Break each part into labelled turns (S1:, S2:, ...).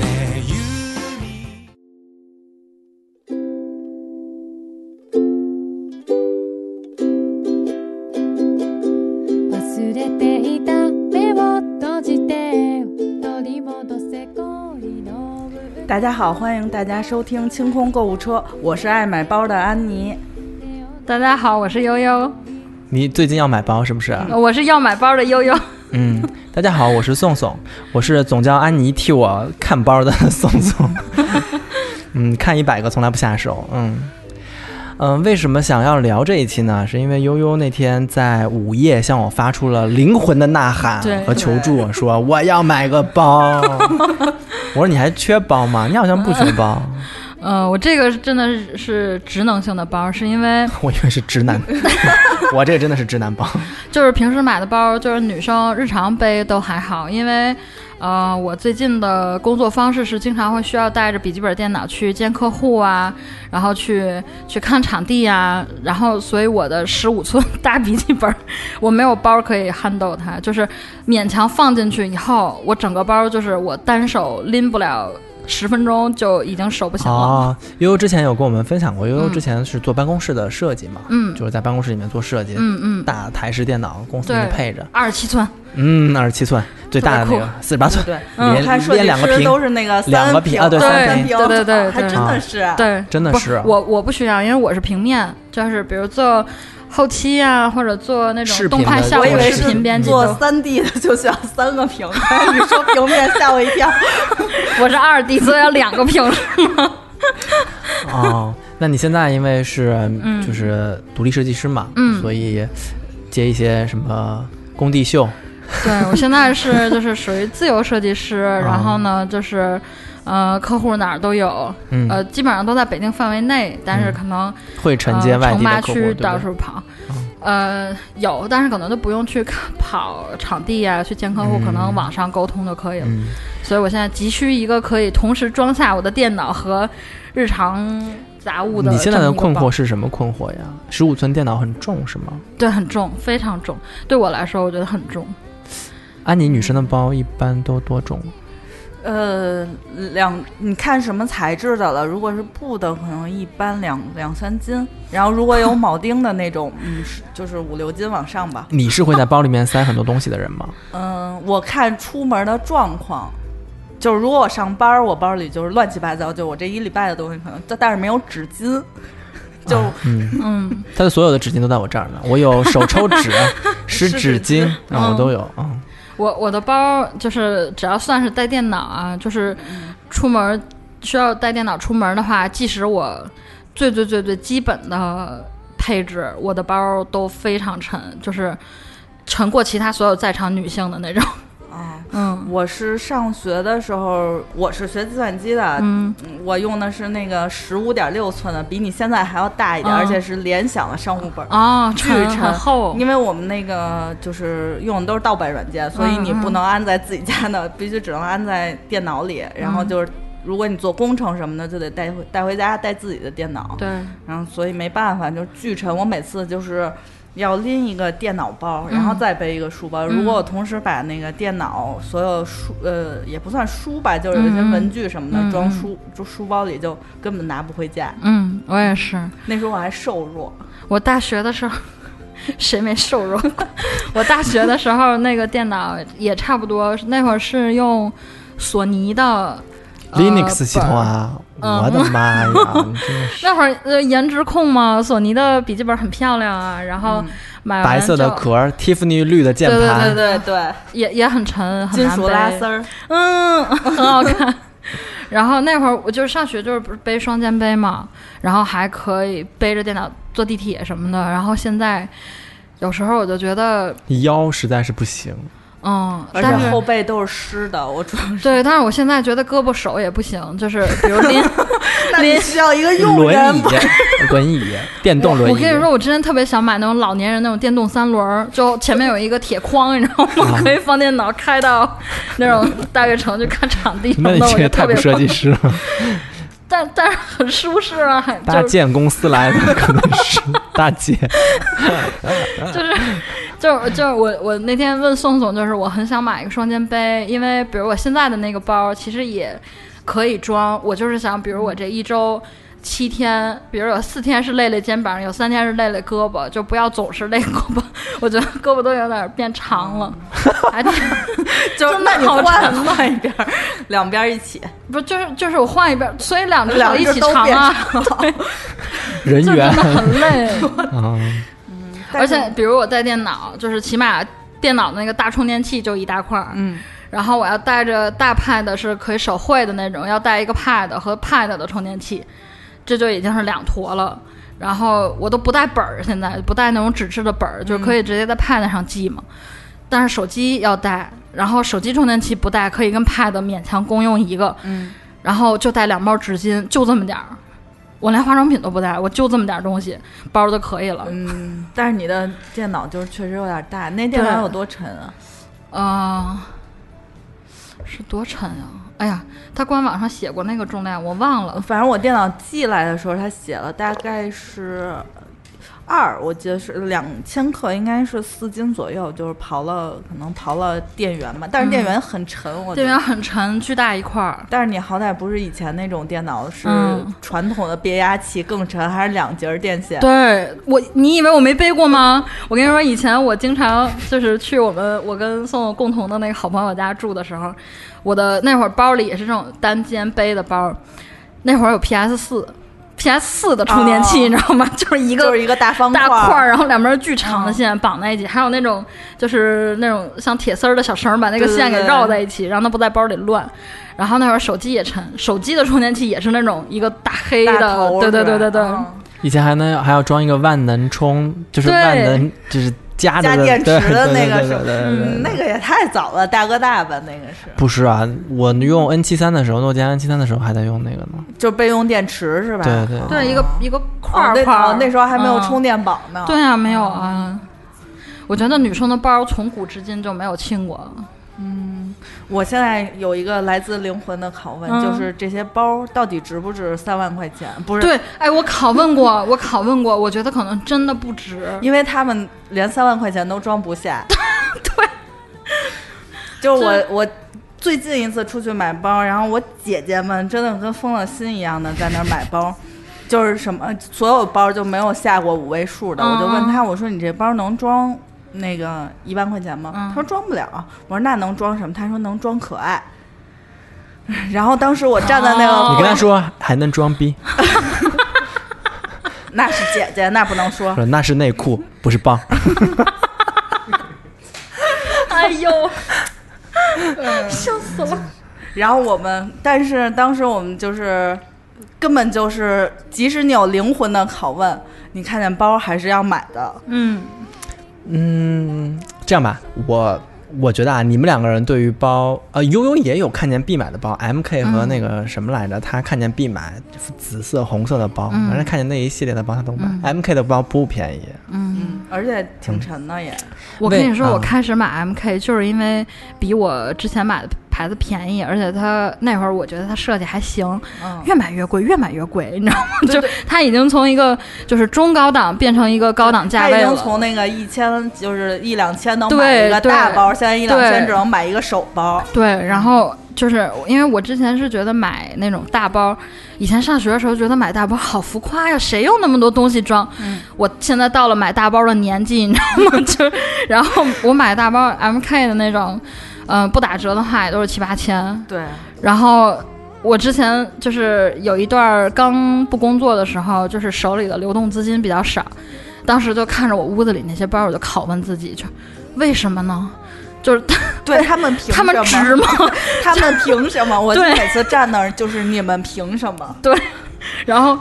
S1: ねえ
S2: 忘れていた目を閉じて取り戻せ恋の腕
S3: 大家好，欢迎大家收听清空购物车，我是爱买包的安妮。
S4: 大家好，我是悠悠，
S5: 你最近要买包是不是？
S4: 呃我是要买包的悠悠。
S5: 嗯，大家好，我是宋宋，我是总叫安妮替我看包的宋 宋。嗯，看一百个从来不下手。嗯嗯、呃为什么想要聊这一期呢？是因为悠悠那天在午夜向我发出了灵魂的呐喊
S4: 对
S5: 和求助，说我要买个 包。我说你还缺包吗？你好像不缺包，
S4: 呃，我这个是真的是是职能性的包，是因为
S5: 我以为是直 男，我这真的是直男包。
S4: 就是平时买的包，就是女生日常背都还好，因为呃，我最近的工作方式是经常会需要带着笔记本电脑去见客户啊，然后去去看场地啊，然后所以我的十五寸大笔记本，我没有包可以 handle 它，就是勉强放进去以后，我整个包就是我单手拎不了十分钟就已经手不行了。
S5: 哦，悠悠之前有跟我们分享过，悠悠之前是做办公室的设计嘛，
S4: 嗯
S5: 就是在办公室里面做设计，
S4: 嗯嗯，
S5: 大台式电脑公司里面
S4: 对
S5: 配着，
S4: 二十七寸，
S5: 嗯，二十七寸最大的那个，四十八寸，
S4: 对
S3: 嗯，他
S5: 连
S3: 设
S5: 连
S3: 计
S5: 两个
S3: 师
S5: 屏
S3: 都是那个三
S5: 两个屏啊对
S3: 屏
S4: 三
S3: 三
S4: 屏对对对对
S3: 还真的是。
S4: 对，
S5: 真的
S4: 不
S5: 是啊
S4: 我我不需要，因为我是平面，就是比如做后期啊，或者做那
S5: 视频
S4: 种动态
S5: 的
S4: 效
S5: 我
S4: 果
S5: 以为
S4: 视
S5: 是
S4: 频编辑
S6: 做
S4: 都，
S6: 三 D 的就需要三个 屏幕，你说平面吓我一跳。
S4: 我是二 D，所以要两个 屏。
S5: 哦。那你现在因为是嗯就是独立设计师嘛，
S4: 嗯
S5: 所以接一些什么工地秀，
S4: 对我现在是就是属于自由设计师，然
S5: 啊
S4: 后呢就是。呃，客户哪儿都有，
S5: 嗯，
S4: 呃，基本上都在北京范围内，但是
S5: 嗯
S4: 可能
S5: 会承接
S4: 呃
S5: 外地的
S4: 城八
S5: 客户，对嗯
S4: 区
S5: 不
S4: 到
S5: 对？
S4: 处跑。呃，有，但是可能就不用去 看跑场地啊，去见客户，可能
S5: 嗯
S4: 网上沟通就可以了。
S5: 嗯，
S4: 所以我现在急需一个可以同时装下我的电脑和日常杂物的。
S5: 你现在的困惑？是什么困惑呀？十五寸电脑很重是吗？
S4: 对，很重，非常重。对我来说，我觉得很重。
S5: 安妮女生的包一般都多重？
S3: 呃，两你看什么材质的了？如果是布的，可能一般两两三斤。然后如果有铆钉的那种，嗯，是就是五六斤往上吧。
S5: 你是会在包里面塞很多东西的人吗？
S3: 嗯，我看出门的状况，就是如果我上班，我包里就是乱七八糟，就我这一礼拜的东西可能，但但是没有纸巾，就、
S5: 嗯，
S4: 嗯，
S5: 他的所有的纸巾都在我这儿呢。我有手抽 纸、湿纸巾啊，我都有。嗯，
S4: 我我的包就是只要算是带电脑啊，就是出门需要带电脑出门的话，即使我最最最最基本的配置，我的包都非常沉，就是沉过其他所有在场女性的那种。
S3: 啊。
S4: 嗯
S3: 我是上学的时候，我是学计算机的，
S4: 嗯，
S3: 我用的是那个十五点六寸的，比你现在还要大一点，
S4: 嗯
S3: 而且是联想的商务本。
S4: 哦，
S3: 巨
S4: 沉
S3: 沉
S4: 很厚，
S3: 因为我们那个就是用的都是盗版软件，所以你不能安在自己家
S4: 嗯
S3: 的，必须只能安在电脑里。然后就是，如果你做工程什么的，就得带回带回家，带自己的电脑。
S4: 对，
S3: 然后所以没办法，就是巨沉。我每次就是要拎一个电脑包，然后再背一个书包。如
S4: 嗯
S3: 果我同时把那个电脑所有书呃也不算书吧，就是有一些
S4: 嗯嗯
S3: 文具什么的、
S4: 嗯嗯
S3: 装书就书包里，就根本拿不回家。
S4: 嗯，我也是。
S3: 那时候我还瘦弱，
S4: 我大学的时候，谁没瘦弱过？ 我大学的时候那个电脑也差不多，那会儿是用索尼的、呃
S5: Linux 系统。啊，
S4: 嗯
S5: 我的妈呀！你真的
S4: 本
S5: 是
S4: 那会儿呃颜值控嘛，索尼的笔记本很漂亮啊，然后
S3: 嗯
S4: 买完
S5: 白色的
S4: 就
S5: 壳儿，Tiffany 绿的键盘，
S3: 对对，
S4: 也也很沉，嗯 很
S3: 金
S4: 难
S3: 属
S4: 背
S3: 拉丝儿。
S4: 嗯，很好看。然后那会儿我就是上学，就是不是背双肩背嘛，然后还可以背着电脑坐地铁什么的。然后现在有时候我就觉得
S5: 腰实在是不行。
S4: 嗯，
S3: 而
S4: 但
S3: 且
S4: 是
S3: 后背都是湿的。我主要是
S4: 对，但是我现在觉得胳膊手也不行，就是比如拎
S3: 那你需要一个佣
S5: 轮
S3: 人
S5: 椅，轮椅， 电 动轮椅。。
S4: 我跟你说，我之前特别想买那种老年人那种电动三轮儿，就前面有一个铁框，你知道吗？ 可以放电脑，开到那种大悦城去看场地
S5: 那你
S4: 弄
S5: 这
S4: 得我
S5: 也
S4: 就
S5: 太
S4: 特
S5: 不
S4: 别
S5: 设计
S4: 棒，
S5: 师了，
S4: 但但是很舒适啊，
S5: 搭
S4: 就是
S5: 建公司来的可能是 大姐。
S4: 就是就是我我那天问宋总，就是我很想买一个双肩背，因为比如我现在的那个包其实也可以装，我就是想，比如我这一周。七天，比如有四天是累累肩膀，有三天是累累胳膊，就不要总是累胳膊。我觉得胳膊都有点变 长了，还挺就是
S3: 那你
S4: 好沉
S3: 换换一边儿，两边儿一起。
S4: 不就是就是我换一边，所以两只手
S3: 两
S4: 一
S3: 只
S4: 起
S3: 都
S4: 长
S3: 变
S4: 啊， 对
S5: 人
S4: 就真
S5: 员
S4: 的很累。
S5: 啊，
S4: 而且比如我带电脑，就是起码电脑那个大充电器就一大块儿，
S3: 嗯，
S4: 然后我要带着大 pad 是可以手绘的那种，要带一个 pad 和 pad 的充电器，这就已经是两坨了。然后我都不带本儿，现在不带那种纸质的本儿，就可以直接在 pad 上记嘛。但是手机要带，然后手机充电器不带，可以跟 pad 勉强共用一个。嗯，然后就带两包纸巾，就这么点儿。我连化妆品都不带，我就这么点儿东西，包就可以了。
S3: 嗯，但是你的电脑就是确实有点大，那电脑
S4: 对
S3: 有多沉啊？
S4: 啊、是多沉啊！哎呀，他官网上写过那个重量，我忘了。
S3: 反正我电脑寄来的时候，它写了大概是二，我记得是两千克，应该是四斤左右，就是刨了可能刨了电源吧，但是电源很沉，我觉
S4: 电
S3: 得
S4: 源。很沉，巨大一块儿。
S3: 但是你好歹不是以前那种电脑，是
S4: 嗯
S3: 传统的变压器更沉，还是两节儿电线？
S4: 对我，你以为我没背过吗？我跟你说，以前我经常就是去我们我跟宋总共同的那个好朋友家住的时候，我的那会儿包里也是这种单肩背的包，那会儿有 PS 四，PS 四的充电器，
S3: 哦
S4: 你知道吗？ 就是一个
S3: 就是一个大方
S4: 大
S3: 块
S4: 块
S3: 儿
S4: 儿，然后两边巨长的
S3: 嗯
S4: 线绑在一起，还有那种就是那种像铁丝儿的小绳儿，把那个
S3: 对对
S4: 线给
S3: 对
S4: 绕在一起，让它不在包里乱。然后那会儿手机也沉，手机的充电器也是那种一个大黑
S3: 大
S4: 的
S3: 头，
S4: 对对
S3: 是吧
S4: 对对对，
S3: 嗯
S5: 以前还能还要装一个万能充，就是
S4: 对
S5: 万能，就是加
S3: 加
S5: 的
S3: 电池的那个是
S5: 什
S3: 吧，
S5: 么
S3: 嗯，那个也太早了，大哥大吧，那个是
S5: 不是啊，我用 N 七三的时候，诺基亚 N 七三的时候还在用那个呢。
S3: 就备用电池是吧？
S5: 对对
S4: 对一个一个块
S3: 哦
S4: 儿
S3: 那
S4: 块儿
S3: 哦，那时候还没有
S4: 嗯
S3: 充电宝呢。哦
S4: 对啊，没有啊。我觉得女生的包从古至今就没有轻过，
S3: 我现在有一个来自灵魂的拷问，
S4: 嗯
S3: 就是这些包到底值不值三万块钱？不是，
S4: 对，哎，我拷问过，我拷问过，我觉得可能真的不值。
S3: 因为他们连三万块钱都装不 下。对， 就是我我最近一次出去买包，然后我姐姐们真的跟疯了心一样的在那儿买包。就是什么，所有包就没有下过五位数的，我就问
S4: 嗯
S3: 她，我说你这包能装那个一万块钱吗？
S4: 嗯
S3: 她说装不了。啊我说那能装什么？她说能装可爱。 然后当时我站在那个，
S4: 哦
S5: 你跟他说还能装逼，
S3: 那是姐姐，那不 能说。
S5: 说那是内裤，不是包。
S4: 哎呦，笑死了。
S3: 然后我们，但是当时我们就是根本就是，即使你有灵魂的拷问，你看见包还是要买的。
S4: 嗯，
S5: 嗯，这样吧，我我觉得啊，你们两个人对于包，呃，悠悠也有看见必买的包，M K
S3: 嗯
S5: 和那个什么来着，他看见必买紫色、红色的包，
S4: 嗯
S5: 反正看见那一系列的包他都买。M K 的包不便宜，
S3: 嗯，而且挺沉的也。
S4: 我跟你
S5: 为
S4: 说，我
S5: 嗯
S4: 开始买 MK 就是因为比我之前买的牌子便宜，而且它那会儿我觉得它设计还行，
S3: 嗯，
S4: 越买越贵，越买越贵，你知道吗？就它已经从一个就是中高档变成一个高档价
S3: 他已
S4: 位
S3: 经
S4: 了。
S3: 从那个一千就是一两千能买
S4: 对
S3: 一个大
S4: 对
S3: 包，现在一两千
S4: 对
S3: 只能买一个手包。
S4: 对，然后就是因为我之前是觉得买那种大包，以前上学的时候觉得买大包好浮夸呀，谁用那么多东西装？我现在到了买大包的年纪，你知道吗？ 就然后我买大包 MK 的那种，嗯、不打折的话也都是七八千。
S3: 对，
S4: 然后我之前就是有一段儿刚不工作的时候，就是手里的流动资金比较少，当时就看着我屋子里那些包，我就拷问自己，就为什么呢？就是
S3: 对他们凭
S4: 他们
S3: 什么
S4: 值吗？
S3: 他们凭什 么？我就
S4: 对
S3: 每次站那儿就是你们凭什么？
S4: 然后，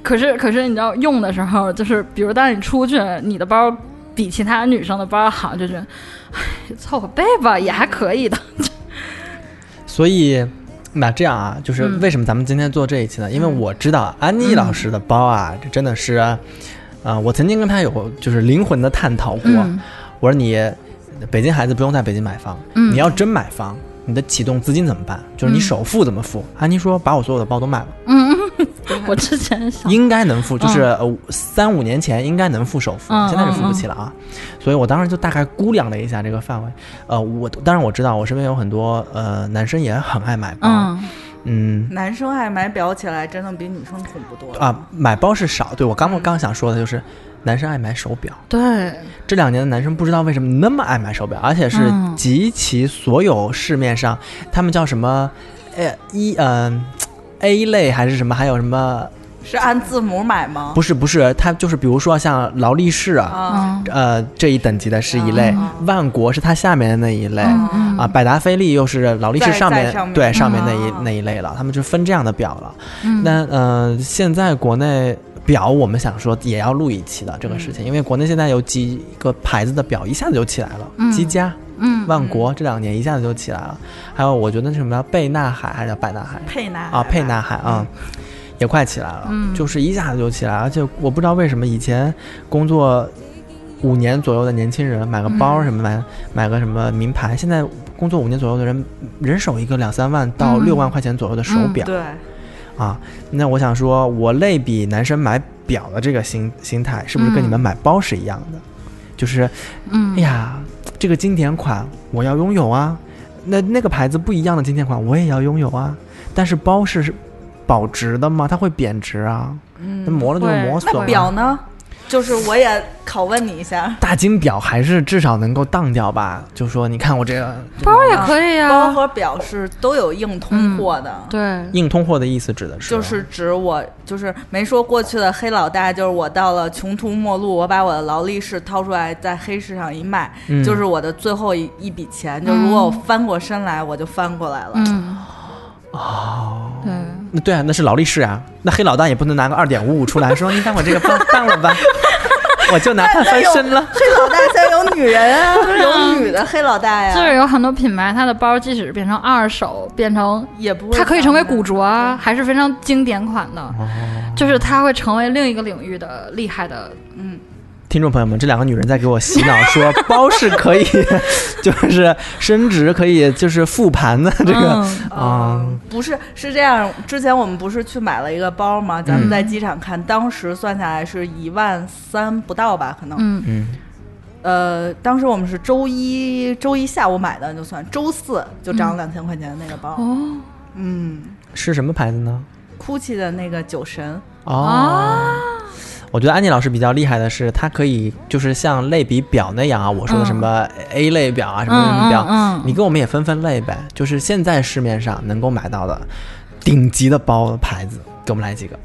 S4: 可是可是你知道用的时候，就是比如当你出去，你的包比其他女生的包好，就觉得，哎，凑合背吧，也还可以的。
S5: 所以，那这样啊，就是
S4: 嗯
S5: 为什么咱们今天做这一期呢？因为我知道安妮老师的包啊，
S4: 嗯
S5: 这真的是，啊、我曾经跟她有过就是灵魂的探讨过。
S4: 嗯
S5: 我说你，北京孩子不用在北京买房，
S4: 嗯
S5: 你要真买房，你的启动资金怎么办？就是你
S4: 嗯
S5: 首付怎么付？安妮说把我所有的包都卖了，
S4: 嗯， 我之前想，
S5: 应该能付，就是呃三五年前应该能付首付，
S4: 嗯
S5: 现在是付不起了啊。所以我当时就大概估量了一下这个范围。呃，我当然我知道我身边有很多呃男生也很爱买包，
S4: 嗯
S5: 嗯
S3: 男生爱买表起来真的比女生恐怖多了。
S5: 啊，买包是少。对我刚刚想说的就是，男生爱买手表。
S4: 对，
S5: 这两年的男生不知道为什么那么爱买手表，而且是
S4: 嗯
S5: 集齐所有市面上，他们叫什么，呃一嗯、A 类还是什么，还有什么？
S3: 是按字母买吗？
S5: 不是不是，它就是比如说像劳力士啊，
S3: 啊，
S4: 嗯
S5: 呃这一等级的是一类，万国是它下面的那一类。
S4: 啊嗯嗯
S5: 啊，百达翡丽又是劳力士
S3: 在
S5: 上面
S3: 在上面
S5: 对上面那一、
S3: 啊
S5: 那一类了，他们就分这样的表了。
S4: 嗯
S5: 那呃，现在国内表我们想说也要录一期的这个事
S4: 嗯
S5: 情，因为国内现在有几个牌子的表一下子就起来了，
S4: 嗯
S5: 积家、
S4: 嗯
S5: 万国这两年一下子就起来了，还有我觉得那什么贝纳海还是叫百纳海
S3: 佩纳
S5: 啊，沛纳海啊。也快起来了，
S4: 嗯
S5: 就是一下子就起来了，而且我不知道为什么以前工作五年左右的年轻人买个包
S4: 嗯
S5: 什么买、买个什么名牌，现在工作五年左右的人人手一个两三万到
S4: 嗯
S5: 六万块钱左右的手
S4: 嗯
S5: 表，
S3: 对，
S5: 啊，那我想说，我类比男生买表的这个心心态，是不是跟你
S3: 嗯
S5: 们买包是一样的？就是，
S4: 嗯
S5: 哎呀，这个经典款我要拥有啊，那那个牌子不一样的经典款我也要拥有啊。但是包是保值的嘛，它会贬值啊，那
S3: 嗯，
S5: 磨了就会
S4: 会
S5: 磨
S4: 那
S5: 损了。
S3: 那表呢？就是我也拷问你一下，
S5: 大金表还是至少能够当掉吧？就说你看我这个
S4: 包也可以
S3: 啊包
S4: 呀，
S3: 和表是都有硬
S4: 嗯
S3: 通货的。
S4: 对，
S5: 硬通货的意思指的是，啊
S3: 就是指我，就是没说过去的黑老大，就是我到了穷途末路，我把我的劳力士掏出来，在黑市上一卖，
S5: 嗯
S3: 就是我的最后一一笔钱。就如果我翻过身来，我就翻过来了。
S4: 嗯，哦，对，
S5: 那对啊，那是劳力士啊，那黑老大也不能拿个二点五五出来说，你看我这个包当了 吧，我就拿它翻身了。
S3: 黑老大现在有女人 啊，有女的黑老大呀，
S4: 就是有很多品牌，它的包即使变成二手，变成
S3: 也不会
S4: 它可以
S3: 翻
S4: 成为
S3: 的
S4: 古着啊，还是非常经典款的，
S5: 哦
S4: 就是它会成为另一个领域的厉害的，
S5: 听众朋友们，这两个女人在给我洗脑，说包是可以， 就是升值可以，就是复盘的这个
S4: 嗯
S5: 啊、
S3: 不是，是这样。之前我们不是去买了一个包吗？咱们在机场看，当时算下来是一万三不到吧，可能。
S4: 嗯
S5: 嗯，
S3: 呃，当时我们是周一周一下午买的，就算周四就涨了两千块钱的那个包。
S4: 哦
S3: 嗯
S5: 是什么牌子呢？
S3: ，GUCCI 的那个酒神，
S5: 哦。
S4: 啊，
S5: 我觉得安妮老师比较厉害的是，她可以就是像类比表那样啊，我说的什么 A 类表啊，什么什么表，
S4: 嗯嗯嗯嗯
S5: 你跟我们也分分类呗。就是现在市面上能够买到的顶级的包的牌子，给我们来几个。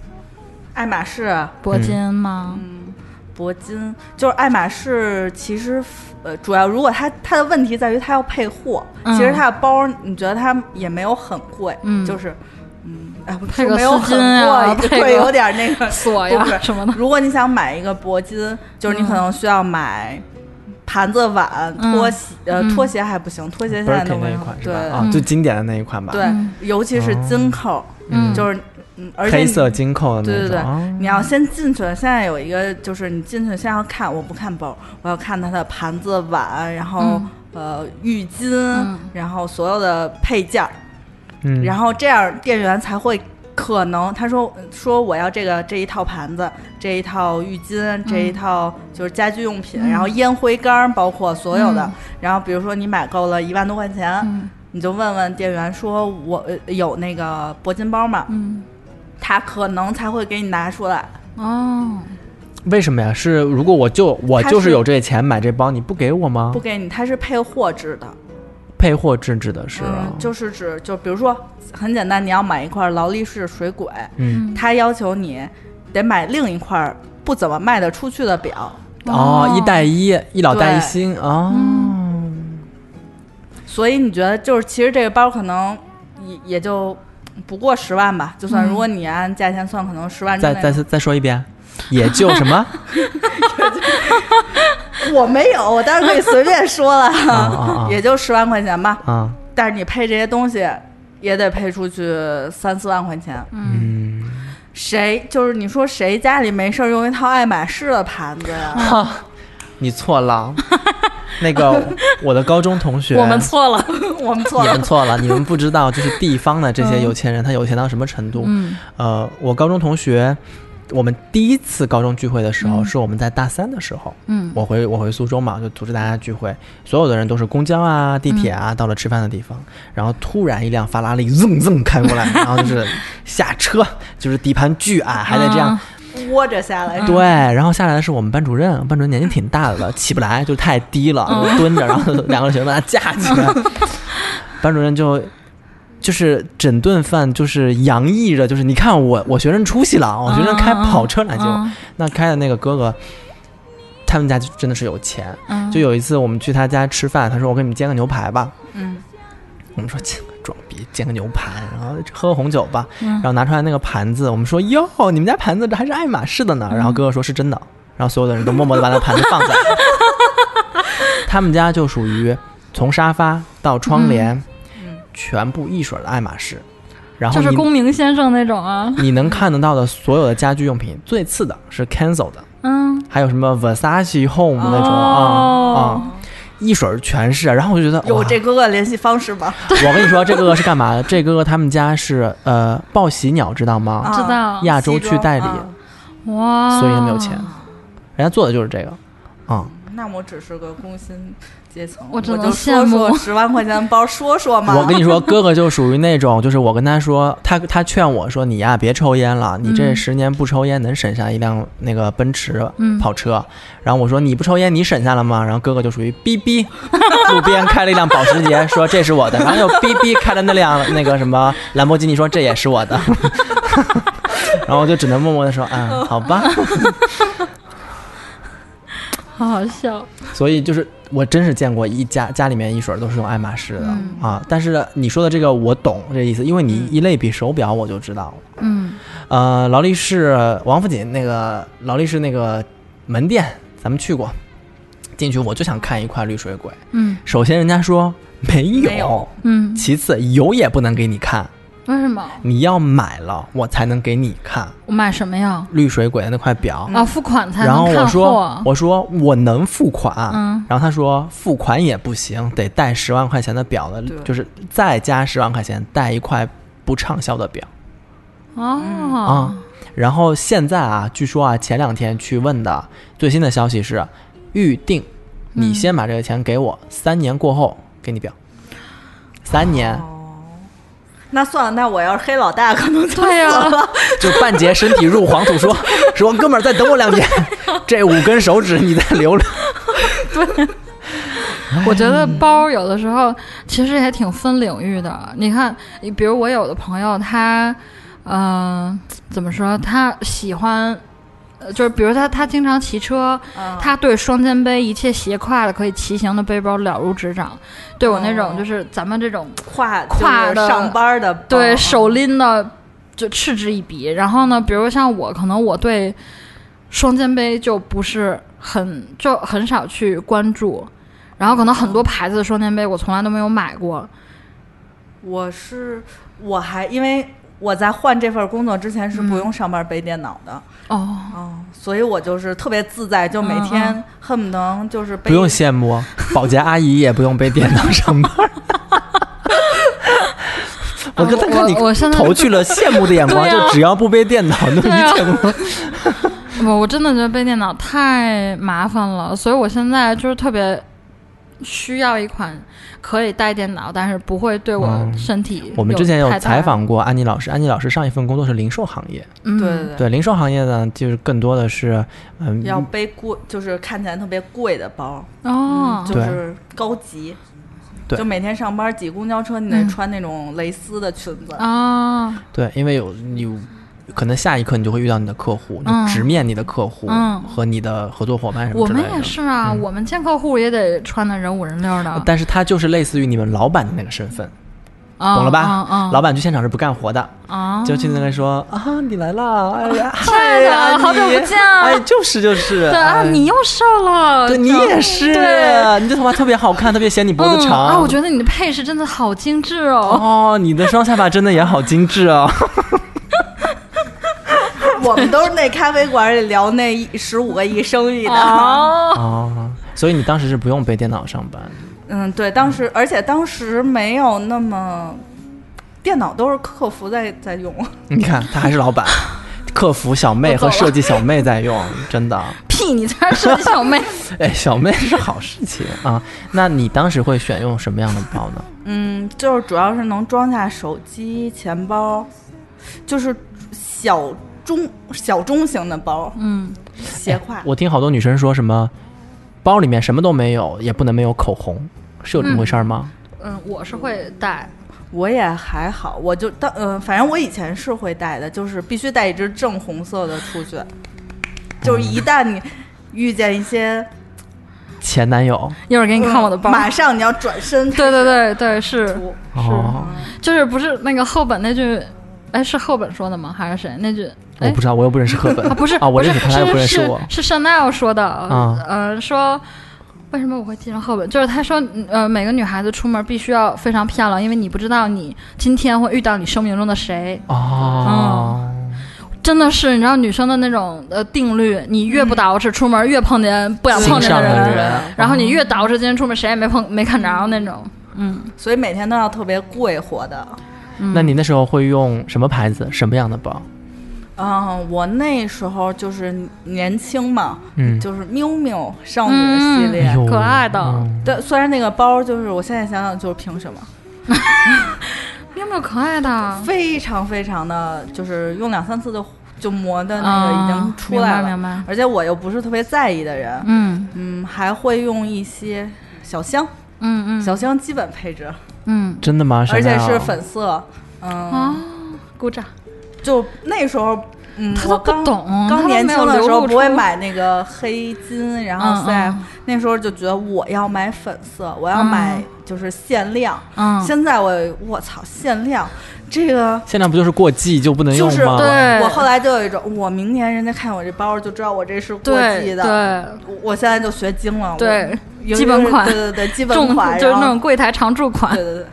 S3: 爱马仕、
S5: 嗯
S4: 铂金吗？
S3: 铂金，就是爱马仕。其实，呃，主要如果它它的问题在于它要配货，
S4: 嗯
S3: 其实它的包你觉得它也没有很贵，
S4: 嗯
S3: 就是。嗯，哎，不
S4: 配
S3: 说
S4: 个
S3: 没有
S4: 丝
S3: 很
S4: 巾啊
S3: 贵，
S4: 配
S3: 对，
S4: 个
S3: 有点那个
S4: 锁
S3: 不
S4: 呀
S3: 是
S4: 什么的，
S3: 如果你想买一个铂金，就是你可能需要买盘子、碗、
S4: 嗯
S3: 拖鞋，呃，
S4: 嗯
S3: 拖鞋还不行，拖鞋现在都
S5: Birkin
S3: 没
S5: 那一
S3: 有
S5: 款。是
S3: 对
S5: 吧？啊，最经典的那一款吧。
S3: 对，尤其是金扣，
S4: 嗯
S3: 就是嗯，而且
S5: 黑
S3: 你
S5: 色金扣的
S3: 对
S5: 那
S3: 对
S5: 种
S3: 对
S5: 啊，，
S3: 你要先进去了。现在有一个就是你进去先要看，我不看包，我要看它的盘子、碗，然后
S4: 嗯
S3: 呃浴巾
S4: 嗯，
S3: 然后所有的配件儿，
S5: 嗯，
S3: 然后这样店员才会可能他说说我要这个这一套盘子，这一套浴巾，
S4: 嗯
S3: 这一套就是家居用品，然后烟灰缸包括所有的。
S4: 嗯
S3: 然后比如说你买够了一万多块钱，
S4: 嗯
S3: 你就问问店员说我呃有那个铂金包吗？
S4: 嗯，
S3: 他可能才会给你拿出来。
S4: 哦，
S5: 为什么呀？是如果我就我
S3: 它
S5: 就是
S3: 是
S5: 有这钱买这包，你不给我吗
S3: 不？给你，它是配货制的，
S5: 配货制指的是，啊
S3: 嗯，就是指就比如说很简单，你要买一块劳力士水鬼，
S5: 嗯
S3: 他要求你得买另一块不怎么卖得出去的表，
S5: 哦，一带一，一老带一
S3: 嗯对嗯
S5: 新哦。
S3: 所以你觉得就是其实这个包可能也也就不过十万吧，就算如果你按价钱算，可能十万之
S5: 再
S3: 内。
S5: 再再说一遍，也就什么
S3: 我没有，我当然可以随便说
S5: 啊啊
S3: 了
S5: 啊，
S3: 也就十万块钱吧。
S5: 啊，
S3: 但是你配这些东西，也得配出去三四万块钱。
S5: 嗯，
S3: 谁就是你说谁家里没事儿用一套爱马仕的盘子呀？
S5: 哈，你错 了。那个我的高中同学，
S4: 我们错了，
S3: 我们错
S5: 你
S3: 了
S5: 们，错了，你们不知道，就是地方的这些有钱人，他有钱到什么程度？
S4: 嗯
S5: 呃，我高中同学，我们第一次高中聚会的时候，是我们在大三的时候，
S4: 嗯
S5: 我回我回苏州嘛，就组织大家聚会，所有的人都是公交啊、地铁
S4: 嗯
S5: 啊，到了吃饭的地方，然后突然一辆法拉利噌噌开过来， 然后就是下车，就是底盘巨矮，还得这样
S3: 窝着下
S4: 嗯
S3: 来。
S5: 对，然后下来的是我们班主任，班主任年纪挺大的 了，起不来，就太低了，
S4: 嗯
S5: 就蹲着，然后两个学生把他架起 来，班主任就。就是整顿饭，就是洋溢着，就是你看我我学生出息了，我学生开跑车来接我，
S4: 嗯
S5: 那开的那个哥哥，他们家就真的是有钱，
S4: 嗯
S5: 就有一次我们去他家吃饭，他说我给你们煎个牛排吧。
S3: 嗯，
S5: 我们说切装逼，煎个牛排，然后喝个红酒吧。
S4: 嗯
S5: 然后拿出来那个盘子，我们说哟，你们家盘子这还是爱马仕的
S4: 嗯
S5: 呢。然后哥哥说是真的，然后所有的人都默默的把那盘子放下。 他们家就属于从沙发到窗
S4: 嗯
S5: 帘，全部一水儿的爱马仕。然后
S4: 就是
S5: 你
S4: 公明先生那种啊，
S5: 你能看得到的所有的家居用品，最次的是 Cancel 的。
S4: 嗯，
S5: 还有什么 Versace Home
S3: 哦
S5: 那种啊啊、
S4: 哦
S5: 一水儿全是。啊然后我就觉得，
S3: 有
S5: 哇
S3: 这哥哥联系方式吗？
S5: 我跟你说，这哥哥是干嘛的？ 这哥哥他们家是呃报喜鸟，知道吗？
S3: 啊
S4: 知道
S5: 亚洲区代理，
S3: 西装啊
S4: 哇，
S5: 所以他们有钱。人家做的就是这个，啊、
S3: 那我只是个工薪阶层，
S4: 我
S3: 我
S4: 只能
S3: 就
S4: 羡
S3: 说
S4: 慕
S3: 说十万块钱包，说说嘛。
S5: 我跟你说，哥哥就属于那种，就是我跟他说，他他劝我说，你呀、别抽烟了，你这
S4: 嗯
S5: 十年不抽烟能省下一辆那个奔驰
S4: 嗯
S5: 跑车。然后我说你不抽烟，你省下了吗？然后哥哥就属于逼逼，路边开了一辆保时捷，说这是我的，然后又逼逼开了那辆那个什么兰博基尼，说这也是我的。然后我就只能默默的说，嗯，好吧。
S4: 好好笑，
S5: 所以就是我真是见过一家家里面一水儿都是用爱马仕的、
S4: 嗯
S5: 啊，但是你说的这个我懂这意思，因为你一类比手表我就知道了。
S4: 嗯
S5: 呃，劳力士王府井那个劳力士那个门店咱们去过，进去我就想看一块绿水鬼。
S4: 嗯
S5: 首先人家说没有，
S3: 没有
S4: 嗯，
S5: 其次有也不能给你看，
S4: 为什么？
S5: 你要买了我才能给你看
S4: 我买什么呀？
S5: 绿水鬼的那块表。
S4: 啊，付款才
S5: 然后
S4: 能
S5: 我
S4: 看
S5: 说
S4: 货，。
S5: 我说我能付款，
S4: 嗯
S5: 然后他说付款也不行，得带十万块钱的表的，就是再加十万块钱带一块不畅销的表啊
S4: 哦，。
S5: 然后现在啊，据说啊，前两天去问的最新的消息是，预定你先把这个钱给我，
S4: 嗯
S5: 三年过后给你表，三年、
S4: 哦
S3: 那算了，那我要是黑老大，可能就
S4: 对呀
S3: 死 了。
S5: 就半截身体入黄土说说哥们儿再等我两 年，这五根手指你再留留。
S4: 我觉得包有的时候其实也挺分领域的。你看，你比如我有的朋友他，嗯、怎么说？他喜欢，呃就是比如他他经常骑车，
S3: 嗯
S4: 他对双肩背一切斜挎的可以骑行的背包了如指掌。对我那种就是咱们这种
S3: 跨
S4: 跨
S3: 就是
S4: 的
S3: 上班的包
S5: 哦
S3: 嗯
S4: 对手拎的就嗤之以鼻。然后呢，比如像我，可能我对双肩背就不是很就很少去关注，然后可能很多牌子的双肩背我从来都没有买过。
S3: 我是我还因为我在换这份工作之前
S4: 嗯
S3: 是不用上班背电脑的，
S4: 哦，
S3: 哦，所以我就是特别自在，就每天恨不能就是背
S5: 不用羡慕，保洁阿姨也不用被电脑上班。 我刚才看你
S4: 我我现在
S5: 投去了羡慕的眼光，
S4: 对啊
S5: 就只要不背电脑，那
S4: 对啊
S5: 一切都
S4: 我我真的觉得背电脑太麻烦了，所以我现在就是特别。需要一款可以带电脑，但是不会对我
S5: 嗯
S4: 身体、
S5: 我们之前有
S4: 太大
S5: 采，访过安妮老师，安妮老师上一份工作是零售行业，
S4: 嗯、
S3: 对对对，
S5: 对零售行业呢，就是更多的是，嗯，
S3: 要背贵就是看起来特别贵的包，
S5: 嗯
S4: 哦，
S3: 就是高级。
S5: 对
S3: 就每天上班挤公交车，你得穿那种蕾丝的裙子，
S4: 啊，
S5: 对，因为有你有可能下一刻你就会遇到你的客户，
S4: 嗯
S5: 你直面你的客户
S4: 嗯
S5: 和你的合作伙伴什么
S4: 我
S5: 之
S4: 们
S5: 类的。嗯
S4: 也是啊，我们见客户也得穿的人五人六的。
S5: 但是他就是类似于你们老板的那个身份，
S4: 嗯
S5: 懂了吧？
S4: 嗯嗯
S5: 老板去现场是不干活的，
S4: 啊，
S5: 就去那边说啊，你来啦，哎呀，
S4: 亲爱
S5: 哎呀
S4: 的，哦好久不
S5: 你
S4: 见，啊
S5: 哎，就是就是，
S4: 对啊，
S5: 哎
S4: 你又瘦了，
S5: 对你
S4: 这样
S5: 也是
S4: 对，，
S5: 你这头发特别好看，特别显你脖子
S4: 嗯
S5: 长
S4: 啊，我觉得你的配饰真的好精致哦。
S5: 哦，你的双下巴真的也好精致 哦。
S3: 我们都是那咖啡馆里聊那十五个亿生意的。
S4: 哦，
S5: 哦，所以你当时是不用背电脑上班，
S3: 嗯，对，当时而且当时没有那么，电脑都是客服在在用。
S5: 你看他还是老板， 客服小妹和设计小妹在用，真 的。
S4: 屁，你才是设计小妹。
S5: 哎，小妹是好事情啊。那你当时会选用什么样的包呢？
S3: 嗯，就是主要是能装下手机、钱包，就是小中小中型的包，哎
S4: 嗯，
S3: 斜挎。
S5: 哎我听好多女生说什么，包里面什么都没有，也不能没有口红，是有这么回事儿吗？
S4: 嗯，我是会带，
S3: 我也还好，我就当嗯、反正我以前是会带的，就是必须带一支正红色的出去，就是一旦你遇见一些嗯
S5: 前男友
S4: 一会儿给你看我的
S5: 嗯
S4: 包。
S3: 马上你要转身，
S4: 对对对对，是，
S3: 涂
S5: 哦，
S4: 就是不是那个赫本那句，哎，是赫本说的吗？还是谁那句？
S5: 我
S4: 哎
S5: 不，知道，我又不认识课本
S4: 啊，不是
S5: 啊，我
S4: 不是
S5: 认识他，他又不认识
S4: 是
S5: 我。
S4: 是是 Chanel 说的，
S5: 啊
S4: 呃，说为什么我会记成赫本？就是他说，呃，每个女孩子出门必须要非常漂亮，因为你不知道你今天会遇到你生命中的谁。
S5: 哦，
S3: 嗯
S4: 真的是，你知道女生的那种呃定律，你越
S3: 嗯
S4: 不捯饬，出门越碰见不想
S5: 心
S4: 碰见
S5: 上
S4: 的
S5: 的
S4: 人，
S5: 人，
S4: 然后你越捯饬，今天出门谁也没碰没看着那种。
S3: 所以每天都要特别贵活的。
S5: 哦那你那时候会用什么牌子、什么样的包？
S3: 嗯，我那时候就是年轻嘛，
S5: 嗯，
S3: 就是缪缪少女系列。
S5: 哎呦
S4: 可爱的
S5: 嗯
S3: 对，虽然那个包就是我现在想想就是凭什么，
S4: 有没有可爱的？
S3: 非常非常的就是用两三次就就磨的那个已经出来
S4: 啊
S3: 了，
S4: 明白明白
S3: 而且我又不是特别在意的人，
S4: 嗯
S3: 嗯，还会用一些小香，
S4: 嗯嗯
S3: 小香基本配置，
S4: 嗯
S5: 真的吗？
S3: 而且
S5: Chanel
S3: 是粉色，嗯，
S4: 啊，鼓掌。
S3: 就那时候。嗯，
S4: 他都
S3: 我
S4: 不
S3: 刚
S4: 懂他
S3: 刚
S4: 都
S3: 年
S4: 没
S3: 轻
S4: 有
S3: 的
S4: 流
S3: 时候
S4: 露
S3: 不会
S4: 出
S3: 买那个黑金，然
S4: 嗯
S3: 后
S4: 嗯
S3: CF，、那时候就觉得我要买粉色，我要买就是限量。
S4: 嗯，
S3: 现在我我操，限量这个
S5: 限量不就是过季就不能用
S3: 就
S5: 吗？
S3: 是
S4: 对
S3: 我后来就有一种，我明年人家看我这包就知道我这是国际
S4: 对
S3: 的。
S4: 对
S3: 我我现在就学精了，我
S4: 对，
S3: 尤其
S4: 基本
S3: 是
S4: 款
S3: 对对 对，基本
S4: 重
S3: 款，
S4: 就是
S3: 然
S4: 那
S3: 后
S4: 种柜台常驻款
S3: 对，对对，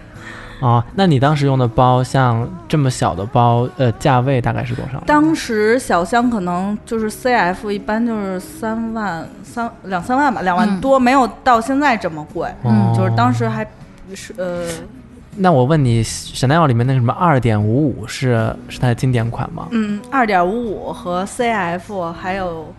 S5: 啊，那你当时用的包，像这么小的包，呃，价位大概是多少？
S3: 当时小香可能就是 CF，一般就是三万三两三万吧，两万
S4: 嗯
S3: 多，没有到现在这么贵。
S5: 嗯
S3: 就是当时还是呃，
S5: 那我问你，Chanel 里面那个什么二点五五是是它的经典款吗？
S3: 嗯，二点五五和 CF 还有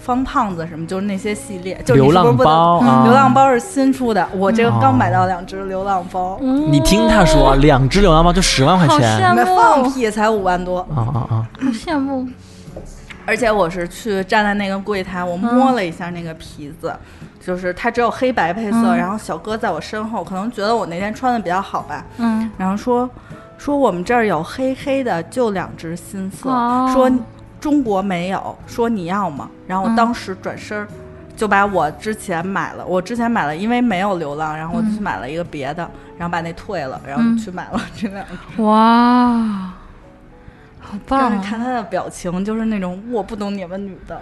S3: 方胖子什么，就是那些系列，就是你
S5: 流
S3: 是
S5: 浪
S3: 不是不能
S5: 包啊，
S3: 嗯流浪。包是新出的，我这个
S5: 嗯
S3: 刚买到两只流浪包，
S2: 嗯
S5: 你听他
S4: 嗯
S5: 说，两只流浪包就十万块
S4: 好
S5: 钱。
S4: 羡
S3: 你们
S4: 慕，
S3: 放屁才五万多，
S5: 啊啊啊！
S4: 好羡慕，
S3: 而且我是去站在那个柜台，我摸了一下那个皮子，就是它只有黑白配色，
S4: 嗯
S3: 然后小哥在我身后，可能觉得我那天穿的比较好吧，
S4: 嗯，
S3: 然后说说我们这儿有黑黑的，就两只新色，
S4: 哦
S3: 说中国没有，说你要吗？然后我
S4: 嗯
S3: 当时转身儿。就把我之前买了，我之前买了，因为没有流浪，然后我就去买了一个别的，然后把那退了，然后
S4: 嗯
S3: 去买了这两个。
S4: 哇，好棒
S3: 但
S4: 啊
S3: 是！看他的表情，就是那种我不懂你们女的，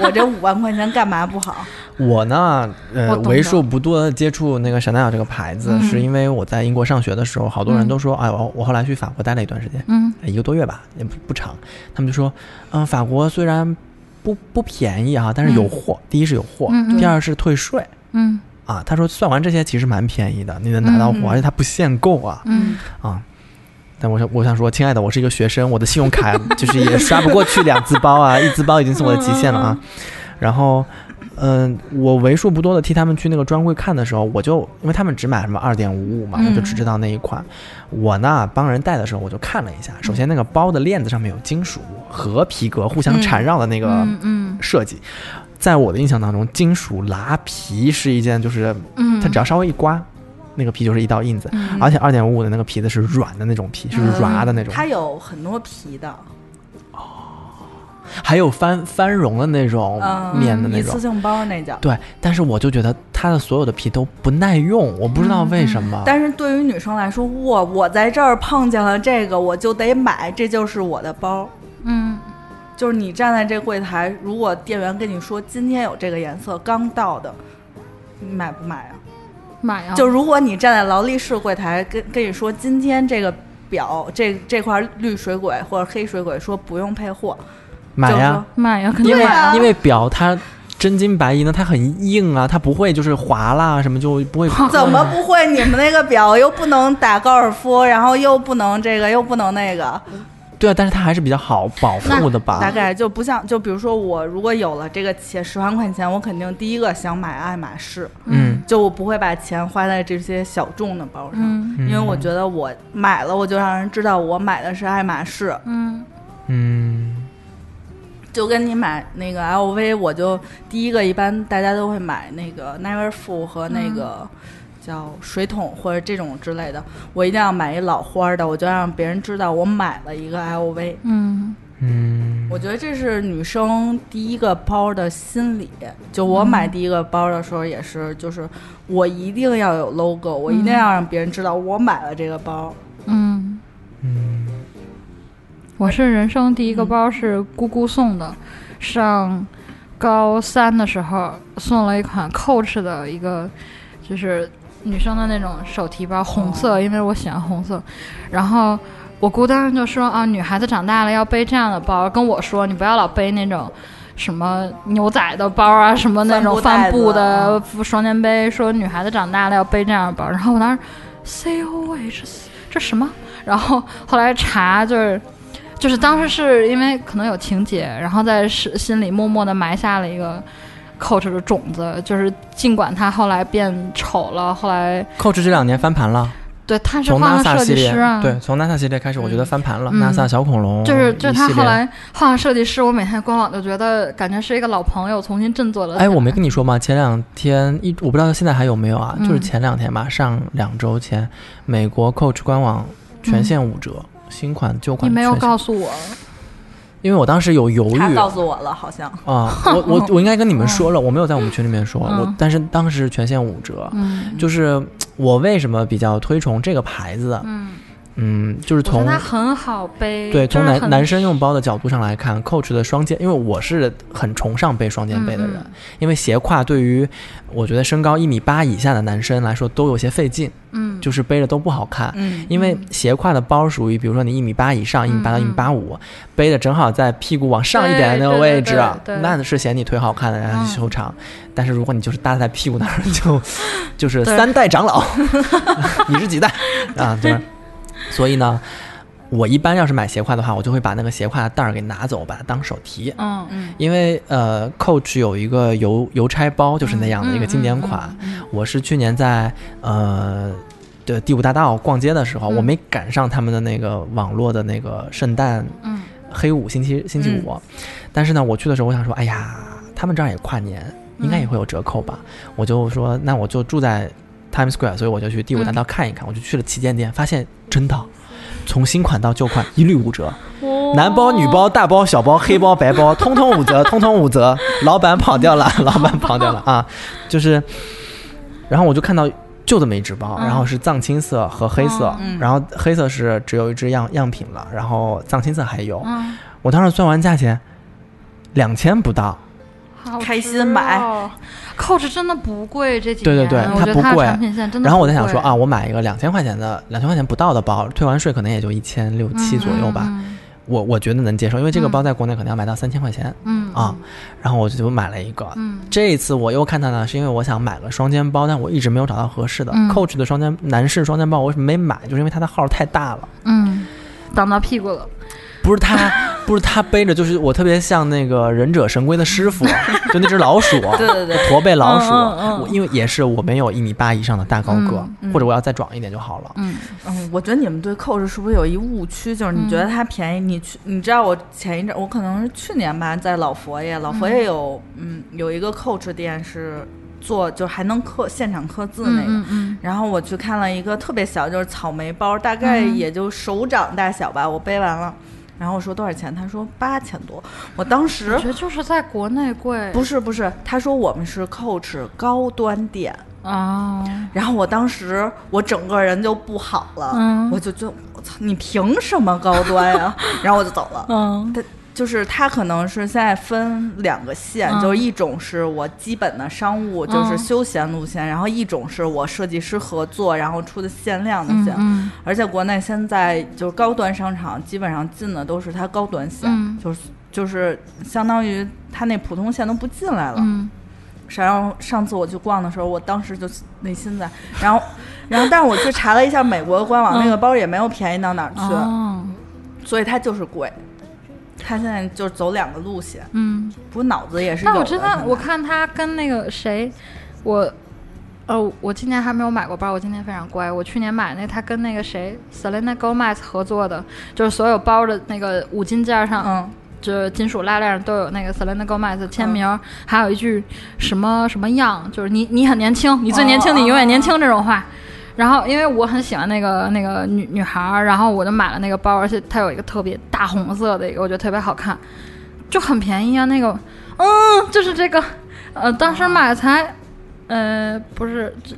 S3: 我这五万块钱干嘛不好？
S5: 我呢，呃
S4: 我，懂
S5: 为
S4: 的
S5: 数不多的接触那个 Chanel 这个牌子，
S4: 嗯
S5: 是因为我在英国上学的时候，好多人都说，哎，我我后来去法国待了一段时间，哎
S4: 嗯
S5: 一个多月吧，也不不长。他们就说，嗯，法国虽然不不便宜啊，但是有货。第一是有货，
S4: 嗯嗯
S5: 第二是退税
S4: 嗯
S5: 啊。他说算完这些其实蛮便宜的，你能拿到货，
S4: 嗯嗯
S5: 而且它不限购啊
S4: 嗯，
S5: 啊。但我想我想说，亲爱的，我是一个学生，我的信用 卡就是也刷不过去两次包啊，一次包已经是我的极限了
S4: 嗯
S5: 啊。然后。嗯，我为数不多的替他们去那个专柜看的时候，我就因为他们只买什么二点五五嘛，我就只知道那一款。
S4: 嗯
S5: 我呢帮人带的时候，我就看了一下，首先那个包的链子上面有金属和皮革互相缠绕的那个
S4: 嗯嗯
S5: 设计，在我的印象当中，金属拉皮是一件就是
S4: 嗯，
S5: 它只要稍微一刮，那个皮就是一道印子，
S3: 嗯
S5: 而且二点五五的那个皮子是软的那种皮，是软的那种。
S3: 它有很多皮的，
S5: 还有翻翻绒的那种
S3: 嗯
S5: 面的那
S3: 一
S5: 种
S3: 次。性包那叫。
S5: 对，但是我就觉得它的所有的皮都不耐用，我不知道为什么。
S3: 但是对于女生来说，哇，我在这儿碰见了这个，我就得买，这就是我的包。
S4: 嗯，
S3: 就是你站在这柜台，如果店员跟你说今天有这个颜色刚到的，你买不买啊？
S4: 买
S2: 哦
S4: 啊，
S3: 就如果你站在劳力士柜台跟跟你说今天这个表这这块绿水鬼或者黑水鬼说不用配货，
S5: 买呀，
S4: 买呀，肯
S5: 因
S4: 定
S5: 为、
S4: 买。
S3: 啊
S5: 因为表它真金白银的，它很硬啊，它不会就是划啦什么，就不会
S3: 怎么不会？你们那个表又不能打高尔夫，然后又不能这个又不能那个，
S5: 对啊？但是它还是比较好保护的吧？嗯
S3: 大概就不像就比如说我如果有了这个钱十万块钱，我肯定第一个想买爱马仕，
S5: 嗯，
S3: 就我不会把钱花在这些小众的包上。
S4: 嗯
S5: 嗯
S3: 因为我觉得我买了，我就让人知道我买的是爱马仕，
S4: 嗯
S5: 嗯
S3: 就跟你买那个 LV，我就第一个一般大家都会买那个耐威富和那个叫水桶或者这种之类的，我一定要买一老花儿的，我就让别人知道我买了一个 LV。
S4: 嗯
S5: 嗯
S3: 我觉得这是女生第一个包的心理。就我买第一个包的时候也是，就是我一定要有 logo，我一定要让别人知道我买了这个包。
S4: 嗯，
S5: 嗯，
S4: 我是人生第一个包是姑姑送的，上高三的时候送了一款 Coach 的一个，就是女生的那种手提包，红
S3: 哦
S4: 色，因为我喜欢红色。然后我姑当时就说啊，女孩子长大了要背这样的包，跟我说你不要老背那种。什么牛仔的包啊，什么那种
S3: 帆
S4: 帆
S3: 布
S4: 布
S3: 袋子啊
S4: 的双肩背，说女孩子长大了要背这样的包。然后我当时 C O H 这什么？然后后来查就是。就是当时是因为可能有情节，然后在是心里默默的埋下了一个 Coach 的种子。就是尽管他后来变丑了，后来
S5: ，Coach 这两年翻盘了，
S4: 对他是
S5: 从
S4: 换了
S5: NASA 系
S4: 设计
S5: 列
S4: 师啊，，
S5: 对，从 NASA 系列开始，我觉得翻盘了。
S4: 嗯
S5: NASA 小恐龙
S4: 就是就是他
S5: 哦一系
S4: 后
S5: 列
S4: 来换了设计师，我每天官网就觉得感觉是一个老朋友重新振作了。
S5: 哎，我没跟你说吗？前两天一，我不知道现在还有没有啊？
S4: 嗯
S5: 就是前两天吧，上两周前，美国 Coach 官网全线五折，新款旧
S4: 嗯你
S5: 款
S4: 没有
S5: 全线
S4: 告诉我，
S5: 因为我当时有犹豫
S3: 他告
S5: 啊、
S3: 诉我了，好像
S5: 我 我我应该跟你们说了，我没有在我们群里面说，
S4: 嗯
S5: 我但是当时全线五折，
S4: 嗯
S5: 就是我为什么比较推崇这个牌子？
S4: 嗯，
S5: 嗯，就是
S4: 我觉
S5: 从
S4: 得他很好背，
S5: 对，
S4: 就
S5: 从
S4: 是
S5: 男
S4: 很
S5: 男生用包的角度上来看，Coach 的双肩，因为我是很崇尚背双肩背的人，
S4: 嗯
S5: 因为斜挎对于我觉得身高一米八以下的男生来说都有些费劲，
S4: 嗯，
S5: 就是背着都不好看。
S3: 嗯，
S5: 因为斜挎的包属于，比如说你一米八以
S4: 嗯
S5: 上，一米八到一米八五，背的正好在屁股往上一点的那个
S4: 对对
S5: 位置
S4: 对，对对
S5: 那是显你腿好看的，然后
S4: 嗯
S5: 修长。但是如果你就是搭在屁股那儿，就 就是
S4: 对
S5: 三代长 老，你是几代啊？对。所以呢，我一般要是买斜挎的话，我就会把那个斜挎的袋儿给拿走，把它当手提。
S4: 嗯嗯
S5: 因为呃，Coach 有一个邮邮差包，就是那
S4: 嗯
S5: 样的一个经典款。我是去年在呃的第五大道逛街的时候，
S4: 嗯
S5: 我没赶上他们的那个网络的那个圣诞
S4: 嗯
S5: 黑五星期星期五，但是呢，我去的时候我想说，哎呀，他们这儿也跨年，
S4: 嗯
S5: 应该也会有折扣吧？我就说，那我就住在 Times Square，所以我就去第五大
S4: 嗯
S5: 道看一看。我就去了旗舰店，发现真的。从新款到旧款一律五折，男包、女包、大包、小包、黑包、白 包，通通五折，通通五折。老板跑掉了，老板跑掉了啊！就是，然后我就看到就这么一只包，
S4: 嗯
S5: 然后是藏青色和黑色，然后黑色是只有一只样样品了，然后藏青色还有，
S4: 嗯，
S5: 我当时算完价钱，两千不到。
S4: 好
S3: 开心
S4: 值
S3: 买
S4: 哦，Coach 真的不贵，这几
S5: 对对
S4: 年嗯
S5: 对
S4: 我
S5: 它
S4: 觉得
S5: 不
S4: 它的
S5: 贵
S4: 产品线真的。
S5: 然后我在想说啊，，我买一个两千块钱的，两千块钱不到的包，退完税可能也就一千六七左右吧。
S4: 嗯
S5: 我我觉得能接受，因为这个包在国内可能要买到三千块钱、
S4: 嗯
S5: 啊。然后我就买了一个。
S4: 嗯
S5: 这一次我又看它呢，是因为我想买个双肩包，但我一直没有找到合适的。
S4: 嗯
S5: Coach 的双肩男士双肩包我为什么没买，就是因为它的号太大了。
S4: 嗯，挡到屁股了，
S5: 不是 他，不是他背着，就是我特别像那个忍者神龟的师 傅，就那只老鼠，对对对，驼背老鼠。
S4: 嗯嗯嗯
S5: 我因为也是我没有一米八以上的大高个，或者我要再壮一点就好了。
S4: 嗯
S3: 嗯，我觉得你们对 Coach 是不是有一误区？就是你觉
S4: 嗯
S3: 得它便宜，你去，你知道我前一阵，我可能是去年吧，在老佛爷，老佛爷有，嗯，有一个 Coach 店是做，就是还能刻现场刻字那个。
S4: 嗯嗯
S3: 然后我去
S4: 嗯
S3: 看了一个特别小，就是草莓包，大概也就手掌大小吧，我背完了，然后我说多少钱？他说八千多。我当时
S4: 我觉得就是在国内贵
S3: 不是不是，他说我们是 Coach 高端店，
S4: 啊，
S3: 然后我当时我整个人就不好了，
S4: 嗯
S3: 我就就我操，你凭什么高端 呀、然后我就走了。
S4: 嗯
S3: 他就是他可能是现在分两个线，
S4: 嗯
S3: 就是一种是我基本的商务，就是
S4: 嗯
S3: 休闲路线，然后一种是我设计师合作，然后出的限量的线。
S4: 嗯
S3: 而且国内现在就是高端商场，基本上进的都是它高端线，
S4: 嗯
S3: 就是就是相当于它那普通线都不进来了。
S4: 嗯
S3: 然后上次我去逛的时候，我当时就内心在，然后，然后，但是我去查了一下美国的官网，
S4: 嗯
S3: 那个包也没有便宜到哪儿去，
S4: 哦
S3: 所以它就是贵。它现在就是走两个路线，
S4: 嗯，
S3: 不过脑子也是有
S4: 但
S3: 的。嗯
S4: 我真的
S3: 现在
S4: 我看他跟那个谁，我。呃，我今年还没有买过包，我今年非常乖。我去年买那他跟那个谁 Selena Gomez 合作的，就是所有包的那个五金件上，
S3: 嗯，
S4: 就是金属拉链上都有那个 Selena Gomez 的签名，还有一句什么什么样，就是你你很年轻，你最年轻，你永远年轻这种话。然后因为我很喜欢那个那个女女孩儿，然后我就买了那个包，而且它有一个特别大红色的一个，我觉得特别好看，就很便宜啊。那个，嗯，就是这个，呃，当时买才，呃，不是这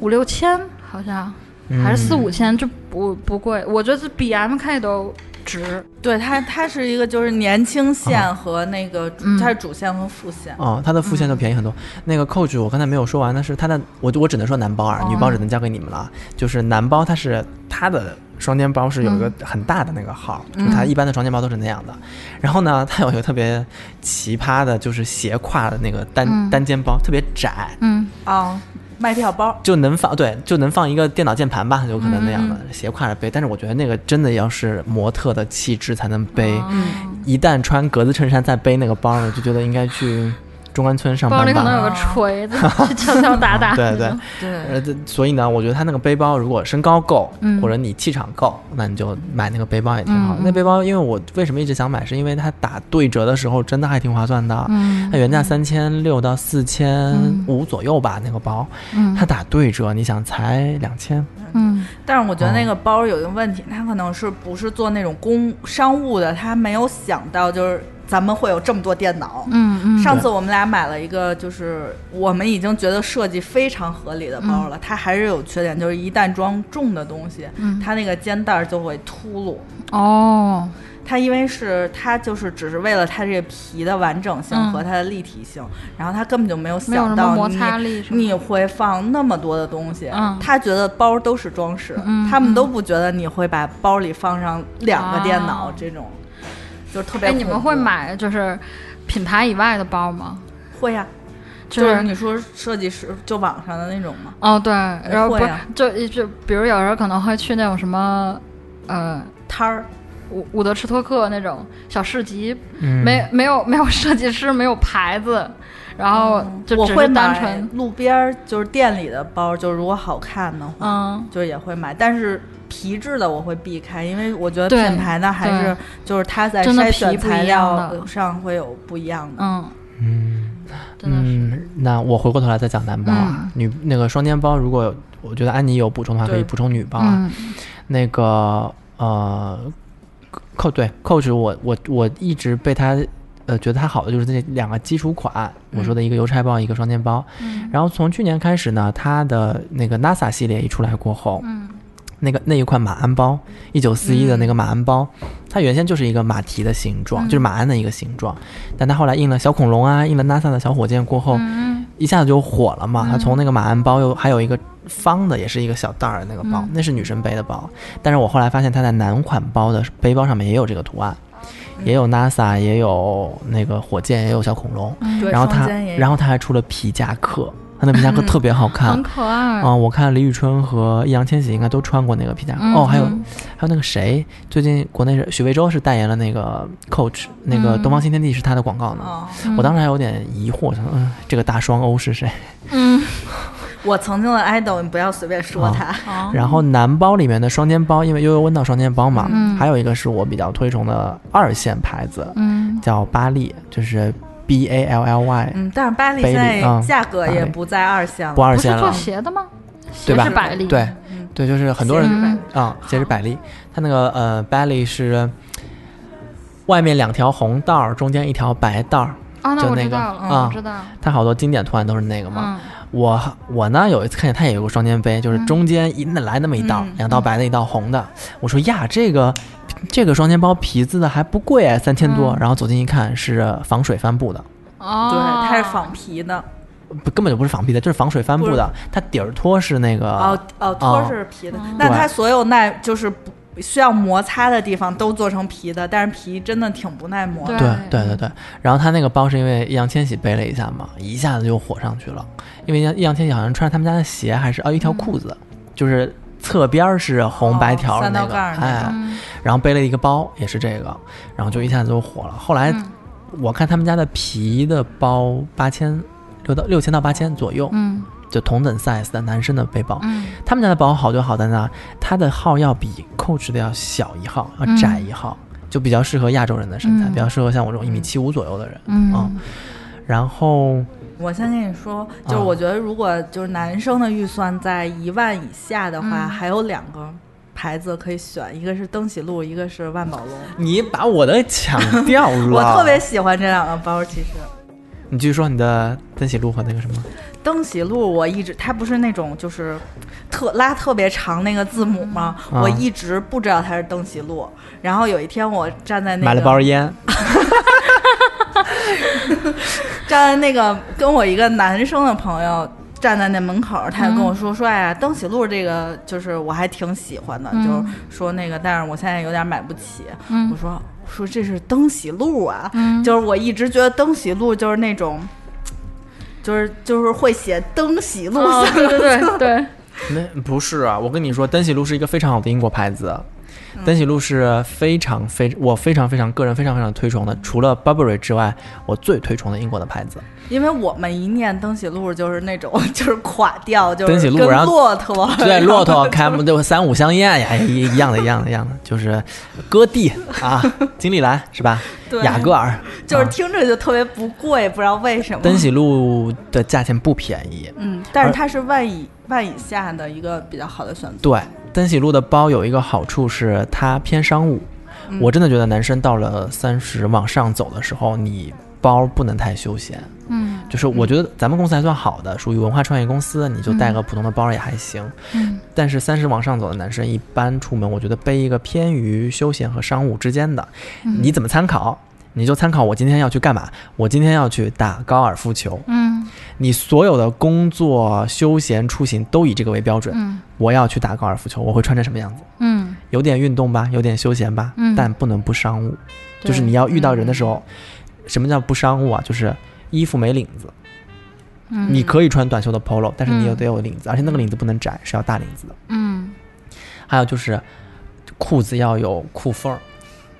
S4: 五六千好像，
S5: 嗯
S4: 还是四五千，就不不贵。我觉得这比 MK 都值。
S3: 对它，它是一个就是年轻线和那个、
S4: 哦嗯
S3: 它是主线和副线。
S5: 哦，它的副线就便宜很多。那个 Coach 我刚才没有说完，但是它的我我只能说男包
S4: 哦
S5: 啊，女包只能交给你们了啊。就是男包它是它的双肩包是有一
S4: 嗯
S5: 个很大的那个号，就是它一般的双肩包都是那样的。然后呢，它有一个特别奇葩的，就是斜挎的那个单、
S4: 嗯
S5: 单肩包，特别窄，
S4: 嗯，
S3: 啊，卖票包，
S5: 就能放对就能放一个电脑键盘吧，
S4: 嗯
S5: 有可能那样的、斜挎着背。但是我觉得那个真的要是模特的气质才能背，
S4: 嗯，
S5: 一旦穿格子衬衫再背那个包呢，就觉得应该去中关村上班
S4: 包
S5: 吧。
S4: 里可能有个锤 子，去敲敲打打。
S5: 对对，
S3: 对，
S5: 呃，这所以呢，我觉得他那个背包，如果身高够，
S4: 嗯
S5: 或者你气场够，那你就买那个背包也挺好。
S4: 嗯嗯
S5: 那背包，因为我为什么一直想买，是因为它打对折的时候真的还挺划算的。
S4: 嗯
S5: 它原价三千六到四千五左右吧，那个包，
S4: 嗯
S5: 它打对折，你想才两千，
S4: 嗯
S3: 但是我觉得
S5: 哦
S3: 那个包有一个问
S4: 哦
S3: 题，他可能是不是做那种公商务的，他没有想到就是咱们会有这么多电脑。
S4: 嗯嗯，
S3: 上次我们俩买了一个，就是我们已经觉得设计非常合理的包了，它还是有缺点，就是一旦装重的东西，
S4: 嗯
S3: 它那个肩带儿就会秃噜。
S4: 哦，
S3: 它因为是它就是只是为了它这个皮的完整性
S4: 嗯
S3: 和它的立体性，然后它根本就没有
S4: 没有
S3: 想
S4: 什么
S3: 到
S4: 摩
S3: 你
S4: 擦力什么的。
S3: 你会放那么多的东西，
S4: 嗯
S3: 他觉得包都是装饰，
S4: 嗯
S3: 他们都不觉得你会把包里放上两个电脑、
S4: 啊
S3: 这种，就是特别
S4: 哎，
S3: 恐怖。
S4: 你们会买就是品牌以外的包吗？
S3: 会呀、
S4: 就
S3: 就是
S4: 是
S3: 你说设计师就网上的那种嘛，
S4: 哦，对，然后不
S3: 会
S4: 是
S3: 啊
S4: 就就比如有时候可能会去那种什么呃
S3: 摊儿，
S4: 伍伍德施托克那种小市集，
S5: 嗯，
S4: 没没有 没有设计师，没有牌子，然后哦就
S3: 嗯我
S4: 只
S3: 会
S4: 是单
S3: 买
S4: 纯
S3: 路边儿就是店里的包，就是如果好看的话，
S4: 嗯
S3: 就是也会买，但是。皮质的我会避开，因为我觉得
S4: 对
S3: 品牌呢还是就是它在
S4: 真的
S3: 筛选
S4: 皮不一样
S3: 材料
S4: 的
S3: 上会有不一样的。
S4: 嗯
S5: 嗯
S4: 真的是。
S5: 嗯，那我回过头来再讲男包
S4: 嗯
S5: 啊，女那个双肩包，如果我觉得安妮有补充的话，可以
S3: 对
S5: 补充女包啊。
S4: 嗯
S5: 那个呃，扣对 Coach，我我我一直被他呃觉得他好的就是这两个基础款，我说的一个邮差包，一个双肩包。
S2: 嗯
S5: 然后从去年开始呢，它的那个 NASA 系列一出来过后，
S4: 嗯
S5: 那个那一款马鞍包，一九四一的那个马鞍包，它原先就是一个马蹄的形状，就是马鞍的一个形状，但它后来印了小恐龙啊，印了 NASA 的小火箭过后，
S4: 嗯
S5: 一下子就火了嘛。它从那个马鞍包又还有一个方的，也是一个小袋儿的那个包，
S4: 嗯
S5: 那是女生背的包。但是我后来发现它在男款包的背包上面也有这个图案，
S4: 嗯
S5: 也有 NASA，也有那个火箭，也有小恐龙。
S3: 对，
S5: 然后
S3: 双
S5: 它
S3: 肩也，
S5: 然后它还出了皮夹克，它那皮夹克特别好看。
S4: 很可爱。
S5: 嗯，我看李宇春和易烊千玺应该都穿过那个皮夹克。哦，还有
S4: 嗯
S5: 还有那个谁，最近国内是许魏洲是代言了那个 Coach，那个
S4: 嗯
S5: 东方新天地是他的广告呢。
S3: 哦
S5: 我当时还有点疑惑，想说嗯，这个大双欧是谁？
S4: 嗯，
S3: 我曾经的 idol，你不要随便说他。
S4: 哦
S5: 然后男包里面的双肩包，因为悠悠温道双肩包嘛，
S4: 嗯
S5: 还有一个是我比较推崇的二线牌子，
S4: 嗯
S5: 叫巴利，就是 B A L L Y，、
S3: 嗯，但是巴黎
S5: 北
S3: 现
S5: 里
S3: 在
S5: 嗯
S3: 价格
S5: 巴
S3: 也
S5: 黎
S3: 不在二线了
S5: 不。二
S4: 不是
S5: 线
S4: 做
S5: 了，
S4: 鞋的吗？鞋
S5: 对吧
S4: 是百丽，
S5: 对，对，就是很多人
S4: 嗯
S5: 啊，节日百丽，它那个呃 belly 是外面两条红道儿，中间一条白道儿，
S4: 啊，那
S5: 就
S4: 我
S5: 那
S4: 知
S5: 个
S4: 道了，
S5: 啊
S4: 嗯，我知道了，
S5: 它好多经典图案都是那个嘛。
S4: 嗯，
S5: 我我呢有一次看见它也有个双肩背，
S3: 嗯
S5: 就是中间一那来那么一道，
S4: 嗯
S5: 两道白的，一道红的。我说呀，这个这个双肩包皮子的还不贵哎，三千多。
S4: 嗯
S5: 然后走近一看是防水帆布的，
S4: 哦，
S3: 对，它是仿皮的，
S5: 不根本就不是防皮的，就是防水帆布的。它底儿托是那个
S3: 哦哦，托是皮的，那
S5: 啊对
S3: 它所有耐就是不需要摩擦的地方都做成皮的，但是皮真的挺不耐磨的。
S5: 对
S4: 对
S5: 对对对，然后他那个包是因为易烊千玺背了一下嘛，一下子就火上去了。因为易烊易烊千玺好像穿着他们家的鞋，还是哦一条裤子，就是侧边儿是红白
S3: 嗯哦
S5: 条的
S3: 三
S5: 那
S3: 道
S5: 个，
S3: 杠儿那
S5: 哎，
S4: 嗯
S5: 然后背了一个包也是这个，然后就一下子就火了。后来
S4: 嗯
S5: 我看他们家的皮的包八千六到六千到八千左右，
S4: 嗯
S5: 就同等 size 的男生的背包。
S4: 嗯
S5: 他们家的包好就好在那，它的号要比 Coach 的要小一号，要
S4: 嗯
S5: 窄一号，就比较适合亚洲人的身材，
S4: 嗯
S5: 比较适合像我这种一米七五左右的人。
S4: 嗯
S5: 然后，
S3: 我先跟你说，就是
S5: 啊
S3: 我觉得如果就是男生的预算在一万以下的话，
S4: 嗯
S3: 还有两个牌子可以选，一个是登喜路，一个是万宝龙。
S5: 你把我的抢掉了，
S3: 我特别，喜欢这两个包，其实。
S5: 你继续说你的登喜路和那个什么，
S3: 登喜路，我一直它不是那种就是特拉特别长那个字母吗？
S5: 嗯
S3: 我一直不知道它是登喜路。然后有一天我站在那个
S5: 买了包烟，
S3: 站在那个跟我一个男生的朋友站在那门口，他就跟我说、说哎呀，登喜路这个就是我还挺喜欢的，
S4: 嗯
S3: 就是说那个，但是我现在有点买不起。
S4: 嗯
S3: 我说我说这是登喜路啊，
S4: 嗯，
S3: 就是我一直觉得登喜路就是那种。就是就是会写登喜路
S4: 哦
S3: 三
S4: 对
S3: 个字、
S4: 对对对，
S5: 那不是啊，我跟你说，登喜路是一个非常好的英国牌子。登喜路是非常非我非常非常个人非常非常推崇的，除了 Burberry 之外，我最推崇的英国的牌子。
S3: 因为我们一念登喜路就是那种 就是垮掉，就是
S5: 登喜路
S3: 跟
S5: 然后
S3: 骆驼，
S5: 对，骆驼开门就三五香烟呀，一一样的，一样的，一样的，就是哥地啊，金利兰是吧？
S3: 对
S5: 雅戈尔
S3: 就是
S5: 啊
S3: 听着就特别不贵，不知道为什么。
S5: 登喜路的价钱不便宜。
S3: 嗯，但是
S5: 而
S3: 它是万以万以下的一个比较好的选择。
S5: 对，登喜路的包有一个好处是它偏商务，我真的觉得男生到了三十往上走的时候，你包不能太休闲。
S4: 嗯
S5: 就是我觉得咱们公司还算好的，属于文化创业公司，你就带个普通的包也还行。
S4: 嗯
S5: 但是三十往上走的男生，一般出门，我觉得背一个偏于休闲和商务之间的，
S4: 嗯
S5: 你怎么参考？你就参考我今天要去干嘛？我今天要去打高尔夫球。
S4: 嗯
S5: 你所有的工作、休闲、出行都以这个为标准。
S4: 嗯
S5: 我要去打高尔夫球，我会穿成什么样子？
S4: 嗯，
S5: 有点运动吧，有点休闲吧，
S4: 嗯
S5: 但不能不商务。
S4: 对
S5: 就是你要遇到人的时候，什么叫不商务啊？就是衣服没领子，
S4: 嗯
S5: 你可以穿短袖的 polo，但是你
S4: 嗯
S5: 也得有领子，而且那个领子不能窄，是要大领子的。
S4: 嗯
S5: 还有就是裤子要有裤缝儿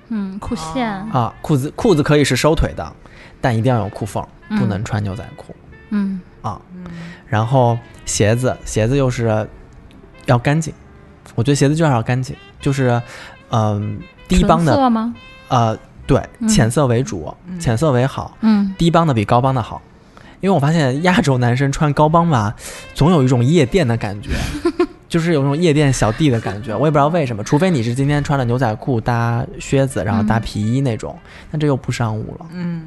S4: 嗯酷炫
S5: 啊，裤子裤子可以是收腿的，但一定要有裤缝儿，不能穿牛仔裤、
S4: 嗯
S5: 啊。然后鞋子，鞋子又是要干净，我觉得鞋子就是要干净，就是嗯、低帮
S4: 纯
S5: 的
S4: 色吗？
S5: 呃对
S4: 嗯
S5: 浅色为主，浅色为好，
S4: 嗯
S5: 低帮的比高帮的好，因为我发现亚洲男生穿高帮吧，总有一种夜店的感觉，就是有那种夜店小弟的感觉。我也不知道为什么，除非你是今天穿了牛仔裤搭靴子，然后搭皮衣那种，但这又不商务了，
S3: 嗯，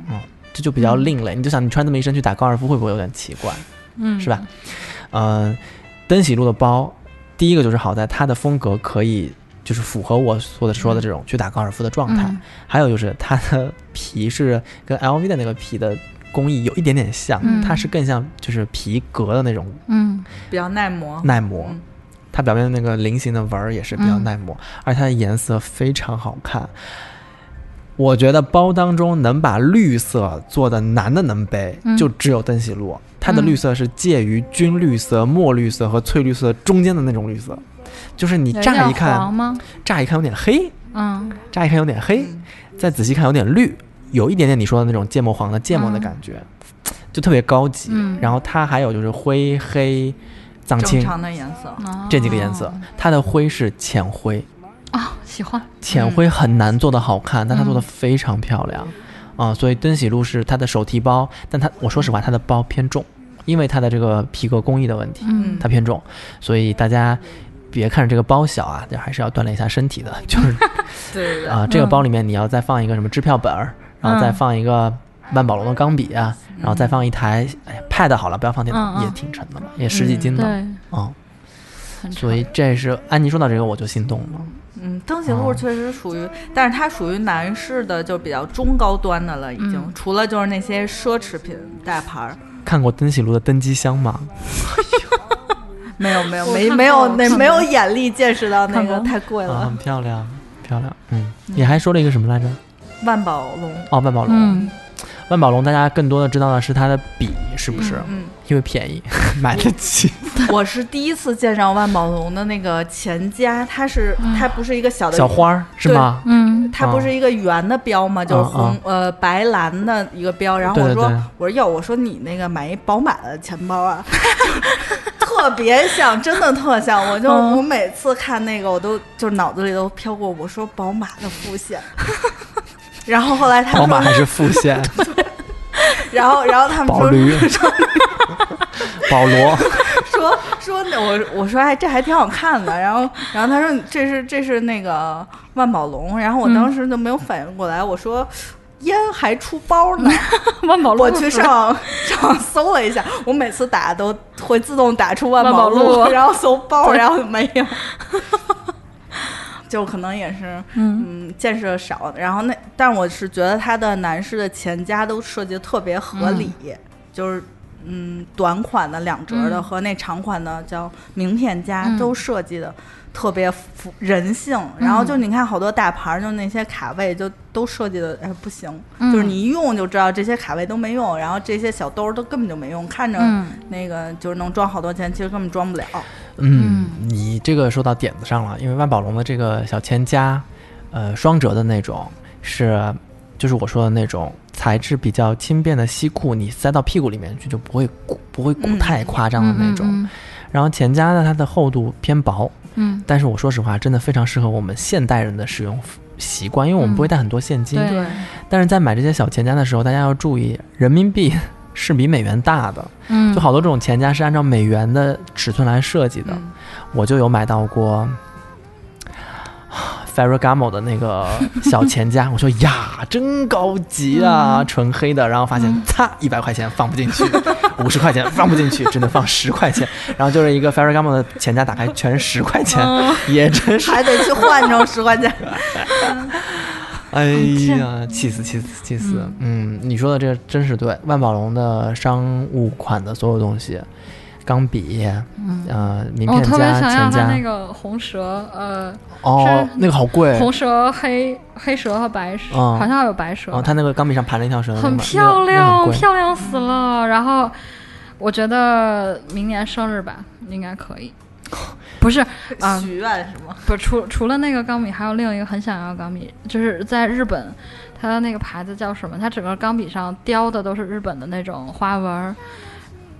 S5: 这就比较另类。你就想你穿这么一身去打高尔夫，会不会有点奇怪，
S4: 嗯
S5: 是吧？？嗯、登喜路的包，第一个就是好在它的风格可以。就是符合我所说的这种去打高尔夫的状态，
S4: 嗯
S5: 还有就是它的皮是跟 LV 的那个皮的工艺有一点点像，
S4: 嗯
S5: 它是更像就是皮革的那种
S4: 嗯
S3: 比较耐磨。
S5: 耐磨，
S3: 嗯
S5: 它表面的那个菱形的纹儿也是比较
S4: 嗯
S5: 耐磨，而且它的颜色非常好看。我觉得包当中能把绿色做的男的能背，
S4: 嗯
S5: 就只有登喜路。它的
S4: 嗯
S5: 绿色是介于军绿色、墨绿色和翠绿色中间的那种绿色，就是你 乍一
S4: 有点黄
S5: 看，
S4: 吗？
S5: 乍一看有点黑，
S4: 嗯
S5: 乍一看有点黑，再仔细看有点绿，有一点点你说的那种芥末黄的芥末的感觉，就特别高级。
S4: 嗯
S5: 然后它还有就是灰黑、藏嗯
S3: 正
S5: 青
S3: 常的颜色，嗯
S4: 哦
S5: 这几个颜色，它的灰是浅灰，
S4: 啊，喜欢嗯
S5: 浅灰很难做的好看，但它做的非常漂亮。啊、所以登喜路是它的手提包，但它我说实话，它的包偏重，因为它的这个皮革工艺的问题，
S4: 嗯
S5: 它偏重，所以大家别看着这个包小啊，但还是要锻炼一下身体的。 就是
S4: 对
S5: 啊、这个包里面你要再放一个什么支票本儿，
S4: 嗯
S5: 然后再放一个万宝龙的钢笔啊，然后再放一台哎呀 Pad 好了，不要放电脑，
S4: 嗯嗯
S5: 也挺沉的嘛，也十几斤的。
S4: 对，
S5: 哦，
S4: 很
S5: 所以这是安妮说到这个我就心动了。
S3: 嗯，登喜
S5: 哦
S3: 路确实属于，但是它属于男士的，就比较中高端的了，已经。
S4: 嗯
S3: 除了就是那些奢侈品大牌儿，
S5: 看过登喜路的登机箱吗？
S3: 没有没有
S6: 我
S3: 没
S6: 看
S3: 没
S6: 过
S3: 有
S6: 我
S3: 那
S6: 看过
S3: 没有眼力见识到那
S4: 看
S3: 个
S4: 过
S3: 太贵
S5: 啊，
S3: 了。
S5: 很漂亮，漂亮。嗯，你还说了一个什么来着？
S3: 万宝龙，
S5: 哦，万宝龙。
S4: 嗯，
S5: 万宝龙大家更多的知道的是它的笔，是不是？
S3: 嗯，
S5: 因为便宜，买得起。
S3: 我是第一次见上万宝龙的那个钱夹，它是它不是一个小的
S5: 小花儿是吗？
S4: 嗯，
S3: 它不是一个圆的标嘛，就是红、
S5: 嗯
S3: 呃白蓝的一个标。然后我
S5: 对对
S3: 说
S5: 对
S3: 我说哟，我说你那个买一宝马的钱包 啊，特别像，真的特像。我就、我每次看那个，我都就是脑子里都飘过，我说宝马的复线。 然后后来他
S5: 宝
S3: 们
S5: 马
S3: 说，
S5: 还是 复线，
S3: 然后然后他们
S5: 宝
S3: 说
S5: 驴，保罗。
S3: 说说那我我说哎这还挺好看的，然后然后他说这是这是那个万宝龙，然后我当时就没有反应过来，我说烟还出包呢，
S4: 万宝路，
S3: 我去上网上网搜了一下，我每次打都会自动打出万宝
S4: 万宝路
S3: 然后搜包，然后没有。就可能也是，嗯，见识的少。然后那，但我是觉得他的男士的钱夹都设计得特别合理，就是，嗯，短款的两折的
S4: 嗯
S3: 和那长款的叫名片夹、
S4: 嗯
S3: 都设计的特别符人性。然后就你看好多大牌儿，就那些卡位就都设计的哎不行，
S4: 嗯
S3: 就是你一用就知道这些卡位都没用，然后这些小兜儿都根本就没用，看着
S4: 嗯
S3: 那个就是能装好多钱，其实根本装不 了。
S5: 嗯，你这个说到点子上了，因为万宝龙的这个小钱夹，呃，双折的那种是，就是我说的那种材质比较轻便的西裤，你塞到屁股里面去就不会鼓，不会鼓
S3: 嗯
S5: 太夸张的那种。
S4: 嗯
S5: 然后钱夹呢，它的厚度偏薄，
S4: 嗯，
S5: 但是我说实话，真的非常适合我们现代人的使用习惯，因为我
S4: 嗯
S5: 们不会带很多现金，
S4: 对，
S5: 但是在买这些小钱夹的时候，大家要注意，人民币 是比美元大的，
S4: 嗯，
S5: 就好多这种钱夹是按照美元的尺寸来设计的。我就有买到过 Ferragamo 的那个小钱夹，我说呀，真高级啊，纯黑的。然后发现，擦，一百块钱放不进去，五十块钱放不进去，只能放十块钱。然后就是一个 Ferragamo 的钱夹，打开全是十块钱，也真是，
S3: 还得去换成十块钱。
S4: 啊
S5: 哎呀，气死气死气死！嗯，你说的这个真是对，万宝龙的商务款的所有东西，钢笔，
S4: 嗯
S5: 呃，名
S4: 我
S5: 片
S4: 特别
S5: 夹、
S4: 想要
S5: 钱
S4: 他
S5: 夹，
S4: 那个红蛇，呃，
S5: 哦
S4: 是，
S5: 那个好贵，
S4: 红蛇、黑黑蛇和白蛇，
S5: 嗯
S4: 好像有白蛇吧，
S5: 哦，它那个钢笔上盘了一条绳，
S4: 很
S5: 那个
S4: 漂
S5: 那个
S4: 亮，
S5: 很贵
S4: 漂亮死了。然后我觉得明年生日吧，应该 可以。不是啊，
S3: 许愿是吗？
S4: 不除除了那个钢笔，还有另一个很想要的钢笔，就是在日本，它的那个牌子叫什么？它整个钢笔上雕的都是日本的那种花纹儿，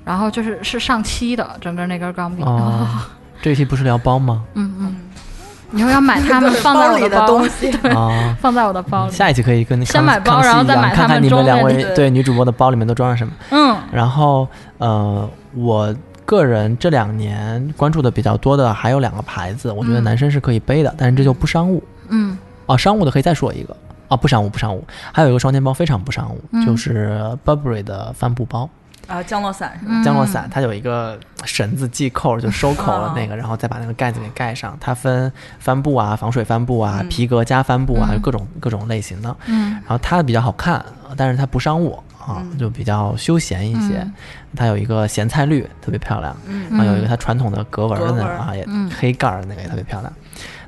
S4: 然后就是是上漆的，整个那根钢笔。
S5: 哦。这一期不是聊包 吗？
S4: 嗯嗯，以后要买它们放在
S3: 包
S4: 我
S3: 里
S4: 包，
S3: 东 西，
S5: 啊，
S4: 放在我的包里。
S5: 下一期可以跟
S4: 先
S5: 康
S4: 买
S5: 康
S4: 包
S5: 熙
S4: 然后再
S5: 一样
S4: 买
S5: 看
S4: 他
S5: 看
S4: 们
S5: 你们
S4: 装
S5: 两
S4: 在
S5: 位
S4: 里
S5: 对女主播的包里面都装了什么。
S4: 嗯
S5: 然后，呃，我个人这两年关注的比较多的还有两个牌子，我觉得
S4: 嗯
S5: 男生是可以背的，但是这就不商务
S4: 嗯
S5: 哦，商务的可以再说一个啊，不商务不商务，还有一个双肩包非常不商务，
S4: 嗯
S5: 就是 Burberry 的帆布包。
S3: 啊，降落伞是吗？
S4: 嗯，嗯
S5: 降落伞它有一个绳子系扣，就收口了那个，然后再把那个盖子给盖上。它分帆布啊、防水帆布啊、
S3: 嗯
S5: 皮革加帆布啊，
S4: 嗯
S5: 有各种各种类型的。
S4: 嗯
S5: 然后它比较好看，但是它不商务啊，就比较休闲一些
S4: 嗯。
S5: 它有一个咸菜绿，特别漂亮。然后有一个它传统的格纹的那
S3: 格
S5: 个
S3: 纹
S5: 啊，也
S4: 嗯
S5: 黑盖儿的那个也特别漂亮。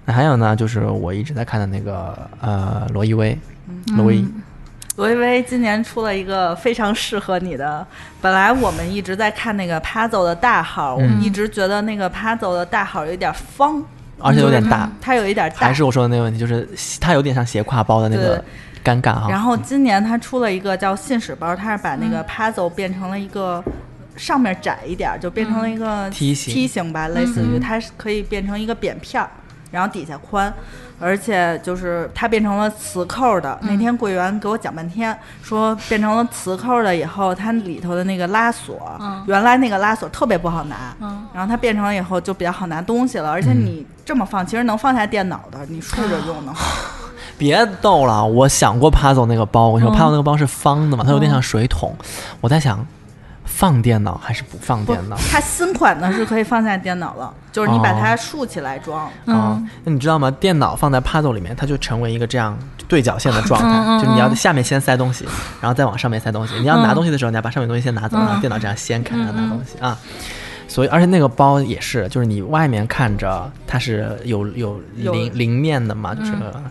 S5: 那还有呢，就是我一直在看的那个呃罗意威，
S4: 嗯
S5: 罗意
S3: 罗意威今年出了一个非常适合你的。本来我们一直在看那个 Puzzle 的大号，我
S5: 嗯
S3: 一直觉得那个 Puzzle 的大号有一点方，嗯
S5: 而且有点大，
S3: 它有一点大。
S5: 还是我说的那个问题，就是它有点像斜挎包的那个尴尬哈。
S3: 然后今年它出了一个叫信使包，它是把那个
S4: 嗯
S3: Puzzle 变成了一个。上面窄一点，就变成了一个
S5: 嗯梯形嗯
S3: 梯形吧，类似于它是可以变成一个扁片儿，然后底下宽。而且就是它变成了磁扣的。
S5: 嗯
S3: 那天柜员给我讲半天，说变成了磁扣的以后，它里头的那个拉锁，
S4: 嗯
S3: 原来那个拉锁特别不好拿，
S4: 嗯
S3: 然后它变成了以后就比较好拿东西了。而且
S5: 嗯
S3: 你这么放，其实能放下电脑的，你竖
S4: 啊
S3: 着用能。
S5: 别逗了，我想过 Puzzle 那个包，我跟你说
S4: 嗯
S5: Puzzle 那个包是方的嘛，它
S3: 嗯
S5: 有点像水桶，我在想放电脑还是不放
S3: 不
S5: 电脑？，哦
S3: 它新款的是可以放下电脑了，就是你把它竖起来装。
S5: 啊，
S4: 嗯
S5: 那你知道吗？电脑放在 Puzzle 里面，它就成为一个这样对角线的状态，
S4: 嗯嗯
S5: 就你要在下面先塞东西，然后再往上面塞东西。你要拿东西的时候，你要把上面东西先拿
S4: 嗯
S5: 走，然后电脑这样掀开，然后拿东西啊。所以，而且那个包也是，就是你外面看着它是有有
S3: 有
S5: 鳞鳞面的嘛，就是，
S4: 嗯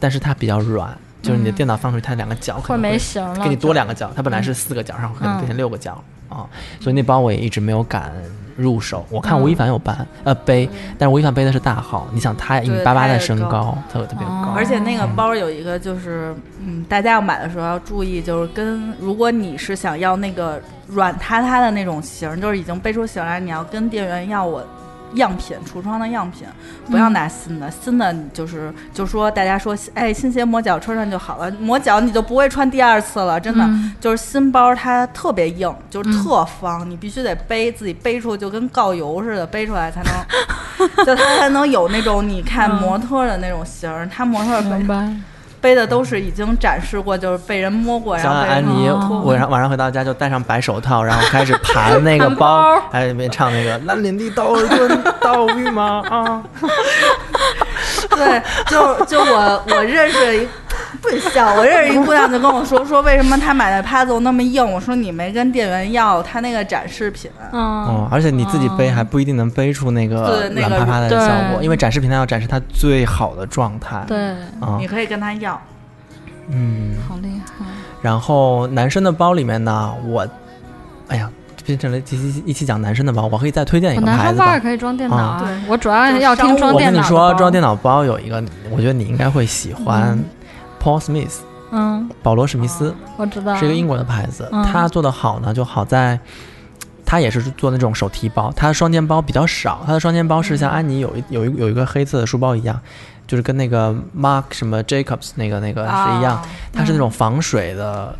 S5: 但是它比较软，就是你的电脑放出去，它两个角可
S4: 会
S5: 能
S4: 没
S5: 会
S4: 形了
S5: 给你多
S4: 就
S5: 两个角，它本来是四个角，然后可能变
S3: 嗯
S5: 成六个角啊，所以那包我也一直没有敢入手。我看吴
S3: 嗯
S5: 亦凡有搬呃背，但是吴亦凡背的是大号，你想他一米
S3: 对
S5: 八八
S3: 他
S5: 的
S3: 也
S5: 身
S3: 高哦
S5: 高，他有特别高，
S3: 而且那个包有一个就是，嗯，大家要买的时候要注意，就是跟如果你是想要那个软塌塌的那种型儿，就是已经背出型来，你要跟店员要我。样品，橱窗的样品，不要拿新的。新的你就是就说大家说，哎，新鞋磨脚穿上就好了，磨脚你就不会穿第二次了。真的，就是新包它特别硬，就是特方，你必须得背，自己背出就跟告油似的，背出来才能就它才能有那种你看模特的那种型儿，它模特背
S4: 白。
S3: 背的都是已经展示过，就是被人摸过，然
S5: 想
S3: 后
S5: 想
S3: 被人
S5: 安妮，
S4: 哦
S5: 晚上晚上回到家就戴上白手套，然后开始盘那个
S4: 盘
S5: 包
S4: 包，
S5: 还里面唱那个“蓝领的刀棍刀与马”
S3: 嗯
S5: 啊，
S3: 对，就就我我认识一。不许笑！我认识一姑娘就跟我说，说为什么她买的 Puzzle 那么硬？我说你没跟店员要她那个展示品，啊
S5: 哦
S4: 嗯，，
S5: 而且你自己背还不一定能背出那个
S3: 哦对那
S5: 软
S3: 个
S5: 趴趴的
S4: 对
S5: 效果，因为展示平台要展示它最好的状态。
S4: 对，
S5: 啊
S3: 你，可以跟她要。
S5: 嗯。
S4: 好厉害。
S5: 然后男生的包里面呢，我，哎呀，变成了一期一期讲男生的包，我可以再推荐一
S4: 我
S5: 个
S4: 哦男
S5: 牌
S4: 生
S5: 子
S4: 包
S5: 吧
S4: 也。可以装电脑
S5: 啊
S4: 啊，我主要要听
S3: 商务
S4: 装
S5: 我跟
S4: 电脑。
S5: 你说，装电脑包有一个，我觉得你应该会喜欢、Paul Smith
S4: 嗯，
S5: 保罗史密斯，
S4: 我知道。
S5: 是一个英国的牌子。
S4: 嗯
S5: 它做的好呢，就好在。它也是做那种手提包，它的双肩包比较少。它的双肩包是像安妮有一有一有一个黑色的书包一样，就是跟那个 Mark 什么 Jacobs 那个那个嗯是
S4: 哦
S5: 一样，
S3: 啊
S5: 它是那种防水的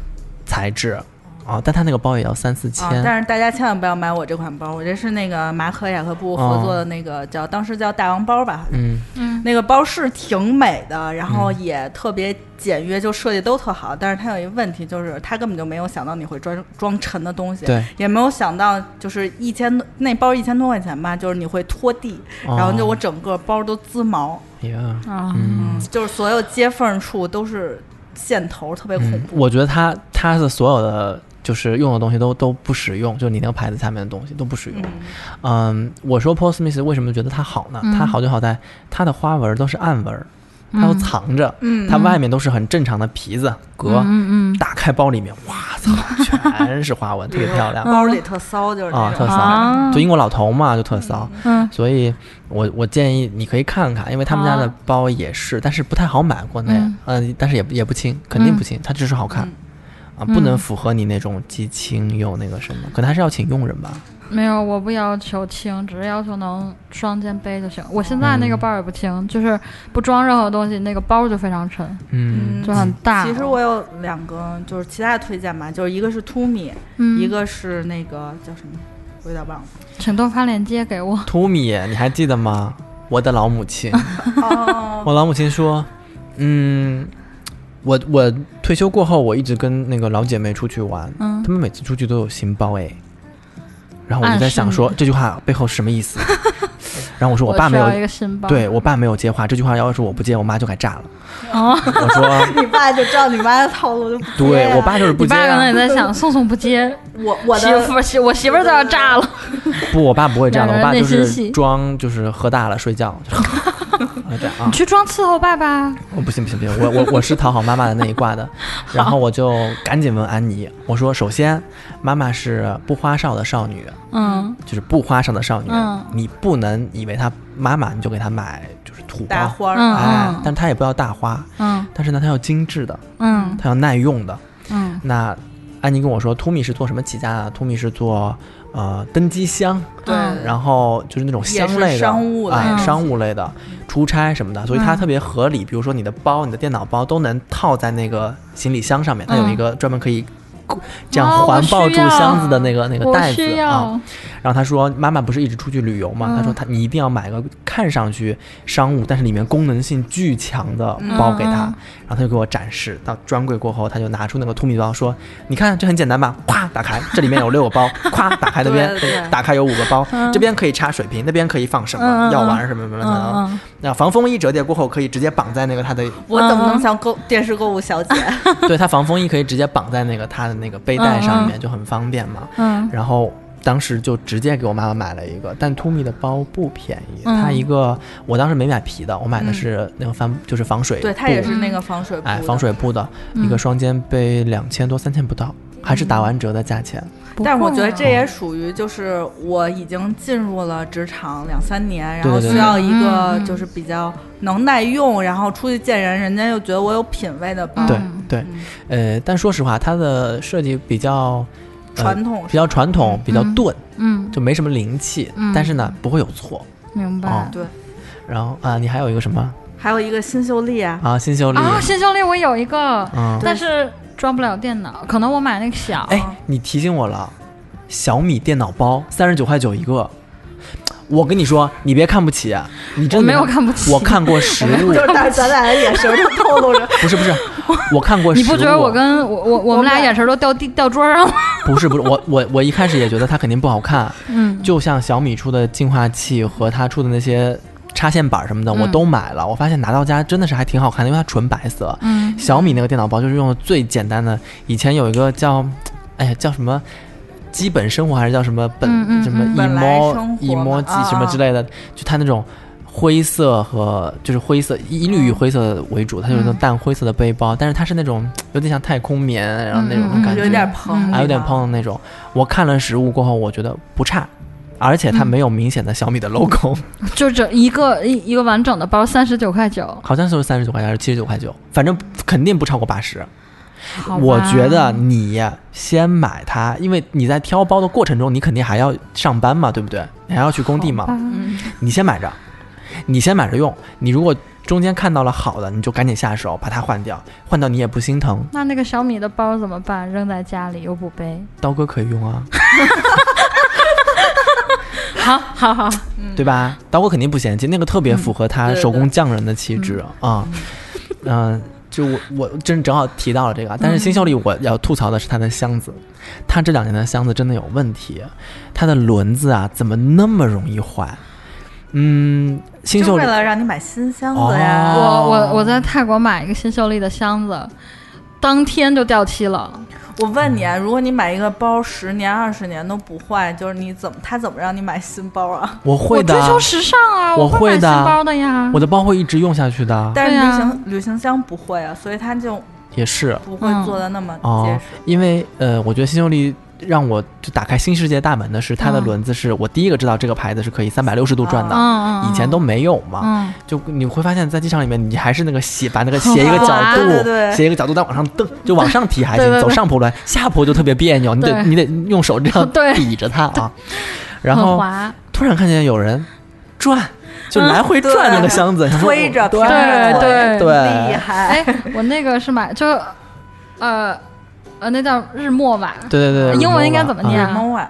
S5: 材质啊、但它那个包也要三四千。
S3: 嗯啊！但是大家千万不要买我这款包，我这是那个马可雅克布
S5: 哦
S3: 合作的那个叫、当时叫大王包吧，
S5: 嗯，
S3: 那个包是挺美的，然后也特别简约，就设计都特好。但是它有一个问题，就是它根本就没有想到你会装装沉的东西，
S5: 对，
S3: 也没有想到就是一千多那包一千多块钱吧，就是你会拖地，
S5: 哦
S3: 然后就我整个包都滋毛，
S5: 哎呀，
S4: 啊，
S5: 嗯，
S3: 就是所有接缝处都是线头，特别恐
S5: 嗯
S3: 怖。
S5: 我觉得它它的所有的就是用的东西都都不实用，就你那个牌子下面的东西都不实用。嗯，我说 Paul Smith 为什么觉得它好呢？
S3: 嗯
S5: 它好就好在它的花纹都是暗纹，它都藏着，
S3: 嗯
S5: 它外面都是很正常的皮子革。
S4: 嗯嗯
S5: 打开包里面，哇操，全是花纹，特别漂亮。
S3: 包里特骚，就是
S5: 啊
S3: 那，
S5: 特
S3: 种。
S5: 骚，
S4: 啊
S5: 就英国老头嘛，就特骚，
S4: 嗯
S5: 所以我我建议你可以看看，因为他们家的包也是，但是不太好买，国内，嗯
S4: 啊嗯、
S5: 但是也不也不轻，肯定不轻，它只是好看，啊，不
S4: 嗯
S5: 能符合你那种既轻又那个什么，可能还是要请佣人吧，
S4: 嗯，没有，我不要求轻，只是要求能双肩背就行。我现在
S5: 嗯
S4: 那个包也不轻，就是不装任何东西，那个包就非常沉，
S5: 嗯，
S3: 嗯
S4: 就很大。
S3: 其实我有两个，就是其他的推荐吧，就是一个是 Tumi，、
S4: 嗯
S3: 一个是那个叫什么，我有点忘了。
S4: 请多发链接给我。
S5: 图米，你还记得吗？我的老母亲，
S3: 哦，
S5: 我老母亲说，嗯，我我退休过后，我一直跟那个老姐妹出去玩，
S4: 嗯啊
S5: 她们每次出去都有新包哎，然后我就
S4: 暗
S5: 在
S4: 示
S5: 想
S4: 你
S5: 说这句话背后是什么意 思，然后我说我爸
S4: 需
S5: 没有
S4: 要一个新包。
S5: 对我爸没有接话，这句话要是我不接，我妈就该炸了。
S4: 哦，
S5: 我 说，
S3: 你爸就知道你妈的套路就不接
S5: 对
S3: 啊
S5: 我爸就是不
S4: 你
S5: 接、
S4: 爸可能
S5: 啊
S4: 也，在想，宋宋不接，
S3: 我我
S4: 媳
S3: 的
S4: 妇媳 我媳妇儿都要炸了。
S5: 不，我爸不会这样的，我
S4: 两
S5: 爸
S4: 个人
S5: 就
S4: 内心
S5: 是
S4: 戏
S5: 装就是喝大了睡 觉，就是这样啊
S4: 你。去装伺候爸爸。
S5: 我哦不行不行不行，我我我是讨好妈妈的那一挂的，然后我就赶紧问安妮，我说首先妈妈是不花哨的少女，
S4: 嗯
S5: 就是不花哨的少女，
S4: 嗯
S5: 你不能以为她妈妈你就给她买就是土
S3: 大
S5: 包，
S3: 花儿、啊
S4: 嗯
S5: 哎，但她也不要大花，
S4: 嗯
S5: 但是呢她要精致的，
S4: 嗯
S5: 她要耐用的，
S4: 嗯
S5: 那安妮跟我说，Tumi 是做什么起家的？Tumi 是做呃登机箱，
S3: 对
S4: 嗯
S5: 然后就是那种箱类
S3: 也
S5: 的
S3: 是商务类的
S5: 哎
S4: 嗯
S5: 商务类的出差什么的，所以它特别合理。比如说你的包、你的电脑包都能套在那个行李箱上面，它有一个专门可以。这样
S4: 嗯哦
S5: 环抱
S4: 我
S5: 住
S4: 需要
S5: 箱子的那个那个
S4: 我
S5: 袋子
S4: 需
S5: 啊，
S4: 要，
S5: 然后他说：“妈妈不是一直出去旅游嘛？”
S4: 嗯
S5: 他说他：“你一定要买个看上去商务，但是里面功能性巨强的包给他。
S4: 嗯嗯
S5: 然后他就给我展示。到专柜过后，他就拿出那个 Tumi 包，说：“你看，这很简单吧？ 咵，打开，这里面有六个包。 咵，打开那边，
S3: 对对
S5: 打开有五个包，这边可以插水瓶，那边可以放什么、
S4: 嗯嗯嗯嗯
S5: 药丸什么什么的。
S4: 嗯嗯
S5: 那防风衣折叠过后，可以直接绑在那个他的，
S3: 我怎
S4: 嗯
S3: 么能像购电视购物小姐？
S5: 对他防风衣可以直接绑在那个他的那个背带上面，就很方便嘛。
S4: 嗯，
S5: 然后当时就直接给我妈妈买了一个，但 Tumi 的包不便宜，
S4: 嗯
S5: 它一个我当时没买皮的，我买的是那个防就是防水布，
S3: 对，它也是那个防水布的，
S5: 哎防水布的、
S4: 嗯
S5: 一个双肩背两千多三千不到，还是打完折的价钱。
S3: 但是我觉得
S4: 不啊
S3: 这也属于就是我已经进入了职场两三年，然
S5: 对
S3: 后
S5: 对
S3: 需
S5: 对
S3: 要一个
S4: 嗯嗯
S3: 就是比较能耐用，然后出去见人，人家又觉得我有品位的包，
S5: 对
S4: 嗯
S5: 对，呃，但说实话，它的设计比较、呃
S3: 传统
S5: 比较传统，比较
S4: 嗯
S5: 钝，
S4: 嗯，
S5: 就没什么灵气，
S4: 嗯
S5: 但是呢不会有错。
S4: 明
S5: 哦
S4: 白。
S3: 对。
S5: 然后啊，你还有一个什么
S3: 还有一个新秀丽啊，
S5: 啊？新秀丽，
S4: 啊，新秀丽我有一个，
S5: 嗯，
S4: 但是装不了电脑，可能我买那个小。
S5: 哎，你提醒我了，小米电脑包三十九块九一个。我跟你说，你别看不起，啊你真
S4: 我
S5: 的
S4: 没有看不起
S5: 我看过实物
S3: 就，是但是咱俩的眼 神都透露着，
S5: 不是不是，我看过
S4: 你
S5: 实物。
S4: 不觉得我跟我我我们俩眼神都掉地掉桌上 了？
S5: 不是不是我我我一开始也觉得它肯定不好看，
S4: 嗯，
S5: 就像小米出的净化器和它出的那些插线板什么的，我
S4: 嗯
S5: 都买了。我发现拿到家真的是还挺好看的，因为它纯白色。
S4: 嗯
S5: 小米那个电脑包就是用的最简单的，以前有一个叫，哎呀叫什么，基本生活还是叫什么本、
S4: 嗯嗯
S5: 什么
S4: 嗯
S5: emo
S3: 本来生活
S5: emo
S3: 嘛
S5: 机
S3: 啊
S5: 什么之类的，就它那种灰色和就是灰色一律以灰色为主，它有那种
S4: 嗯
S5: 淡灰色的背包，但是它是那种有点像太空棉，然后那
S4: 嗯嗯
S5: 种
S4: 嗯
S5: 感觉，
S3: 有点蓬，
S5: 还有点。胖的那种。我看了实物过后，我觉得不差。而且
S4: 嗯
S5: 它没有明显的小米的 logo，、
S4: 就这一个一一个完整的包，三十九块九。
S5: 好像是三十九块钱还是七十九块九，反正肯定不超过八十。
S4: 好吧
S5: 我觉得你先买它，因为你在挑包的过程中，你肯定还要上班嘛，对不对？你还要去工地嘛，你先买着，你先买着用。你如果中间看到了好的，你就赶紧下手把它换掉，换掉你也不心疼。
S4: 那那个小米的包怎么办？扔在家里又不背。
S5: 刀哥可以用啊，
S4: 好好嗯好，
S5: 对吧？刀哥肯定不嫌弃，那个特别符合他
S3: 对对
S5: 手工匠人的气质 啊。嗯，就我我真正好提到了这个，啊但是新秀丽我要吐槽的是它的箱子，它这两年的箱子真的有问题，它的轮子啊怎么那么容易坏？嗯，新
S3: 就
S5: 秀丽
S3: 为了让你买新箱子
S5: 哦
S3: 呀，
S4: 我我我在泰国买一个新秀丽的箱子，当天就掉漆了。
S3: 我问你啊，如果你买一个包十年二十年都不坏，就是你怎么他怎么让你买新包 啊？
S5: 我会的
S4: 我追，求时尚啊，
S5: 我
S4: 会
S5: 会
S4: 买
S5: 的
S4: 新包的呀。
S5: 我的包会一直用下去的，
S3: 但是
S4: 对啊
S3: 旅行旅行箱不会啊，所以他就
S5: 也是
S3: 不会
S4: 嗯
S3: 做的那么结
S5: 哦
S3: 实。，
S5: 因为呃，我觉得新秀丽。让我就打开新世界大门的是它的
S4: 嗯
S5: 轮子，是我第一个知道这个牌子是可以三百六十度转的，
S4: 嗯嗯，
S5: 以前都啊没有嘛。
S4: 嗯
S5: 就你会发现在机场里面，你还是那个 斜，把那个斜一个角
S4: 滑
S5: 度，
S3: 对对
S5: 斜一个角度再往上 蹬，就往上提还行，
S4: 对对对
S5: 走上坡来，下坡就特别别扭，你得
S4: 对
S5: 你得用手这样
S4: 对
S5: 抵着它啊。然
S4: 很
S5: 后
S4: 滑，
S5: 突然看见有人转，就来回转那个箱子，然后
S3: 推着
S5: 对
S3: 飘
S4: 嗯着
S5: 对
S4: 对
S3: 厉
S5: 对
S3: 害！
S4: 哎，我那个是买就，呃呃，那叫日末吧，
S5: 对对对，
S4: 英文应该怎么念
S5: 啊？
S4: 啊
S3: 猫啊，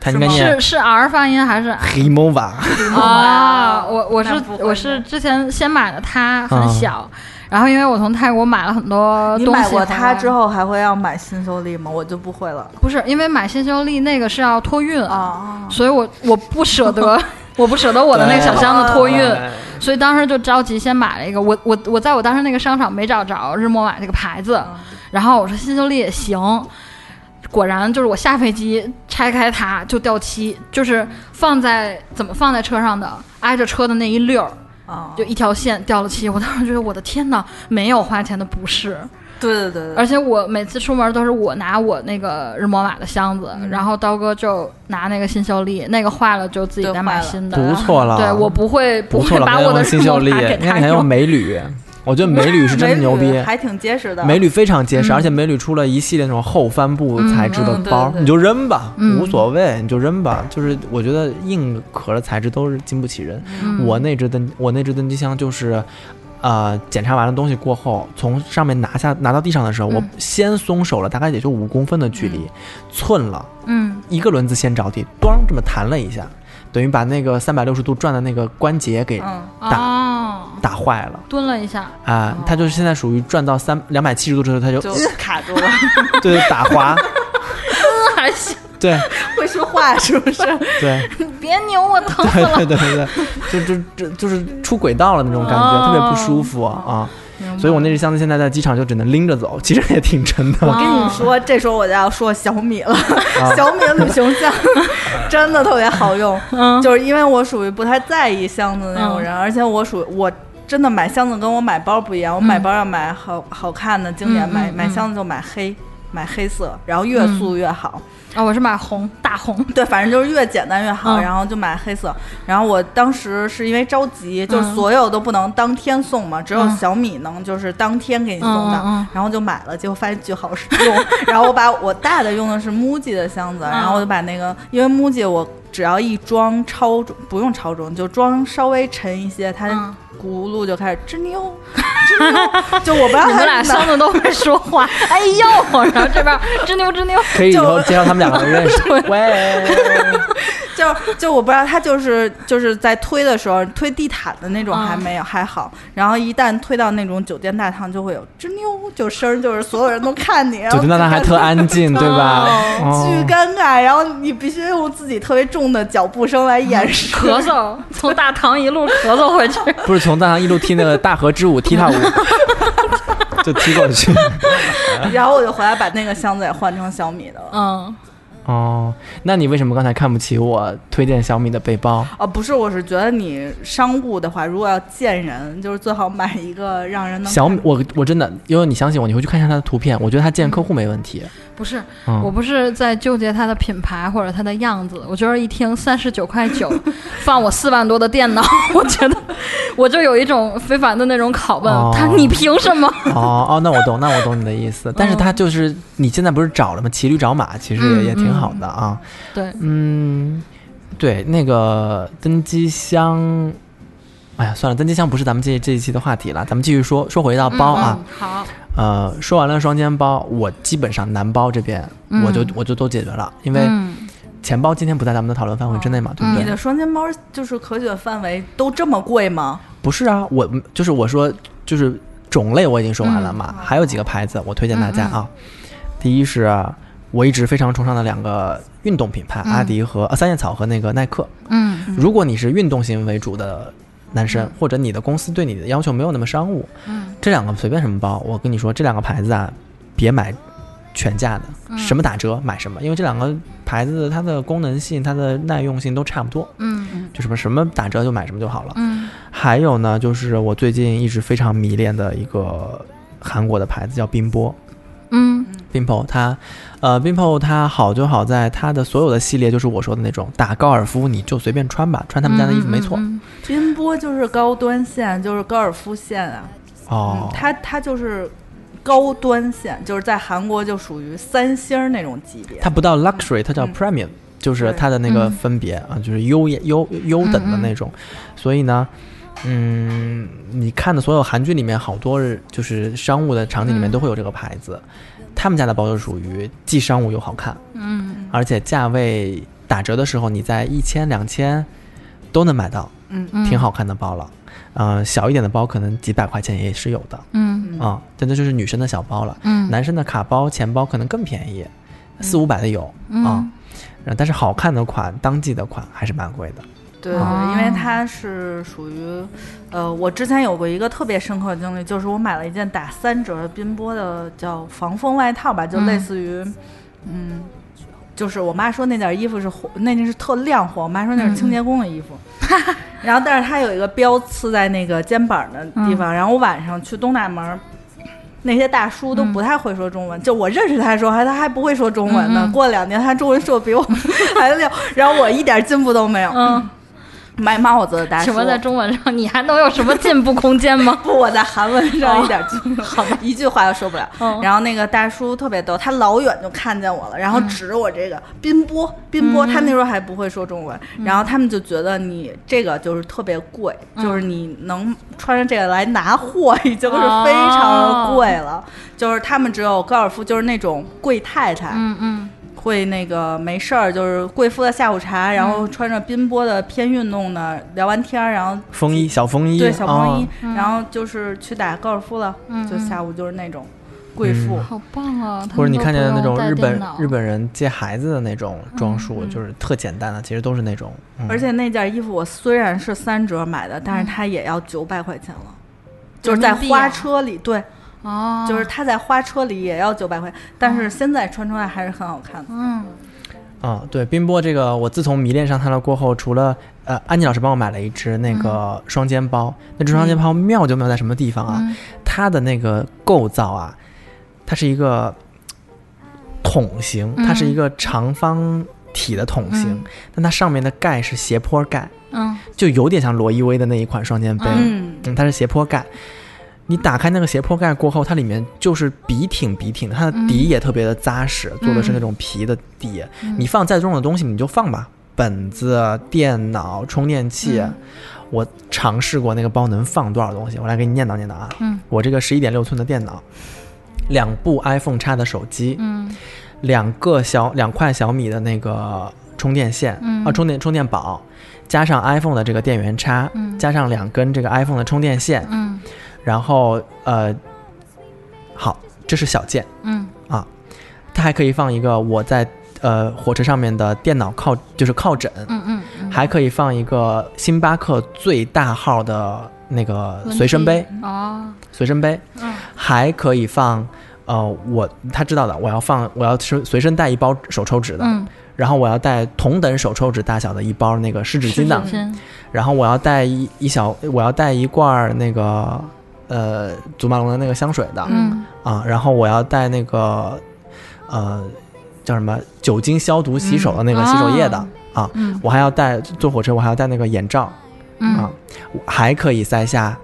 S5: 它应该念
S4: 是是 R 发音还是
S5: Himova，
S4: 啊？我我
S3: 那
S4: 是
S3: 不会
S4: 我是之前先买的它，
S5: 嗯
S4: 很小，然后因为我从泰国买了很多
S3: 你
S4: 东西
S3: 买
S4: 回
S3: 过
S4: 来，
S3: 它之后还会要买新秀丽吗？我就不会了。
S4: 不是因为买新秀丽那个是要托运，
S3: 哦，
S4: 所以我我不舍 得，我不舍得我的那个小箱子托运，所以当时就着急先买了一个。我我我在我当时那个商场没找着日默买这个牌
S3: 啊
S4: 子，
S3: 嗯
S4: 然后我说新秀丽也行。果然就是我下飞机拆开它就掉漆，就是放在怎么放在车上的，挨着车的那一溜儿，
S3: 哦，
S4: 就一条线掉了漆。我当时觉得我的天哪，没有花钱的不是，
S3: 对对对对，
S4: 而且我每次出门都是我拿我那个日魔瓦的箱子，然后刀哥就拿那个新秀丽，那个坏了就自己再买新的。
S5: 不错了，
S4: 对我不会
S5: 不
S4: 会
S5: 错了，
S4: 把
S5: 该
S4: 我
S5: 用
S4: 的
S5: 新秀丽，
S4: 日魔瓦给
S5: 你看
S4: 他
S5: 还用美旅，我觉得美旅是真的牛逼，
S3: 还挺结实的。
S5: 美旅非常结实，而且美旅出了一系列那种后帆布材质的
S4: 嗯嗯嗯
S5: 包，
S4: 对对
S5: 你就扔吧，
S4: 嗯
S5: 无所谓，你就扔吧。就是我觉得硬壳的材质都是经不起人。
S4: 嗯
S5: 我那只登我那只登机箱就是。呃，检查完了东西过后，从上面拿下拿到地上的时候，我
S4: 嗯
S5: 先松手了，大概也就五公分的距离，寸了，
S4: 嗯
S5: 一个轮子先着地，咣这么弹了一下，等于把那个三百六十度转的那个关节给
S3: 嗯，
S5: 打
S4: 哦，
S5: 打坏了
S4: 蹲了一下，
S5: 啊、它就是现在属于转到三两百七十度之后，它就
S3: 就 卡住了，
S5: 对打滑，
S4: 还行，
S5: 对
S3: 会说话是不是？
S5: 对。
S4: 别扭，我疼死了。
S5: 对对对对，就就就就是出轨道了那种感觉，
S4: 哦
S5: 特别不舒服啊。
S4: 明白
S5: 所以我那只箱子现在在机场就只能拎着 走，其实也挺沉的。
S4: 哦啊
S3: 跟你说，这时候我就要说小米了， 小米旅行箱真的特别好用，
S4: 嗯
S3: 就是因为我属于不太在意箱子那种人，而且我属于我。真的买箱子跟我买包不一样，我买包要买好好看的经典，
S4: 嗯嗯嗯
S3: 买
S4: 嗯
S3: 买箱子就买黑，买黑色，然后越素越好。
S4: 啊，我是买红大红，
S3: 对，反正就是越简单越好，
S4: 嗯
S3: 然后就买黑色。然后我当时是因为着急，就是
S4: 嗯
S3: 所有都不能当天送嘛，只有
S4: 嗯
S3: 小米能就是当天给你送到，
S4: 嗯嗯嗯
S3: 然后就买了，结果发现巨好使用。 然后我把我大的用的是 MUJI 的箱子，然后
S4: 嗯
S3: 我就把那个，因为 MUJI 我只要一装超重，不用超重，就装稍微沉一些，它
S4: 嗯
S3: 轱辘就开始吱扭吱扭，就我不知道
S4: 你
S3: 它
S4: 们俩
S3: 是哪
S4: 箱子都会说话，啊 哎呦，然后这边吱扭吱扭，
S5: 可以以后介绍他们两个人认识。 喂，
S3: 就就我不知道，他就是就是在推的时候推地毯的那种还没有、还好，然后一旦推到那种酒店大堂就会有吱扭，就声儿就是所有人都看你，然
S5: 酒
S3: 后
S5: 店大堂还特安静，对吧？
S3: 巨
S5: 哦
S3: 尴尬，然后你必须用自己特别重的脚步声来掩饰。
S4: 咳 嗽，从大堂一路咳嗽回去。
S5: 不是从大堂一路踢那个大河之舞，踢踏舞，就踢过去。
S3: 然后我就回来把那个箱子也换成小米的了。
S4: 嗯，
S5: 哦，那你为什么刚才看不起我推荐小米的背包？
S3: 啊，不是，我是觉得你商务的话，如果要见人，就是最好买一个让人能
S5: 小米，我我真的，因为你相信我，你回去看一下它的图片，我觉得它见客户没问题。
S4: 不是，
S5: 嗯
S4: 我不是在纠结它的品牌或者它的样子，我就是一听三十九块 九，放我四万多的电脑， 我觉得我就有一种非凡的那种拷问，
S5: 哦
S4: 他你凭什么？
S5: 哦哦，那我懂，那我懂你的意思。但是它就是你现在不是找了吗？骑驴找马，其实也、
S4: 嗯
S5: 也挺好的啊。
S4: 对，
S5: 嗯，对，那个登机箱，哎呀，算了，登机箱不是咱们这这一期的话题了，咱们继续说说回到包啊
S4: 嗯。，好，
S5: 呃，说完了双肩包，我基本上男包这边、
S4: 嗯
S5: 我就我就都解决了，因为
S4: 嗯
S5: 钱包今天不在咱们的讨论范围之内嘛，对不
S4: 嗯
S5: 对？
S3: 你的双肩包就是可选范围都这么贵吗？
S5: 不是啊，我就是我说就是种类我已经说完了嘛，还有几个牌子我推荐大家啊。第一是啊我一直非常崇尚的两个运动品牌，阿迪和、呃、三叶草和那个耐克。
S4: 嗯
S5: 如果你是运动型为主的男生，或者你的公司对你的要求没有那么商务，
S4: 嗯
S5: 这两个随便什么包，我跟你说，这两个牌子啊，别买。全价的，什么打折买什么，因为这两个牌子它的功能性、它的耐用性都差不多，
S4: 嗯
S5: 就什么什么打折就买什么就好了。
S4: 嗯
S5: 还有呢，就是我最近一直非常迷恋的一个韩国的牌子叫冰波
S4: 嗯
S5: （Bimpo），它，呃，Bimpo 它好就好在它的所有的系列就是我说的那种打高尔夫你就随便穿吧，穿他们家的衣服没错。
S4: 嗯
S3: 音波就是高端线，就是高尔夫线啊，
S5: 哦
S3: 嗯，，它它就是高端线，就是在韩国就属于三星儿那种级别。
S5: 它不到 luxury，它叫 premium，、就是它的那
S4: 嗯
S5: 个分别、啊，就是优优优等的那种。所以呢，嗯，你看的所有韩剧里面，好多是就是商务的场景里
S4: 嗯
S5: 面都会有这个牌子，他们家的包就属于既商务又好看。
S4: 嗯
S5: 而且价位打折的时候，你在一千、两千都能买到，
S4: 嗯，
S5: 挺，好看的包了。嗯、小一点的包可能几百块钱也是有的
S4: 嗯
S5: 啊、但这就是女生的小包了。
S4: 嗯，
S5: 男生的卡包、钱包可能更便宜，
S3: 嗯
S5: 四五百的有啊。然后但是好看的款、当季的款还是蛮贵的。
S3: 对
S4: 哦
S3: 嗯对，因为它是属于，呃，我之前有过一个特别深刻的经历，就是我买了一件打三折的宾波的叫防风外套吧，就类似于，嗯。就是我妈说那件衣服是火，那件是特亮货。我妈说那是清洁工的衣服，然后但是它有一个标刺在那个肩膀的地
S4: 嗯
S3: 方。然后我晚上去东大门儿，那些大叔都不太会说中
S4: 嗯
S3: 文，就我认识他的时候，还他还不会说中 文呢。过了两年，他中文说得比我还溜，然后我一点进步都没有。
S4: 嗯，
S3: 卖帽子的大叔。
S4: 请问在中文上你还能有什么进步空间吗？
S3: 不，我在韩文上
S4: 哦
S3: 一点进 步，一句话都受不了。
S4: 嗯
S3: 然后那个大叔特别逗，他老远就看见我了，然后指我这
S4: 嗯
S3: 个宾波宾波，他那时候还不会说中文，然后他们就觉得你这个就是特别贵，
S4: 嗯
S3: 就是你能穿着这个来拿货已经是非常贵
S4: 哦
S3: 了，就是他们只有高尔夫就是那种贵太太，
S4: 嗯嗯
S3: 会那个没事儿，就是贵妇的下午茶，然
S4: 嗯
S3: 后穿着宾波的偏运动的，聊完天儿，然后
S5: 风衣小风衣，
S3: 对小风衣
S5: 啊，
S3: 然后就是去打高尔夫了，
S4: 嗯
S3: 就下午就是那种贵
S5: 嗯
S3: 妇，
S4: 好棒啊！他们
S5: 或者你
S4: 都
S5: 看见的
S4: 不
S5: 那
S4: 用
S5: 种
S4: 带
S5: 日
S4: 电
S5: 本
S4: 脑
S5: 日本人接孩子的那种装束，就是特简单的，其实都是那种。嗯、
S3: 嗯而且那件衣服我虽然是三折买的，
S4: 嗯
S3: 但是它也要九百块钱了。就是在
S4: 人民币啊
S3: 花车里，对，
S4: 哦，
S3: 就是它在花车里也要九百块，但是现在穿出来还是很好看的。
S4: 嗯
S5: 啊、对，冰波这个，我自从迷恋上它了过后，除了呃，安妮老师帮我买了一只那
S3: 嗯
S5: 个双肩包，那只双肩包妙就妙在什么地方啊？
S4: 嗯
S5: 它的那个构造啊，它是一个桶形，它是一个长方体的桶形，
S4: 嗯
S5: 但它上面的盖是斜坡盖，
S4: 嗯
S5: 就有点像罗意威的那一款双肩背，
S3: 嗯，
S5: 嗯，它是斜坡盖。你打开那个斜坡盖过后，它里面就是笔挺笔挺的，它的
S4: 嗯
S5: 底也特别的扎实，做的是那种皮的底。
S4: 嗯
S5: 你放再重的东西，你就放吧，本子、啊电脑、充电器。
S4: 嗯
S5: 我尝试过那个包能放多少东西，我来给你念叨念叨啊。
S4: 嗯，
S5: 我这个十一点六寸的电脑，两部 iPhone 叉的手机，
S4: 嗯
S5: 两个小两块小米的那个充电线，
S4: 嗯
S5: 啊，充电充电宝，加上 iPhone 的这个电源插，
S4: 嗯
S5: 加上两根这个 iPhone 的充电线，
S4: 嗯
S5: 然后呃，好，这是小件，
S4: 嗯
S5: 它还可以放一个我在呃火车上面的电脑靠，就是靠枕，
S4: 嗯嗯嗯，
S5: 还可以放一个星巴克最大号的那个
S4: 文
S5: 随身
S4: 具
S5: 杯，
S4: 哦，
S5: 随身杯，
S4: 嗯
S5: 还可以放。呃，我他知道的，我要放，我要随随身带一包手抽纸的，
S4: 嗯，
S5: 然后我要带同等手抽纸大小的一包那个湿纸巾的，然后我要带一一小，我要带一罐儿那个呃祖马龙的那个香水的、
S4: 嗯
S5: 啊，然后我要带那个呃叫什么酒精消毒洗手的那个洗手液的、啊，
S4: 嗯
S5: 我还要带坐火车我还要带那个眼罩啊
S4: 嗯，
S5: 我还可以塞下。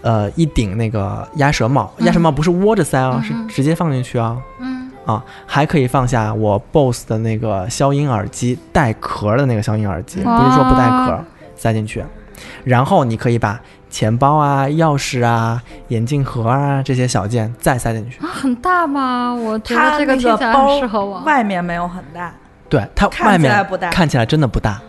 S5: 呃，一顶那个鸭舌帽，鸭舌帽不是窝着塞哦，
S4: 嗯嗯嗯
S5: 是直接放进去啊、
S4: 嗯
S5: 啊，还可以放下我 BOSS 的那个消音耳机，带壳的那个消音耳机，不是说不带壳
S4: 哇，
S5: 塞进去。然后你可以把钱包啊、钥匙啊、眼镜盒啊这些小件再塞进去。
S4: 啊，很大吗？我觉得
S3: 它
S4: 这
S3: 那
S4: 听
S3: 个
S4: 起来很
S3: 包
S4: 适合我。
S3: 外面没有很大，
S5: 对，它
S3: 看
S5: 外
S3: 起
S5: 面
S3: 来不大
S5: 看起来真的不大，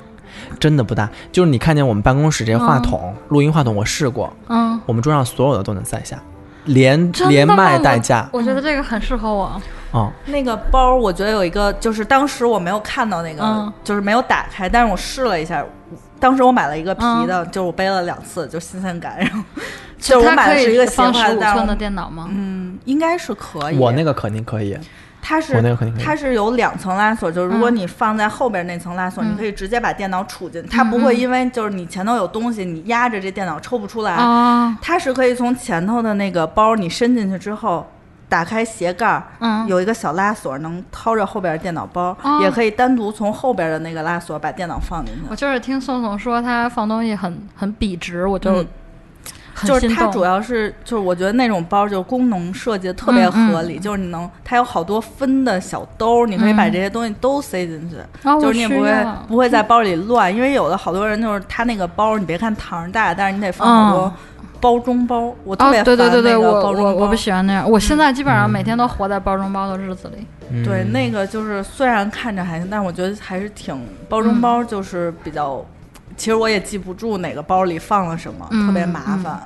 S5: 真的不大。就是你看见我们办公室这些话
S4: 嗯
S3: 哦
S5: 筒、录音话筒，我试过，
S4: 嗯，
S5: 我们桌上所有的都能塞下，连
S4: 真的
S5: 连
S4: 吗
S5: 麦带
S4: 我
S5: 架。
S4: 我觉 得这个很适合我。
S5: 嗯，
S3: 那个包，我觉得有一个，就是当时我没有看到那个，
S4: 嗯
S3: 就是没有打开，但是我试了一下。当时我买了一个皮的，就是我背了两次，就新鲜感。然后，就是我
S4: 嗯它
S3: 买
S4: 可
S3: 的是一
S4: 以
S3: 个斜
S4: 放十
S3: 挎
S4: 五
S3: 但
S4: 寸
S3: 是
S4: 的
S3: 我
S4: 电脑吗？
S3: 嗯，应该是可以。
S5: 我那个肯定可以。
S3: 它是
S5: 我那个肯定可以
S3: 它是有两层拉锁，就是如果你放在后边那层拉锁，
S4: 嗯
S3: 你可以直接把电脑杵进，它不会因为就是你前头有东西，你压着这电脑抽不出来。
S4: 啊，
S3: 它是可以从前头的那个包你伸进去之后，打开鞋盖儿，
S4: 嗯
S3: 有一个小拉锁能掏着后边的电脑包，
S4: 哦
S3: 也可以单独从后边的那个拉锁把电脑放进去
S4: 我。就是听宋宋说他放东西很很笔直，我就
S3: 嗯
S4: 很
S3: 就是
S4: 心
S3: 它
S4: 动。
S3: 主要是就是我觉得那种包就是功能设计得特别合
S4: 嗯
S3: 理，就是你能它有好多分的小兜儿，你可以把这些东西都塞进去，
S4: 啊我
S3: 就是你也不
S4: 需
S3: 会
S4: 要
S3: 不会在包里乱，因为有的好多人就是他那个包，你别看糖儿大，但是你得放好多
S4: 嗯
S3: 包中包，我特
S4: 啊
S3: 别，
S4: 对
S3: 烦
S4: 对对对，
S3: 那个
S4: 我
S3: 包中包。
S4: 我我不喜欢那样。我现在基本上每天都活在包装包的日子里。
S5: 嗯
S3: 对，那个就是虽然看着还行，但我觉得还是挺包
S4: 嗯
S3: 中包，就是比较。其实我也记不住哪个包里放了什么，
S4: 嗯
S3: 特别麻烦。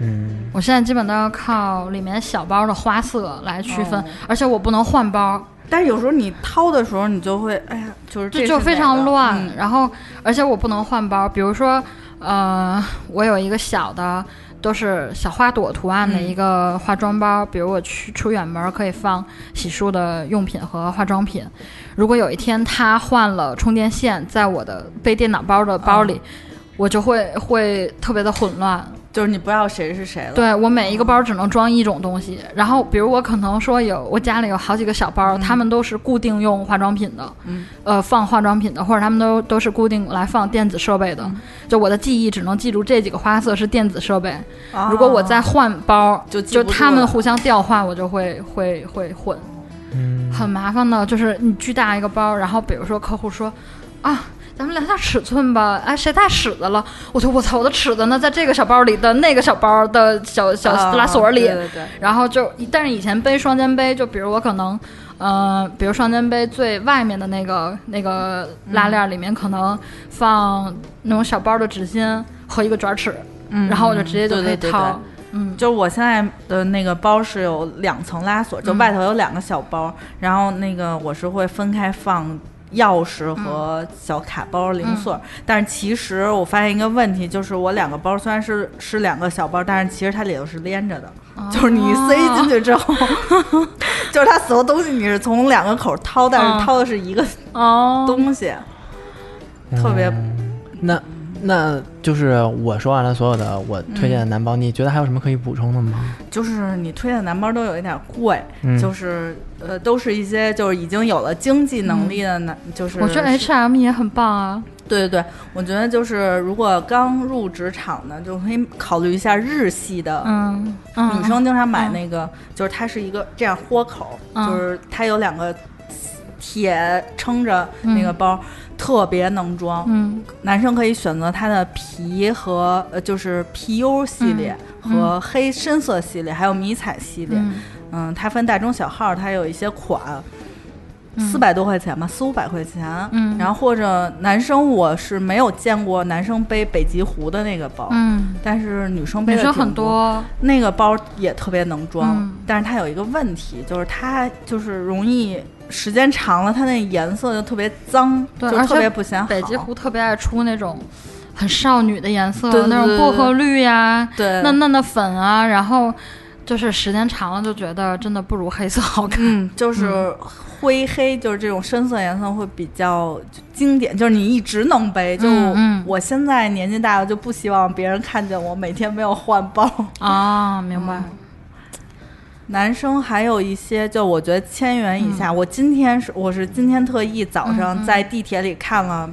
S5: 嗯
S4: 我现在基本都要靠里面小包的花色来嗯区分
S3: 哦，
S4: 而且我不能换包，
S3: 但是有时候你掏的时候，你就会，哎呀，就是这
S4: 就是就非
S3: 哪
S4: 常
S3: 个
S4: 乱。
S3: 嗯
S4: 然后，而且我不能换包，比如说，呃，我有一个小的，都是小花朵图案
S3: 嗯
S4: 的一个化妆包，比如我去出远门可以放洗漱的用品和化妆品。如果有一天它换了充电
S3: 哦
S4: 线，在我的背电脑包的包里，我就会会特别的混乱。
S3: 就是你不知道谁是谁了。
S4: 对我每一个包只能装一种东西，然后比如我可能说有我家里有好几个小包，他们都是固定用化妆品的，
S3: 嗯
S4: 呃，放化妆品的，或者他们都都是固定来放电子设备的。
S3: 嗯
S4: 就我的记忆只能记住这几个花色是电子设备，
S3: 啊
S4: 如果我再换包，
S3: 就记
S4: 就
S3: 不住
S4: 他们
S3: 了
S4: 互相调换，我就会会会混，
S3: 嗯
S4: 很麻烦的。就是你巨大一个包，然后比如说客户说啊。咱们聊下尺寸吧，哎，谁带尺子了？我就我操，我的尺子呢，在这个小包里的那个小包的小小
S3: 啊
S4: 拉锁里，
S3: 对对对，
S4: 然后就，但是以前背双肩背，就比如我可能，呃，比如双肩背最外面的那个那个
S3: 嗯
S4: 拉链里面可能放那种小包的纸巾和一个卷尺，
S3: 嗯
S4: 然后我就直接就可以
S3: 对对对对
S4: 掏，嗯，
S3: 就是我现在的那个包是有两层拉锁，就
S4: 嗯
S3: 外头有两个小包，然后那个我是会分开放钥匙和
S4: 嗯
S3: 小卡包零碎。但是其实我发现一个问题，就是我两个包虽然是是两个小包，但是其实它里头是连着的，
S4: 哦
S3: 就是你塞进去之后， 就是它所有东西你是从两个口掏，但
S4: 嗯
S3: 是掏的是一个
S4: 哦，
S3: 东西，特别
S5: 嗯那那就是我说完了所有的我推
S4: 嗯
S5: 荐的男包，你觉得还有什么可以补充的吗？
S3: 就是你推荐的男包都有一点贵，
S5: 嗯
S3: 就是呃，都是一些就是已经有了经济能力的男，就是
S4: 我觉得 H&M 也很棒啊，
S3: 对对对，我觉得就是如果刚入职场呢，就可以考虑一下日系的。
S4: 嗯嗯，
S3: 女生经常买
S4: 嗯
S3: 那个，就是它是一个这样豁口，
S4: 嗯
S3: 就是它有两个铁撑着那个包，特别能装。
S4: 嗯
S3: 男生可以选择它的皮和呃，就是皮 U 系列
S4: 嗯嗯
S3: 和黑深色系列，还有迷彩系列。
S4: 嗯
S3: 嗯，它分大中小号，它有一些款，
S4: 嗯
S3: 四百多块钱吧，四五百块钱。
S4: 嗯
S3: 然后或者男生我是没有见过男生背北极狐的那个包，
S4: 嗯，
S3: 但是女生背
S4: 女
S3: 的
S4: 生
S3: 挺
S4: 很，多，
S3: 那个包也特别能装，
S4: 嗯
S3: 但是它有一个问题，就是它就是容易时间长了，它那颜色就特别脏，
S4: 对
S3: 就
S4: 而且
S3: 特别不显好。
S4: 北极狐特别爱出那种很少女的颜色，
S3: 对对
S4: 嗯那种
S3: 对
S4: 薄
S3: 对
S4: 荷绿呀、
S3: 对，
S4: 嫩嫩的粉啊，然后就是时间长了就觉得真的不如黑色好看。
S3: 嗯，就是灰黑，就是这种深色颜色会比较经典，就是你一直能背。就
S4: 嗯嗯
S3: 我现在年纪大了，就不希望别人看见我每天没有换包。 哦
S4: 啊，明白。
S3: 男生还有一些，就我觉得千元以下，我今天是我是今天特意早
S4: 嗯嗯嗯
S3: 上在地铁里看了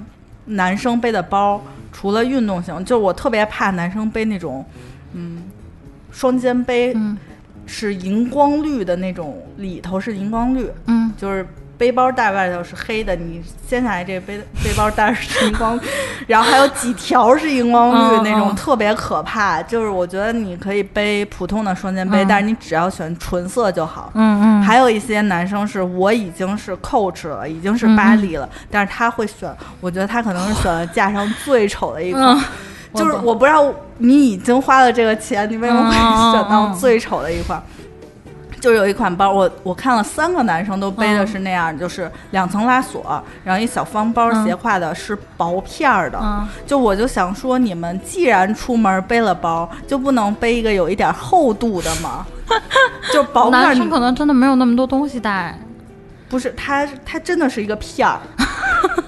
S3: 男生背的包，除了运动型，就我特别怕男生背那种，嗯，双肩背
S4: 嗯
S3: 是荧光绿的那种，里头是荧光绿，
S4: 嗯
S3: 就是背包带外头是黑的，你掀下来这背背包带是荧光，然后还有几条是荧光
S4: 嗯嗯
S3: 绿那种，
S4: 嗯
S3: 特别可怕。就是我觉得你可以背普通的双肩背，
S4: 嗯
S3: 但是你只要选纯色就好。
S4: 嗯
S3: 还有一些男生是我已经是 coach 了，已经是
S4: 嗯嗯
S3: 巴黎了，但是他会选，我觉得他可能是选了架上最丑的一款。
S4: 嗯
S3: 就是
S4: 我懂嗯
S3: 我不知道你已经花了这个钱，你为什么会选到最丑的一款？就是有一款包，我我看了三个男生都背的是那样，就是两层拉锁，然后一小方包
S4: 嗯
S3: 斜挎的，是薄片儿的。
S4: 嗯
S3: 就我就想说，你们既然出门背了包，就不能背一个有一点厚度的 吗？就薄片儿，
S4: 男生可能真的没有那么多东西带。
S3: 不是它，它真的是一个片儿。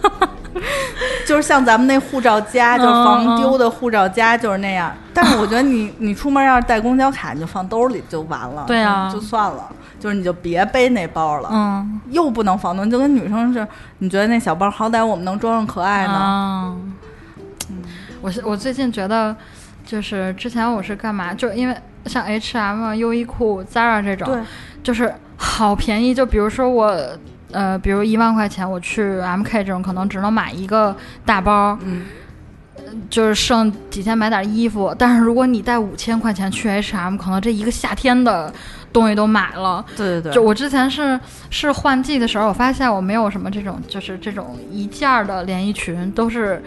S3: 就是像咱们那护照夹，就是
S4: 嗯
S3: 防丢的护照夹，就是那样。但是我觉得你你出门要是带公交卡，你就放兜里就完了，
S4: 对啊
S3: 就算了，就是你就别背那包了，
S4: 嗯
S3: 又不能防冻，就跟女生是，你觉得那小包好歹我们能装上可爱呢，
S4: 啊，我是我最近觉得，就是之前我是干嘛，就因为像 H&M、优衣库、Zara 这种
S3: 对，
S4: 就是好便宜。就比如说我。呃，比如一万块钱，我去 M K 这种可能只能买一个大包，
S3: 嗯，
S4: 就是剩几天买点衣服。但是如果你带五千块钱去 H&M，可能这一个夏天的东西都买了。
S3: 对对
S4: 就
S3: 对，
S4: 我之前是是换季的时候，我发现我没有什么这种就是这种一件儿的连衣裙，都是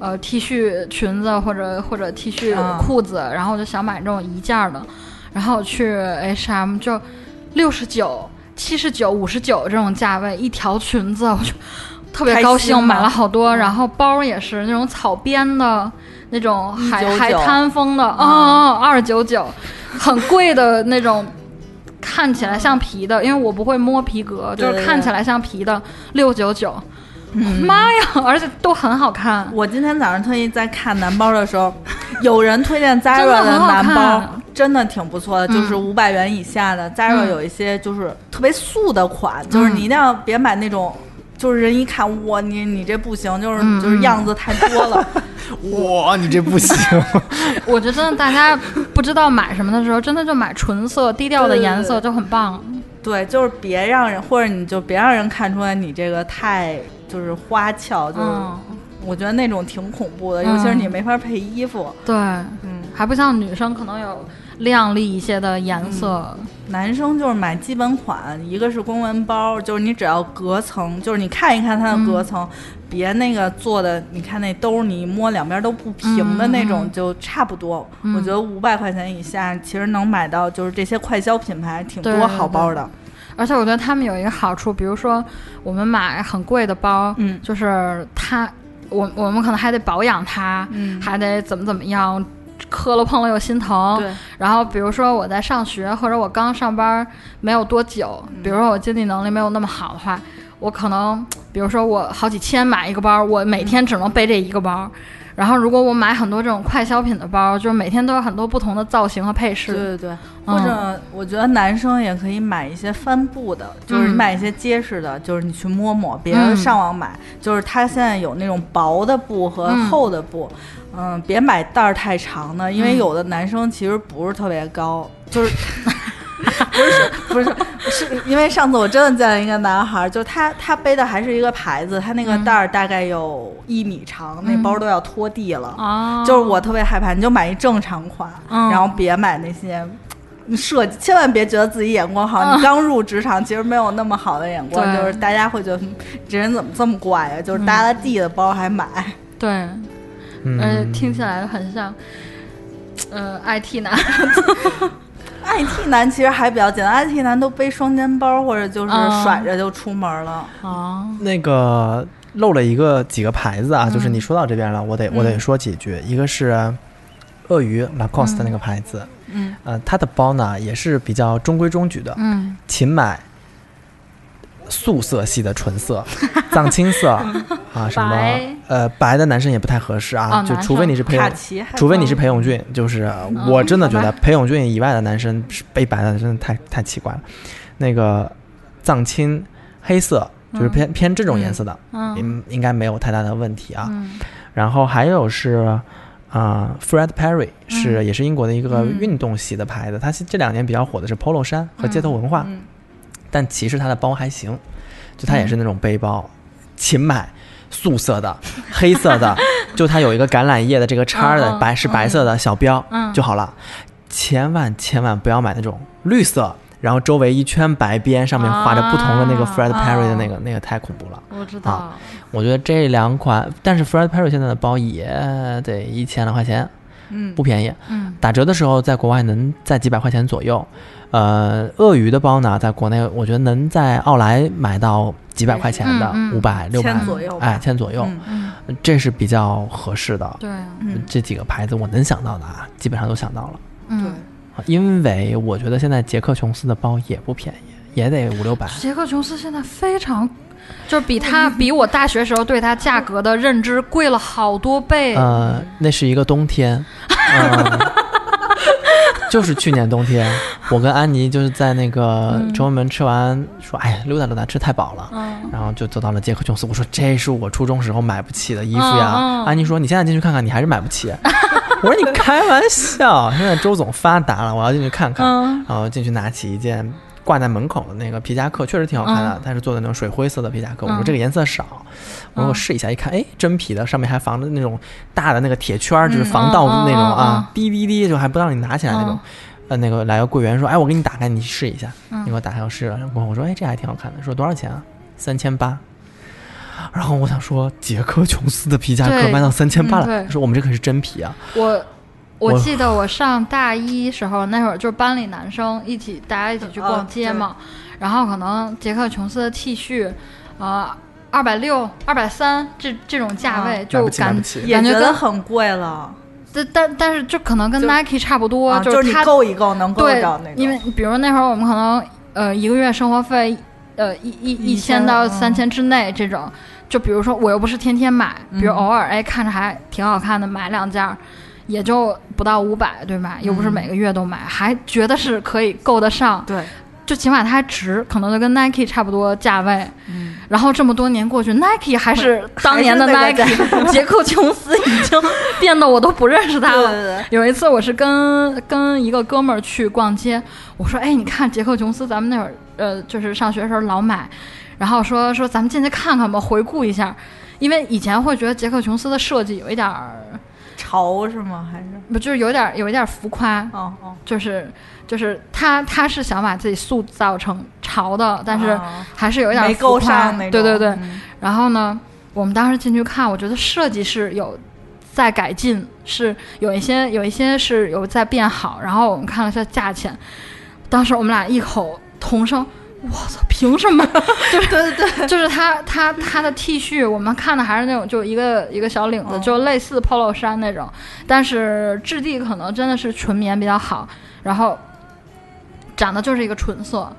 S4: 呃 T 恤裙子或者或者 T 恤
S3: 啊
S4: 裤子，然后我就想买这种一件儿的，然后去 H&M 就六十九、七十九、五十九这种价位一条裙子，我就特别
S3: 开
S4: 高
S3: 心嗯
S4: 兴，买
S3: 吗
S4: 了好多，然后包儿也是那种草编的。那种海
S3: 199
S4: 海滩风
S3: 嗯
S4: 的，哦，二九九，很贵的那种，看起来像皮的，因为我不会摸皮革，
S3: 对嗯
S4: 就是看起来像皮的六九九，妈呀，而且都很好看。
S3: 我今天早上特意在看男包的时候，有人推荐 Zara
S4: 真的很好
S3: 男包
S4: 看，嗯
S3: 真的挺不错的，就是五百元以下的。Zara 有一些就是特别素的款，就是你一定要别买那种。就是人一看，哇，你你这不行，就是、
S4: 嗯
S3: 就是样子太多 了。
S5: 哇，你这不行，
S4: 我觉得大家不知道买什么的时候，真的就买纯色、低调的颜色就很棒。
S3: 对，就是别让人，或者你就别让人看出来你这个太就是花俏，就是、
S4: 嗯，
S3: 我觉得那种挺恐怖的，
S4: 嗯
S3: 尤其是你没法配衣服。
S4: 对，
S3: 嗯，
S4: 还不像女生可能有亮丽一些的
S3: 嗯
S4: 颜色。
S3: 男生就是买基本款，一个是公文包，就是你只要隔层，就是你看一看它的隔层，
S4: 嗯
S3: 别那个做的，你看那兜儿你一摸两边都不平的那
S4: 嗯
S3: 种，就差不多。我觉得五百块钱以下，其实能买到就是这些快消品牌挺
S4: 对
S3: 多
S4: 对对
S3: 好包的。
S4: 而且我觉得他们有一个好处，比如说我们买很贵的包，
S3: 嗯
S4: 就是它，我我们可能还得保养它，
S3: 嗯
S4: 还得怎么怎么样，磕了碰了又心疼。
S3: 对，
S4: 然后比如说我在上学或者我刚上班没有多久，比如说我经济能力没有那么好的话，我可能比如说我好几千买一个包，我每天只能背这一个包。然后，如果我买很多这种快消品的包，就是每天都有很多不同的造型和配
S3: 对
S4: 饰。
S3: 对对，
S4: 嗯
S3: 或者我觉得男生也可以买一些帆布的，就是
S4: 嗯
S3: 买一些结实的，就是你去摸摸，别
S4: 嗯
S3: 上网买。就是它现在有那种薄的布和
S4: 嗯
S3: 厚的布，嗯，别买带儿太长的，因
S4: 嗯
S3: 为有的男生其实不是特别高， 就是 不是不是是因为上次我真的见了一个男孩儿，就是他他背的还是一个牌子，他那个
S4: 嗯
S3: 带儿大概有一米长，那包都要拖地了。
S4: 啊，
S3: 就是我特别害怕，你就买一正常款，
S4: 嗯
S3: 然后别买那些你设计，千万别觉得自己眼光好。你刚入职场，其实没有那么好的眼光，
S4: 嗯对嗯
S3: 就是大家会觉得嗯这人怎么这么怪呀、就是搭了地的包还买，
S4: 对，呃，
S5: 嗯，
S4: 听起来很像，呃，IT 男，
S3: IT 男其实还比较简单，IT 男都背双肩包或者就是
S4: 嗯
S3: 甩着就出门了。
S4: 哦，
S5: 那个漏了一个几个牌子啊，
S4: 嗯
S5: 就是你说到这边了，我得我得
S3: 嗯
S5: 说几句，一个是鳄鱼
S4: 嗯
S5: Lacoste 那个牌子，
S3: 嗯，
S5: 呃，它的包呢也是比较中规中矩的，
S4: 嗯，
S5: 勤买素色系的纯 色、藏青色啊，什么
S4: 白
S5: 呃白的男生也不太合适啊，
S4: 哦
S5: 就
S4: 男
S5: 除非
S4: 生
S5: 你是裴
S3: 卡
S5: 勇，
S3: 其还
S5: 除非你是裴勇俊，就是我真的觉得裴勇俊以外的男生是背白的真的太太奇怪了。那个藏青黑色就是偏、偏这种颜色的，
S4: 嗯，
S5: 应应该没有太大的问题啊。
S4: 嗯，
S5: 然后还有是，啊、f r e d Perry 是、也是英国的一个
S3: 嗯
S5: 运动系的牌子，它是这两年比较火的是 Polo 衫和街头文化，
S3: 嗯
S5: 但其实它的包还行，就它也是那种背包，勤买。素色的、黑色的，就它有一个橄榄叶的这个叉儿
S4: 嗯
S5: 的
S4: 嗯
S5: 白是白色的小标
S4: 嗯
S5: 就好了，千万千万不要买那种绿色，然后周围一圈白边，上面画着不同的那个
S4: 啊
S5: Fred Perry 的那个那个太恐怖了。
S4: 我知道
S5: 啊，我觉得这两款，但是 Fred Perry 现在的包也得一千来块钱，
S3: 嗯
S5: 不便宜。
S4: 嗯，
S5: 打折的时候，在国外能在几百块钱左右。呃，鳄鱼的包呢，在国内我觉得能在奥莱买到几百块钱的
S4: 嗯，嗯
S5: 五百、六百
S3: 千左右吧
S5: 哎，千左右，
S3: 嗯
S5: 这是比较合适的。
S4: 对啊，
S3: 嗯
S5: 这几个牌子我能想到的啊，基本上都想到了。啊
S4: 嗯，
S5: 因为我觉得现在杰克琼斯的包也不便宜，也得五六百。
S4: 杰克琼斯现在非常，就是比 他比我大学时候对他价格的认知贵了好多倍。
S5: 呃，那是一个冬天， 呃就是去年冬天，我跟安妮就是在那个崇文门吃完，说哎呀溜达溜达，吃太饱了，
S4: 嗯
S5: 然后就走到了杰克琼斯。我说这是我初中时候买不起的衣服呀。
S4: 嗯嗯
S5: 安妮说你现在进去看看，你还是买不起。 我说你开玩笑，现在周总发达了，我要进去看看。
S4: 嗯
S5: 然后进去拿起一件挂在门口的那个皮夹克，确实挺好看的，
S4: 嗯
S5: 但是做的那种水灰色的皮夹克。我
S4: 嗯
S5: 说这个颜色少，我说我试一下，一看，哎，真皮的，上面还防着那种大的那个铁圈儿，
S4: 嗯
S5: 就是防盗那种啊，滴滴滴，就还不让你拿起来那种。呃，那个来个柜员说，哎，我给你打开，你试一下。
S4: 嗯
S5: 你给我打开，我试了。然后我说，哎，这还挺好看的。说多少钱啊？三千八。然后我想说，杰克琼斯的皮夹克
S4: 对
S5: 卖到三千八
S4: 嗯
S5: 了，
S4: 对
S5: 说我们这可是真皮啊。
S4: 我。
S5: 我
S4: 我记得我上大一时候，那会儿就是班里男生一起，大家一
S3: 嗯
S4: 起去
S3: 哦
S4: 逛街嘛，然后可能杰克琼斯的 T 恤，啊、2二百六、二百三这这种价位，
S3: 啊
S5: 买
S4: 就
S5: 不起买
S4: 感
S5: 不起
S3: 也
S4: 感觉
S3: 觉得
S4: 跟
S3: 很贵了，
S4: 但但但是这可能跟
S3: 就
S4: Nike 差不多，
S3: 啊
S4: 就
S3: 就是你
S4: 他
S3: 够一够能够
S4: 对
S3: 得着那种，，
S4: 因为比如那会儿我们可能呃一个月生活费呃一一一
S3: 一
S4: 千
S3: 千
S4: 到
S3: 嗯
S4: 三千之内这种，就比如说我又不是天天买，比如偶尔哎看着还挺好看的买两件儿，也就不到五百，对吧？又不是每个月都买，还觉得是可以够得上，
S3: 对，
S4: 就起码它还值，可能就跟 Nike 差不多价位。
S3: 嗯，
S4: 然后这么多年过去，Nike 还是当年的
S3: 还是
S4: Nike，杰克琼斯已经 变得我都不认识他了。
S3: 对
S4: 有一次我是跟跟一个哥们儿去逛街，我说：“哎，你看杰克琼斯，咱们那会儿呃，就是上学的时候老买，然后说说咱们进去看看吧，回顾一下，因为以前会觉得杰克琼斯的设计有一点儿，呃
S3: 潮是吗？还是
S4: 不就是有点儿有一点儿浮夸，
S3: 哦哦，
S4: 就是就是他他是想把自己塑造成潮的，但是
S3: 哦
S4: 还是有一点儿
S3: 没
S4: 浮
S3: 够
S4: 夸
S3: 上那种，
S4: 对对对，
S3: 嗯
S4: 然后呢，我们当时进去看，我觉得设计是有在改进，是有一些有一些是有在变好。然后我们看了一下价钱，当时我们俩异口同声。我操！凭什么？就是 对对对，就是他他他的 T 恤，我们看的还是那种，就一个一个小领子，就类似 polo 衫那种，但是质地可能真的是纯棉比较好，然后长得就是一个纯色，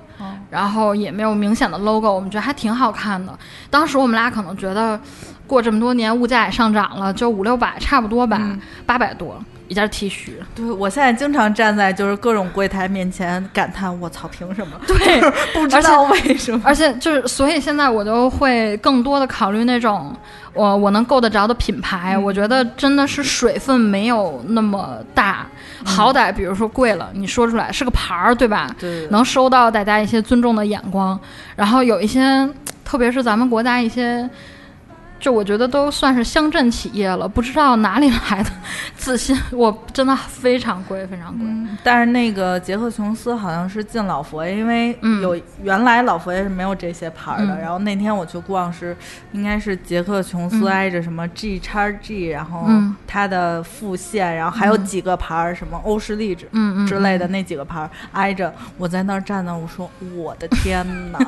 S4: 然后也没有明显的 logo，我们觉得还挺好看的。当时我们俩可能觉得，过这么多年物价也上涨了，就五六百差不多吧，八百、多一件 T 恤。
S3: 对，我现在经常站在就是各种柜台面前感叹，我操，凭什么？
S4: 对，
S3: 不知道为什么。
S4: 而且就是，所以现在我就会更多的考虑那种我我能够得着的品牌。
S3: 嗯
S4: 我觉得真的是水分没有那么大，
S3: 嗯
S4: 好歹比如说贵了，你说出来是个牌儿，对吧？
S3: 对
S4: 能收到大家一些尊重的眼光。然后有一些，特别是咱们国家一些，就我觉得都算是乡镇企业了，不知道哪里来的自信，我真的非常贵，非常贵。
S3: 但是那个杰克琼斯好像是进老佛爷，因为
S4: 嗯
S3: 有、原来老佛爷是没有这些牌儿的。
S4: 嗯
S3: 然后那天我去逛是，应该是杰克琼斯挨着什么 G 叉 G，、然后
S4: 嗯
S3: 它的副线，然后还有几个牌儿，什么欧式丽纸。
S4: 嗯嗯，
S3: 之类的那几个牌儿挨着，我在那儿站那，我说我的天 呐，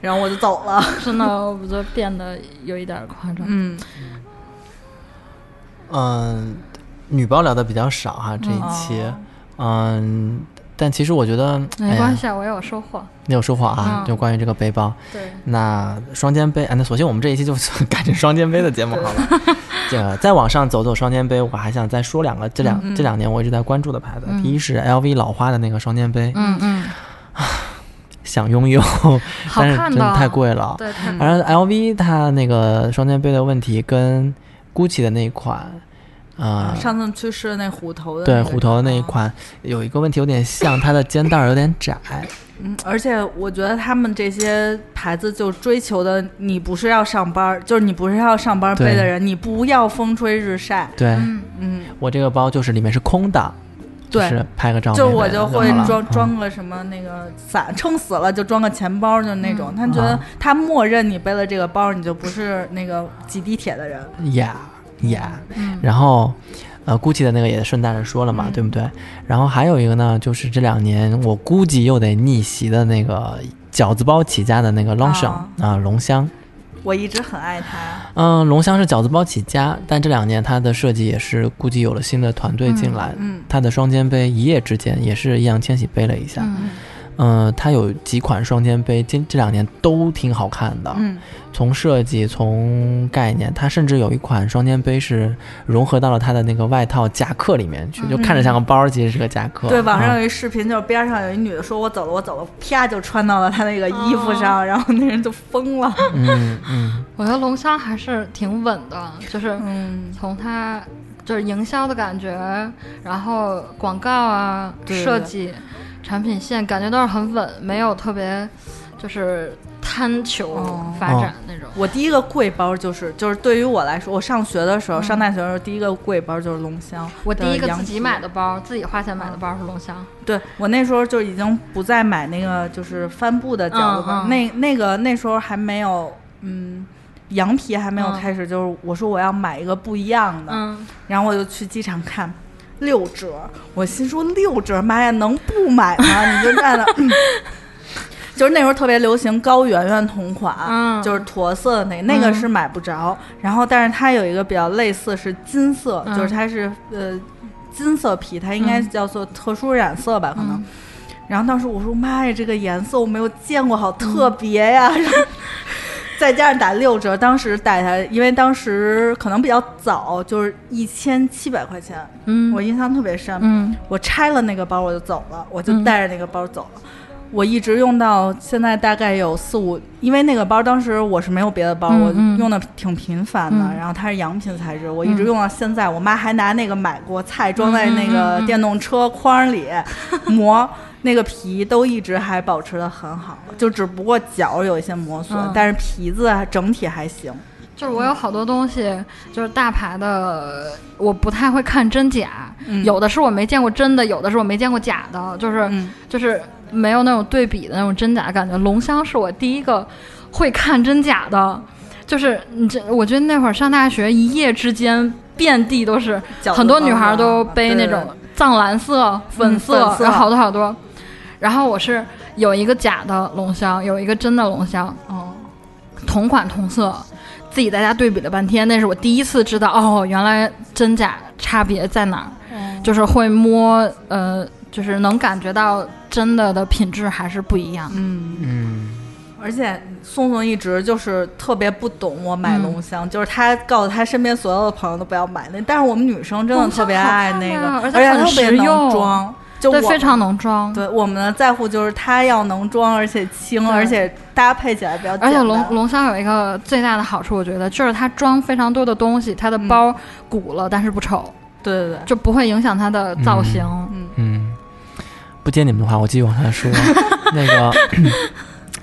S3: 然后我就走了。
S4: 真的，我觉得变得有一点儿夸张。
S3: 嗯，
S5: 嗯，女包聊的比较少哈，这一期，嗯，但其实我觉得
S4: 哦没
S5: 哎
S4: 关
S5: 呀
S4: 系啊，我也有收获。
S5: 你有收获啊，
S4: 嗯
S5: 就关于这个背包。
S4: 对，
S5: 那双肩背，啊，那索性我们这一期就 改成双肩背的节目好 了。这个再往上走走双肩背，我还想再说两个，这两、
S4: 嗯
S5: 这两年我一直在关注的牌子，第一是 LV 老花的那个双肩背，
S4: 嗯嗯，
S5: 想拥有，
S4: 好
S5: 但是
S4: 看
S5: 真
S4: 的
S5: 的太贵了。
S4: 对，太
S5: 而 LV 它那个双肩背的问题跟 GUCCI 的那一款，
S4: 啊
S5: 呃，
S3: 嗯上次去吃的那嗯虎头的、
S5: 对虎头的
S4: 嗯
S5: 那一款有一个问题，有点像它的肩带儿有点窄。
S3: 嗯，而且我觉得他们这些牌子就追求的，你不是要上班儿，就是你不是要上班儿
S5: 对
S3: 背的人，你不要风吹日晒。
S5: 对、
S3: 嗯，
S5: 我这个包就是里面是空的，就
S3: 对
S5: 是拍个照没
S3: 就
S5: 了就
S3: 我就会
S5: 好了
S3: 装
S5: 嗯
S3: 装个什么那个伞，撑死了就装个钱包，就那
S5: 嗯
S3: 种。他觉得他默认你背了这个包，你就不是那个挤地铁的人。
S5: 呀呀，
S3: 嗯
S5: 然后呃，GUCCI 的那个也顺带着说了嘛，对不对？然后还有一个呢，就是这两年我估计又得逆袭的那个饺子包起家的那
S3: 哦
S5: 个 Longchamp 啊、龙香。
S3: 我一直很爱他，
S5: 嗯，龙香是饺子包起家，但这两年它的设计也是估计有了新的团队进来，
S3: 嗯嗯
S5: 它的双肩背一夜之间也是易烊千玺背了一下，
S4: 嗯
S5: 嗯、它有几款双肩背，今这两年都挺好看的，
S3: 嗯，
S5: 从设计，从概念，它甚至有一款双肩背是融合到了它的那个外套夹克里面去，就看着像个包儿，其实是个夹克。
S3: 对，网上
S5: 嗯
S3: 有一视频，就是边上有一女的说：“我走了，我走了。”啪就穿到了他那个衣服上，然后那人就疯了。
S5: 嗯嗯，
S4: 我觉得龙香还是挺稳的，就是
S3: 嗯，
S4: 从它就是营销的感觉，然后广告啊、
S3: 对对
S4: 设计、产品线，感觉都是很稳，没有特别就是贪求
S3: 哦
S4: 发展那种。
S3: 我第一个贵包就是就是对于我来说，我上学的时候，
S4: 嗯
S3: 上大学的时候，第一个贵包就是龙骧。
S4: 我第一个自己买
S3: 的
S4: 的包，自己花钱买的包是龙香，
S3: 洋服，对我那时候就已经不再买那个就是帆布的饺子包，
S4: 嗯嗯
S3: 那那个那时候还没有嗯。羊皮还没有开始，就是我说我要买一个不一样的，
S4: 嗯，
S3: 然后我就去机场看六折，我心说六折，妈呀，能不买吗？ 你就站那儿，嗯就是那时候特别流行高圆圆同款，
S4: 嗯
S3: 就是驼色的那那个
S4: 嗯
S3: 是买不着，然后但是它有一个比较类似是金色，
S4: 嗯
S3: 就是它是呃金色皮，它应该
S4: 嗯
S3: 叫做特殊染色吧，可能。
S4: 嗯嗯
S3: 然后当时我说妈呀，这个颜色我没有见过，好特别呀！再加上打六折，当时带它，因为当时可能比较早，就是一千七百块钱，
S4: 嗯
S3: 我印象特别深。
S4: 嗯
S3: 我拆了那个包我就走了，我就
S4: 嗯
S3: 带着那个包走了。我一直用到现在，大概有四五，因为那个包当时我是没有别的包，
S4: 嗯
S3: 我
S4: 嗯
S3: 用的挺频繁的。
S4: 嗯
S3: 然后它是洋品材质，我一直用到现在。我妈还拿那个买过菜装在那
S4: 嗯
S3: 个电动车筐里磨，那个皮都一直还保持的很好，就只不过角有一些磨损，
S4: 嗯
S3: 但是皮子整体还行。
S4: 就是我有好多东西，就是大牌的，我不太会看真假，
S3: 嗯
S4: 有的是我没见过真的，有的是我没见过假的，就是、
S3: 嗯
S4: 就是没有那种对比的那种真假感觉。龙香是我第一个会看真假的，就是你这，我觉得那会儿上大学一夜之间遍地都是，
S3: 角度
S4: 很多女
S3: 方
S4: 孩
S3: 向
S4: 都
S3: 啊
S4: 背那
S3: 对
S4: 种藏蓝色、粉
S3: 嗯
S4: 色，
S3: 粉色
S4: 然后好多好多。然后我是有一个假的龙香，有一个真的龙香，
S3: 哦，
S4: 同款同色，自己在家对比了半天，那是我第一次知道哦，原来真假差别在哪儿，就是会摸，呃，就是能感觉到真的的品质还是不一样。
S3: 嗯。
S5: 嗯，
S3: 而且宋宋一直就是特别不懂我买
S4: 嗯
S3: 龙香，就是他告诉他身边所有的朋友都不要买那，但是我们女生真的特别爱那个，
S4: 龙香好看啊而
S3: 而
S4: 且
S3: 且她
S4: 很
S3: 特别
S4: 实用
S3: 能装，就
S4: 对，
S3: 我
S4: 非常能装。
S3: 对我们的在乎就是它要能装，而且轻，
S4: 对
S3: 而且搭配起来比较简单。
S4: 而且龙龙香有一个最大的好处，我觉得就是它装非常多的东西，它的包鼓了，但是不丑，
S3: 嗯对对对，
S4: 就不会影响它的造型。
S5: 嗯，不接你们的话，我继续往下 说。那个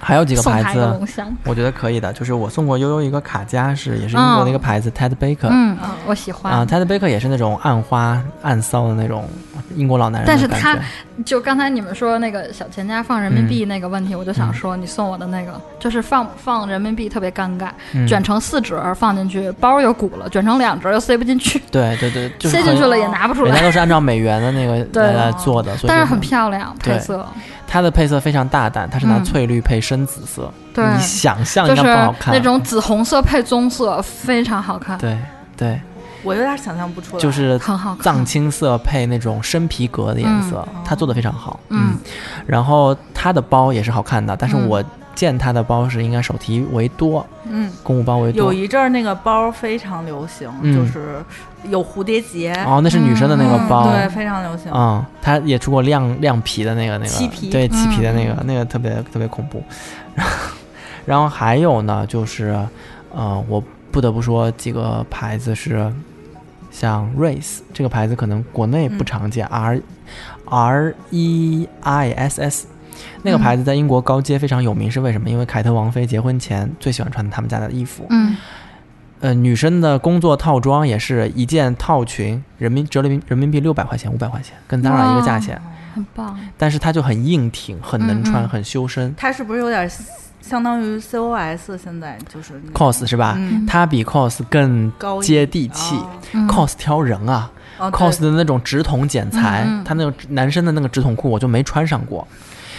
S5: 还有几个
S4: 送它
S5: 牌
S4: 一个
S5: 子，
S4: 龙香，
S5: 我觉得可以的，就是我送过悠悠一个卡夹式，也是英国的一个牌子、Ted Baker。
S4: 嗯，我喜欢。
S5: 啊，Ted Baker 也是那种暗花暗骚的那种英国老男人
S4: 但是
S5: 的感觉，
S4: 他就刚才你们说那个小钱家放人民币那个问题，我就想说，你送我的那个就是放放人民币特别尴尬，
S5: 嗯
S4: 卷成四折儿放进去，包又鼓了，卷成两折儿又塞不进去，
S5: 对对对，就是
S4: 塞进
S5: 很
S4: 去了也拿不出
S5: 人家
S4: 来，
S5: 都是按照美元的那个
S4: 对
S5: 来来做的，所以
S4: 但是
S5: 就
S4: 很漂亮，
S5: 对
S4: 配色，
S5: 它的配色非常大胆，它是拿
S4: 嗯
S5: 翠绿配深紫色，
S4: 对，
S5: 你想象
S4: 就
S5: 一下
S4: 是
S5: 哦不好看，
S4: 那种紫红色配棕色，非常好看，
S5: 对对，
S3: 我有点想象不出来。
S5: 就是
S4: 很好看，
S5: 藏青色配那种深皮革的颜色，它做的非常好，
S4: 嗯，
S5: 然后它的包也是好看的，但是
S4: 嗯
S5: 我见它的包是应该手提为多，
S3: 嗯，
S5: 公务包为
S3: 有
S5: 多。
S3: 一阵儿那个包非常流行，
S5: 嗯
S3: 就是有蝴蝶结，
S5: 哦，那是女生的那个
S3: 嗯
S5: 包，
S3: 对，非常流行。
S5: 嗯，它也出过亮亮皮的那个那个，
S3: 漆皮
S5: 对漆皮的那个、
S4: 嗯
S5: 那个特别特别恐怖。 然后，然后还有呢，就是，呃，我不得不说几个牌子是，像 Race 这个牌子可能国内不常见、r
S3: 嗯
S5: R E I S S。那个
S3: 嗯
S5: 牌子在英国高街非常有名，是为什么？因为凯特王妃结婚前最喜欢穿他们家的衣服。
S4: 嗯
S5: 呃，女生的工作套装也是一件套裙，人民折人民人民币六百块钱、五百块钱，跟 Zara 一个价钱，
S4: 很棒，
S5: 但是它就很硬挺，很能穿，
S4: 嗯嗯
S5: 很修身。
S3: 它是不是有点相当于 COS？现在就是那
S5: cos 是吧？
S3: 嗯
S5: 它比 cos 更
S3: 高一
S5: 接地啊气。
S2: 哦
S4: 嗯
S5: cos 挑人啊、
S3: 哦
S5: c o s 的那种直筒剪裁，
S4: 嗯嗯
S5: 它那种男生的那个直筒裤我就没穿上过，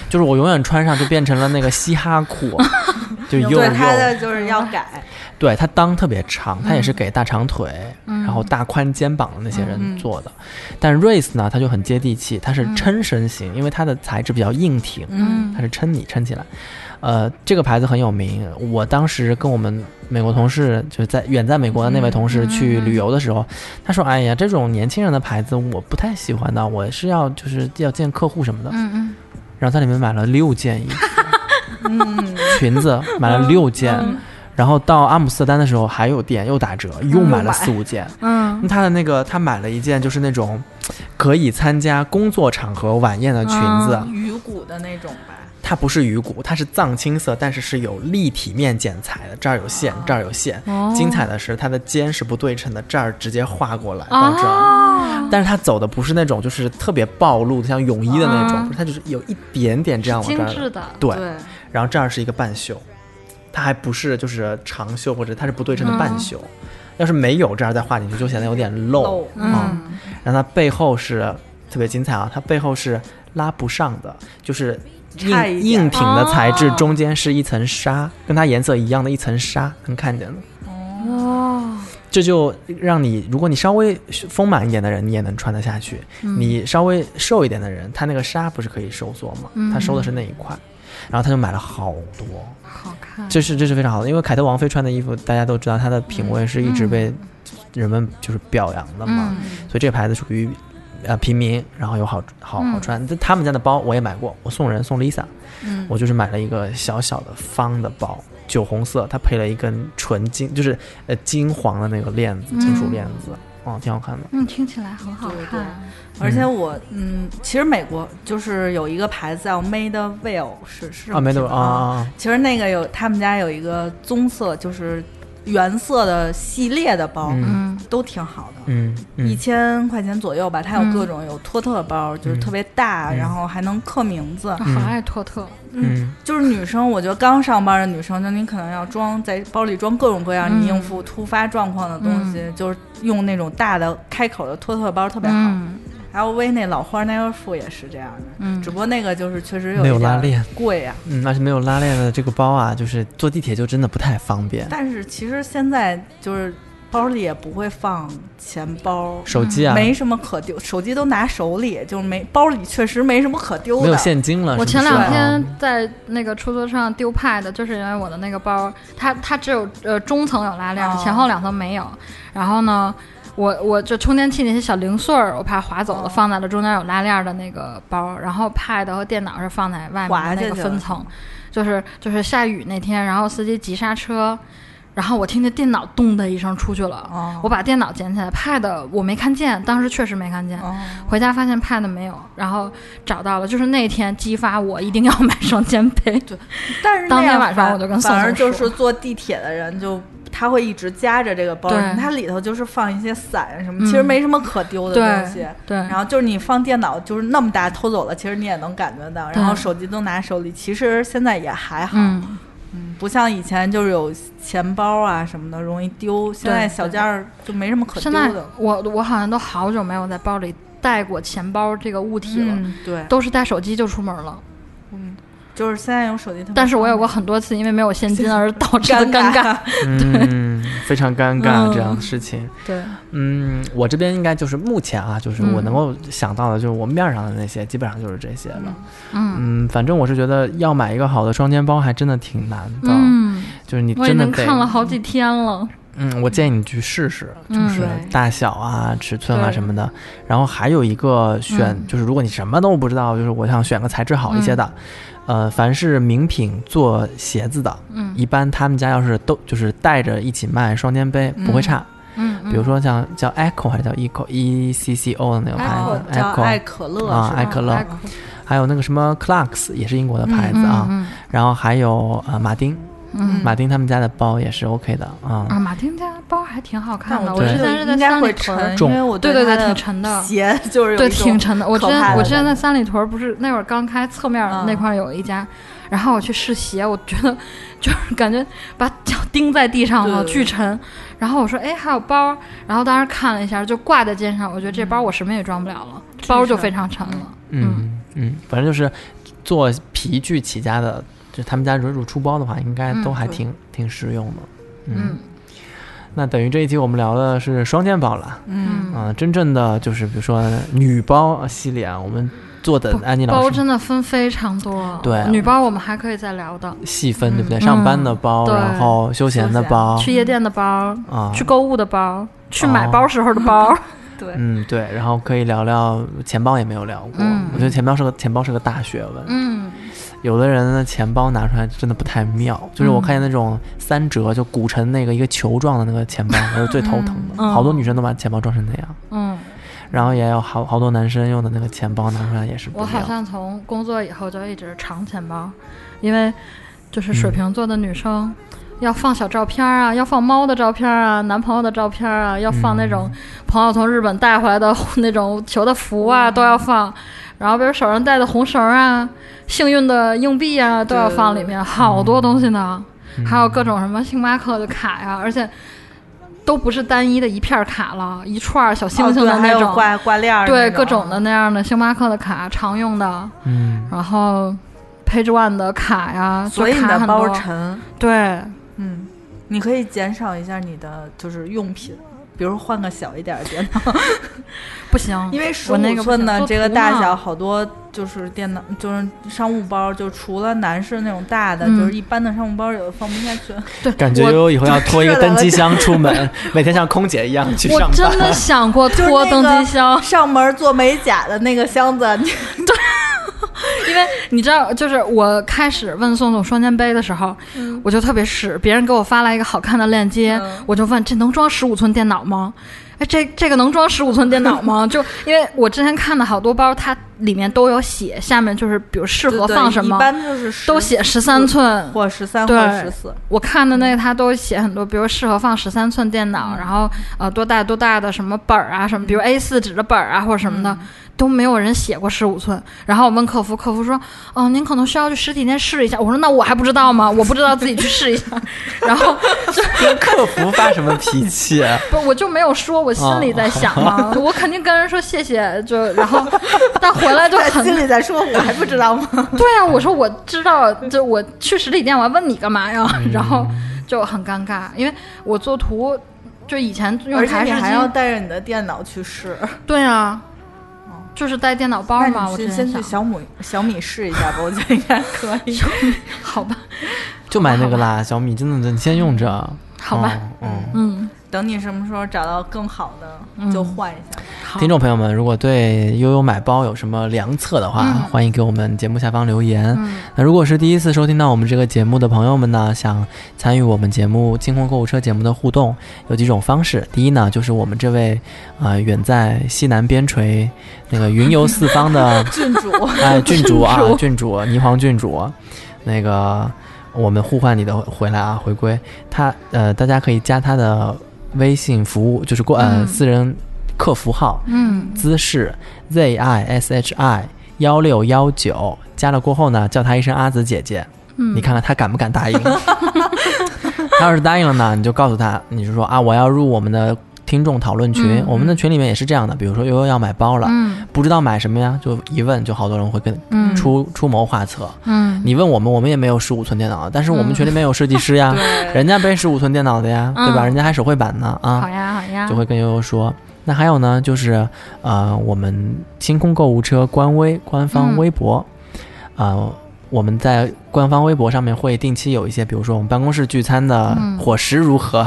S5: 就是我永远穿上就变成了那个嘻哈裤，就又
S3: 对
S5: 又
S3: 他的就是要改，
S5: 对它裆特别长，它也是给大长腿，
S4: 嗯
S5: 然后大宽肩膀的那些人
S3: 嗯
S5: 做的。但 Race 呢，它就很接地气，它是撑身型，因为它的材质比较硬挺，
S4: 嗯
S5: 它是撑你撑起来。呃，这个牌子很有名。我当时跟我们美国同事，就是在远在美国的那位同
S4: 嗯
S5: 事去旅游的时候，他说：“哎呀，这种年轻人的牌子我不太喜欢的，我是要就是要见客户什么的。
S4: 嗯嗯，
S5: 然后在里面买了六件衣服，
S4: 嗯
S5: 裙子买了六件，然后到阿姆斯特丹的时候还有店又打折，又买了四五件。
S4: 嗯
S5: 那他的那个他买了一件就是那种可以参加工作场合晚宴的裙子，
S4: 嗯
S3: 鱼骨的那种吧。
S5: 它不是鱼骨，它是藏青色，但是是有立体面剪裁的，这儿有线，这儿有线。
S4: 哦
S5: 精彩的是它的肩是不对称的，这儿直接画过来到这儿。
S4: 啊，
S5: 但是它走的不是那种，就是特别暴露的，像泳衣的那种，
S4: 啊
S5: 不是它就是有一点点这样往这
S4: 精
S5: 儿
S4: 致的，
S5: 对，
S3: 对，
S5: 然后这儿是一个半袖，它还不是就是长袖或者它是不对
S3: 嗯
S5: 称的半袖，要是没有这样再画进去，就显得有点露
S3: 露
S4: 嗯
S5: 啊、然后它背后是特别精彩啊，它背后是拉不上的，就是
S3: 差
S5: 硬
S3: 一点
S5: 硬挺的材质，
S4: 哦
S5: 中间是一层纱，跟它颜色一样的一层纱，能看见的。
S4: 嗯哇，
S5: 这就让你，如果你稍微丰满一点的人，你也能穿得下
S4: 嗯嗯
S5: 去；你稍微瘦一点的人，他那个纱不是可以收缩吗？他收的是那一块。然后他就买了好多，
S4: 好看。
S5: 这是这是非常好的，因为凯特王妃穿的衣服，大家都知道她的品味是一直被人们就是表扬的嘛，
S4: 嗯，
S5: 所以这牌子属于呃平民，然后又好好好
S4: 嗯
S5: 穿。但他们家的包我也买过，我送人送 Lisa，
S4: 嗯
S5: 我就是买了一个小小的方的包，酒红色，它配了一根纯金，就是呃金黄的那个链子，金属链子，哦，挺好看的。
S4: 嗯，听起来很好看。
S3: 而且我嗯，其实美国就是有一个牌子叫 Made Well，是是这
S5: 啊，
S3: 么
S5: 没
S3: 拼
S5: 得
S3: 的
S5: 啊啊，啊！
S3: 其实那个有他们家有一个棕色，就是原色的系列的包，
S5: 嗯
S4: 嗯
S3: 都挺好的。
S5: 嗯
S3: 一
S5: 嗯
S3: 千块钱左右吧，它有
S4: 嗯
S3: 各种有托特包，就是特别大，
S5: 嗯
S3: 然后还能刻名字。
S4: 我好爱托特。
S5: 嗯
S3: 就是女生，我觉得刚上班的女生，就你可能要装在包里装各种各样
S4: 嗯
S3: 你应付突发状况的东西，
S5: 嗯
S3: 就是用那种大的开口的托特包特别好。
S4: 嗯
S3: LV 那老花 Never f 也是这样的，
S4: 嗯
S3: 只不过那个就是确实有
S5: 没有
S3: 一点
S5: 拉链
S3: 贵啊。
S5: 嗯，而且没有拉链的这个包啊，就是坐地铁就真的不太方便。
S4: 嗯
S3: 但是其实现在就是包里也不会放钱包，
S5: 手机啊，
S3: 没什么可丢，手机都拿手里，就是没包里确实没什么可丢的。
S5: 没有现金了。是
S4: 我
S5: 不
S4: 前
S5: 是
S4: 两
S5: 啊
S4: 天 在那个出租车上丢 pad，就是因为我的那个包，它它只有呃中层有拉链，
S3: 哦
S4: 前后两层没有。然后呢，我我就充电器那些小零碎儿，我怕划走了，
S3: 哦
S4: 放在了中间有拉链的那个包。然后 pad 和电脑是放在外
S3: 滑
S4: 面的那
S3: 下
S4: 个
S3: 去
S4: 分
S3: 了
S4: 层，就是就是下雨那天，然后司机急刹车，然后我听见电脑咚的一声出去了，
S3: 哦
S4: 我把电脑捡起来，pad 我没看见，当时确实没看见。
S3: 哦
S4: 回家发现 Pad 没有，然后找到了，就是那天激发我一定要买双肩背。对，
S3: 但是那
S4: 当天
S3: 样
S4: 晚上
S3: 反
S4: 我就跟宋
S3: 反而
S4: 总
S3: 就
S4: 说
S3: 是坐地铁的人就。他会一直夹着这个包，
S4: 对
S3: 它里头就是放一些伞什么，
S4: 嗯
S3: 其实没什么可丢的
S4: 对嗯
S3: 东西。
S4: 对
S3: 然后就是你放电脑，就是那么大偷走了，其实你也能感觉到。然后
S4: 对
S3: 手机都拿手里，其实现在也还好，
S4: 嗯，
S3: 不像以前就是有钱包啊什么的容易丢。现在
S4: 对
S3: 小件儿就没什么可丢
S4: 现在
S3: 的。
S4: 我我好像都好久没有在包里带过钱包这个物体了，
S3: 嗯，对，嗯
S4: 都是带手机就出门了。
S3: 就是现在有手机特别
S4: 但是我有过
S3: 方
S4: 很多次因为没有现金而导致的
S3: 便
S4: 尴
S3: 尴
S4: 尬。。
S5: 嗯，非常尴尬、
S4: 嗯
S5: 这样的事情。
S4: 对，
S5: 嗯，我这边应该就是目前啊，就是
S4: 嗯
S5: 我能够想到的，就是我面儿上的那些，基本上就是这些了。
S4: 嗯
S5: 嗯，反正我是觉得要买一个好的双肩包，还真的挺难的。
S4: 嗯，
S5: 就是你
S4: 我已
S5: 真的
S4: 经
S5: 得，
S4: 看了好几天了。
S5: 嗯，我建议你去试试，就
S4: 嗯
S5: 是
S3: 对
S5: 大小啊、尺寸啊
S4: 对
S5: 什么的。然后还有一个选，
S4: 嗯
S5: 就是如果你什么都不知道，就是我想选个材质好一些的。呃，凡是名品做鞋子的，
S4: 嗯
S5: 一般他们家要是都就是带着一起卖双肩背，不会
S4: 嗯
S5: 差。
S4: 嗯，
S5: 比如说像叫 Echo 还是叫 Eco E C C O 的那个
S3: 哦
S5: 牌子
S3: 叫爱
S5: ，Echo，
S3: 可乐
S5: 啊
S3: 是吧
S5: 爱可乐
S3: 爱
S5: 还有那个什么 Clarks 也是英国的
S4: 的
S5: 牌子啊，
S4: 嗯
S5: 然后还有呃马丁，
S4: 嗯
S5: 马丁他们家的包也是 OK 的啊。
S4: 啊，马丁家包还挺好看
S3: 但
S4: 的，
S3: 啊我
S4: 我
S5: 觉
S4: 之
S5: 得
S4: 前是在
S3: 应该
S4: 三里
S3: 会
S4: 屯
S3: 沉，
S5: 重
S3: 因为我
S4: 对
S3: 对
S4: 对，
S3: 它
S4: 挺
S3: 的
S4: 沉的，
S3: 鞋就是有
S4: 对，
S3: 一种
S4: 挺沉的。我之
S3: 可
S4: 前
S3: 怕
S4: 我
S3: 的
S4: 之前在三里屯，不是那会儿刚开，侧面
S3: 嗯
S4: 那块儿有一家，然后我去试鞋，我觉得就是 感觉把脚钉在地上了，
S3: 对
S4: 巨沉。然后我说，哎，还有包，然后当时看了一下，就挂在肩上，我觉得这
S3: 嗯
S4: 包我什么也装不了了，包就非常沉了。
S5: 嗯嗯，反正就是做皮具起家的，就他们家如果出包的话，应该都还挺、挺实用的。
S4: 嗯
S5: 那等于这一期我们聊的是双肩包了，
S4: 嗯，
S5: 啊，真正的就是比如说女包系列啊，我们坐等安妮老
S4: 包
S5: 师
S4: 真的分非常多，
S5: 对
S4: 女包我们还可以再聊的，
S5: 细分，对不对？
S4: 嗯
S5: 上班的包，
S4: 对
S5: 然后休闲的
S3: 休闲
S5: 包
S4: 去夜店的包，
S5: 啊，
S4: 去购物的包，去
S5: 哦
S4: 买包时候的 包，
S3: 对
S5: 嗯，对，然后可以聊聊钱包，也没有聊过。
S4: 嗯
S5: 我觉得钱包是个钱包是个大学问。
S4: 嗯，
S5: 有的人的钱包拿出来真的不太妙，就是我
S4: 嗯
S5: 看见那种三折就鼓成那个一个球状的那个钱包，我是最头疼的。
S4: 嗯
S5: 好多女生都把钱包装成那样，
S4: 嗯。
S5: 然后也有好好多男生用的那个钱包拿出来也是不
S4: 我
S5: 妙。
S4: 好像从工作以后就一直藏钱包，因为
S3: 嗯
S4: 就是水瓶座的女生要放小照片啊，要放猫的照片啊，男朋友的照片啊，要放那
S3: 嗯
S4: 种朋友从日本带回来的 那种球的符啊，都要放。然后比如手上戴的红绳啊，幸运的硬币啊，都要放里面，好多东西呢。
S3: 嗯
S4: 还有各种什么星巴克的卡呀、而且都不是单一的一片儿卡了，一串儿小星星
S3: 哦对
S4: 的
S3: 还
S4: 那种。
S3: 有挂挂链儿那，啊
S4: 对各种的那样的星巴克的卡常用的，
S5: 嗯，
S4: 然后 Page One 的卡呀，
S3: 所以
S4: 就
S3: 你
S4: 卡
S3: 的
S4: 很
S3: 包
S4: 多。
S3: 沉，
S4: 对，
S3: 嗯，你可以减少一下你的就是用品，比如换个小一点儿的电脑，
S4: 不行，
S3: 因为十
S4: 嗯我那
S3: 五
S4: 个不
S3: 寸的
S4: 行
S3: 这个
S4: 做图嘛
S3: 大小，好多就是电脑就是商务包，就除了男士那种大的，
S4: 嗯
S3: 就是一般的商务包有的放不下 去。
S4: 对，
S5: 感觉
S4: 我
S5: 悠悠以后要拖一个登机箱出门， 每天像空姐一样去
S4: 我
S5: 上
S4: 真的
S5: 班。
S4: 想过
S3: 就是
S4: 拖登
S3: 那个
S4: 机箱，
S3: 上门做美甲的那个箱子，
S4: 因为你知道，就是我开始问宋总双肩背的时候，
S3: 嗯
S4: 我就特别屎。别人给我发来一个好看的链接，我就问这能装十五寸电脑吗？哎，这这个能装十五寸电脑 吗？就因为我之前看的好多包，它里面都有写，下面就是比如适合
S3: 对
S4: 放什
S3: 一
S4: 么，
S3: 般就是
S4: 都写十三寸。
S3: 或十三
S4: 对
S3: 或十四。
S4: 我看的那个它都写很多，比如适合放十三寸电脑，然后呃多大多大的什么本儿啊，什么比如 A 四纸的本儿啊或者什么的，都没有人写过十五寸。然后我问客服，客服说，哦、您可能需要去实体店试一下。我说那我还不知道吗？我不知道自己去试一下。 然后
S5: 客服发什么脾气？啊
S4: 不，我就没有说，我心里在想嘛，我肯定跟人说谢谢，就然后但回来就
S3: 在
S4: 很
S3: 心里在说，我还不知道吗？
S4: 对啊，我说我知道，就我去实体店，我还问你干嘛呀？
S5: 嗯
S4: 然后就很尴尬，因为我做图就以前 用
S3: 而且
S4: 台
S3: 你
S4: 式机，
S3: 还要带着你的电脑去试。
S4: 对啊，就是带电脑包
S3: 哦 那
S4: 嘛。
S3: 你
S4: 我
S3: 去
S4: 之
S3: 先去
S4: 前想，
S3: 小米小米试一下吧，我觉得应该可以。
S4: 好吧，
S5: 就买那个啦，小米真的，你先用着。
S4: 好吧，
S5: 嗯，
S4: 嗯，
S3: 等你什么时候找到更好的，就换一下。
S4: 好
S5: 听众朋友们，如果对悠悠买包有什么良策的话，
S4: 嗯
S5: 欢迎给我们节目下方留言。那如果是第一次收听到我们这个节目的朋友们呢，想参与我们节目“清空购物车”节目的互动，有几种方式。第一呢，就是我们这位啊、呃远在西南边陲那个云游四方 的
S3: 郡主，
S5: 哎，郡主啊，郡主，霓凰郡主，那个我们呼唤你的回来啊，回归他呃，大家可以加他的微信服务，就是过呃、
S4: 嗯
S5: 私人客服号，
S4: 嗯，
S5: 姿势 Z I S H I 幺六幺九，加了过后呢，叫他一声阿紫姐姐，
S4: 嗯
S5: 你看看他敢不敢 答应？ 他要是答应了呢，你就告诉他，你就说啊，我要入我们的听众讨论群，
S4: 嗯
S5: 我们的群里面也是这样的，比如说悠悠要买包了，
S4: 嗯
S5: 不知道买什么呀，就一问，就好多人会跟
S4: 嗯
S5: 出出谋划策。
S4: 嗯
S5: 你问我们，我们也没有十五寸电脑，但是我们
S4: 嗯
S5: 群里面有设计师 呀，啊人家背十五寸电脑的呀，对吧？
S4: 嗯
S5: 人家还手绘板呢
S4: 好
S5: 啊，
S4: 呀好呀，
S5: 就会跟悠悠说。那还有呢，就是呃，我们星空购物车官微官方
S4: 嗯
S5: 微博，呃，我们在官方微博上面会定期有一些，比如说我们办公室聚餐的
S4: 嗯
S5: 伙食如何、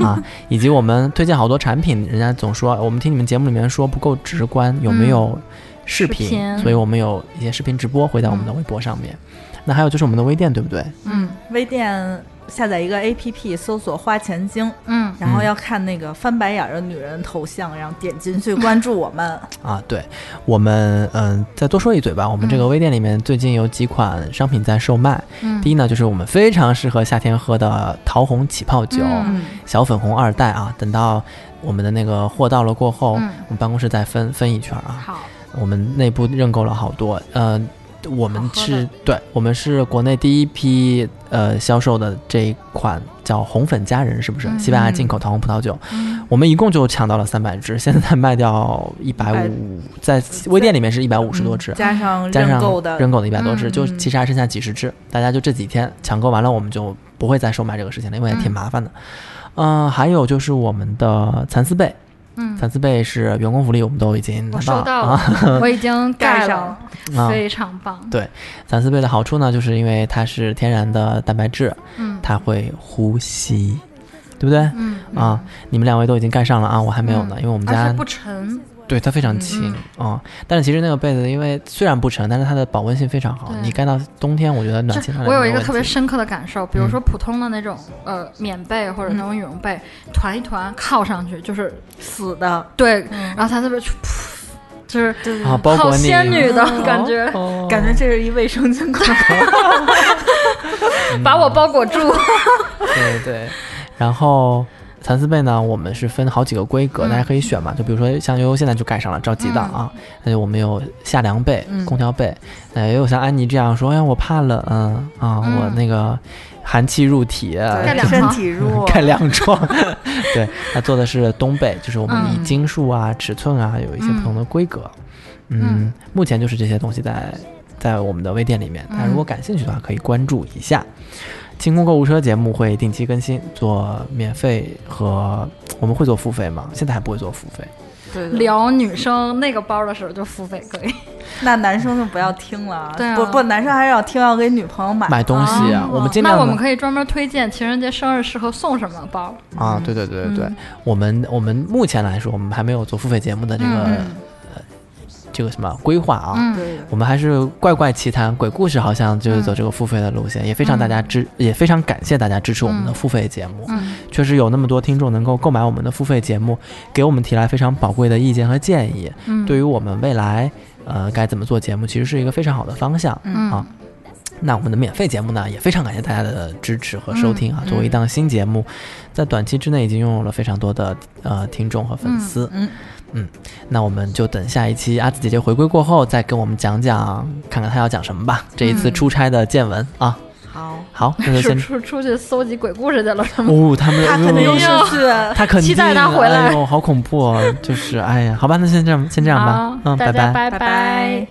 S5: 啊，以及我们推荐好多产品，人家总说我们听你们节目里面说不够直观，有没有视频？
S4: 嗯视频
S5: 所以我们有一些视频直播会在我们的微博上面。那还有就是我们的微店，对不对？
S4: 嗯
S3: 微店下载一个 APP，搜索“花钱精
S4: 嗯”，。
S3: 然后要看那个翻白眼儿的女人头像，然后点进去关注我们。
S5: 啊，对，我们嗯、再多说一嘴吧。我们这个微店里面最近有几款商品在售卖。
S4: 嗯
S5: 第一呢，就是我们非常适合夏天喝的桃红起泡酒，
S4: 嗯
S5: 小粉红二代啊。等到我们的那个货到了过后，
S4: 嗯
S5: 我们办公室再分分一圈啊。
S4: 好，
S5: 我们内部认购了好多，呃，我们
S4: 好喝
S5: 是
S4: 的
S5: 对，我们是国内第一批呃销售的这一款叫红粉佳人，是不是？西班牙进口桃红葡萄酒，
S4: 嗯
S5: 我们一共就抢到了三百支， 现在卖掉一百五，
S4: 哎
S5: 在微店里面是一百 五十多支，
S3: 嗯加上
S5: 加
S3: 认
S5: 上
S3: 购的
S5: 认购的一百多支，
S4: 嗯
S5: 就其实还剩下几十支。大家就这几天抢购完了，我们就不会再售卖这个事情了，因为也挺麻烦的。嗯、还有就是我们的蚕丝被，
S4: 嗯，
S5: 蚕丝被是员工福利，我们都已经拿
S4: 我收
S5: 到
S4: 到
S5: 了
S4: 了
S5: 啊。，
S4: 我已经盖
S3: 盖上
S4: 了，
S5: 啊
S4: 非常棒。
S5: 蚕丝被的好处呢，就是因为它是天然的蛋白质，
S4: 嗯
S5: 它会呼吸，对不对？
S4: 嗯，
S5: 啊，你们两位都已经盖上了啊，我还没有呢，因为我们
S4: 而
S5: 家
S4: 且不沉，嗯
S5: 对它非常轻啊、但是其实那个被子因为虽然不沉，但是它的保温性非常好
S4: 对。
S5: 你盖到冬天，我觉得暖气
S4: 就
S5: 上
S4: 我有
S5: 没
S4: 一个
S5: 问
S4: 特别
S5: 题嗯
S4: 深刻的感受，比如说普通的那种、呃棉被或者
S3: 嗯
S4: 那种羽绒被，团一团靠上去就是
S3: 死的，
S4: 对，
S3: 嗯
S4: 然后它那边就噗，就是
S5: 啊，包
S4: 好
S5: 裹你
S4: 仙女的感
S5: 哦
S4: 觉，
S3: 感觉这是一卫生巾广告。
S4: 把我包裹住。
S3: 嗯
S5: 对对。然后蚕丝被呢，我们是分好几个规
S4: 嗯
S5: 格，大家可以选嘛。就比如说像悠悠现在就盖上了，着急的啊。那就我们有夏凉被、
S4: 嗯
S5: 空调被，呃，也有像安妮这样说，哎，我怕冷啊，我
S4: 嗯
S5: 那个寒气入体，啊
S4: 盖两
S3: 身
S4: 床
S3: 体弱，
S5: 盖两 床， 对，它做的是东贝，就是我们以
S4: 嗯
S5: 斤数啊、尺寸啊有一些不同的规格。嗯，
S4: 嗯
S5: 目前就是这些东西在在我们的微店里面，大家如果感兴趣的话，可以关注一下。清空购物车节目会定期更新，做免费和我们会做付费吗？现在还不会做付费。
S3: 对对
S4: 聊女生那个包的时候就付费可以。
S3: 那男生就不要听了啊，
S4: 对啊
S3: 不不，男生还是要听，要给女朋友买。
S5: 买东西啊，我们尽
S4: 哦那
S5: 量
S4: 我们可以专门推荐情人节、生日适合送什么包。
S5: 啊，对对对对
S4: 嗯
S5: 对，我们我们目前来说，我们还没有做付费节目的这个、
S4: 嗯
S5: 呃这个什么规划啊。
S4: 嗯，
S3: 对，
S5: 我们还是怪怪奇谈鬼故事，好像就是走这个付费的路线，也非常大家支，也非常感谢大家支持我们的付费节目。
S4: 嗯
S5: 确实有那么多听众能够购买我们的付费节目，给我们提来非常宝贵的意见和建议，
S4: 嗯
S5: 对于我们未来呃该怎么做节目，其实是一个非常好的方向。
S4: 嗯
S5: 啊那我们的免费节目呢，也非常感谢大家的支持和收听啊！作为一档新节目，在短期之内已经拥有了非常多的呃听众和粉丝。
S3: 嗯
S5: 嗯那我们就等下一期阿紫姐姐回归过后，再跟我们讲讲，看看她要讲什么吧。这一次出差的见闻啊，
S3: 好，
S5: 好，那就是先
S4: 出出去搜集鬼故事去了是吗？
S5: 哦，他们
S3: 他肯定又
S5: 哎
S3: 是
S5: 呦
S3: 去，
S5: 他肯定
S4: 期待她回来
S5: 哎呦，好恐怖哦！就是哎呀，好吧，那先这样，先这样吧
S4: 好，，
S5: 嗯，
S4: 啊大家
S5: 拜
S3: 拜
S4: 拜
S3: 拜。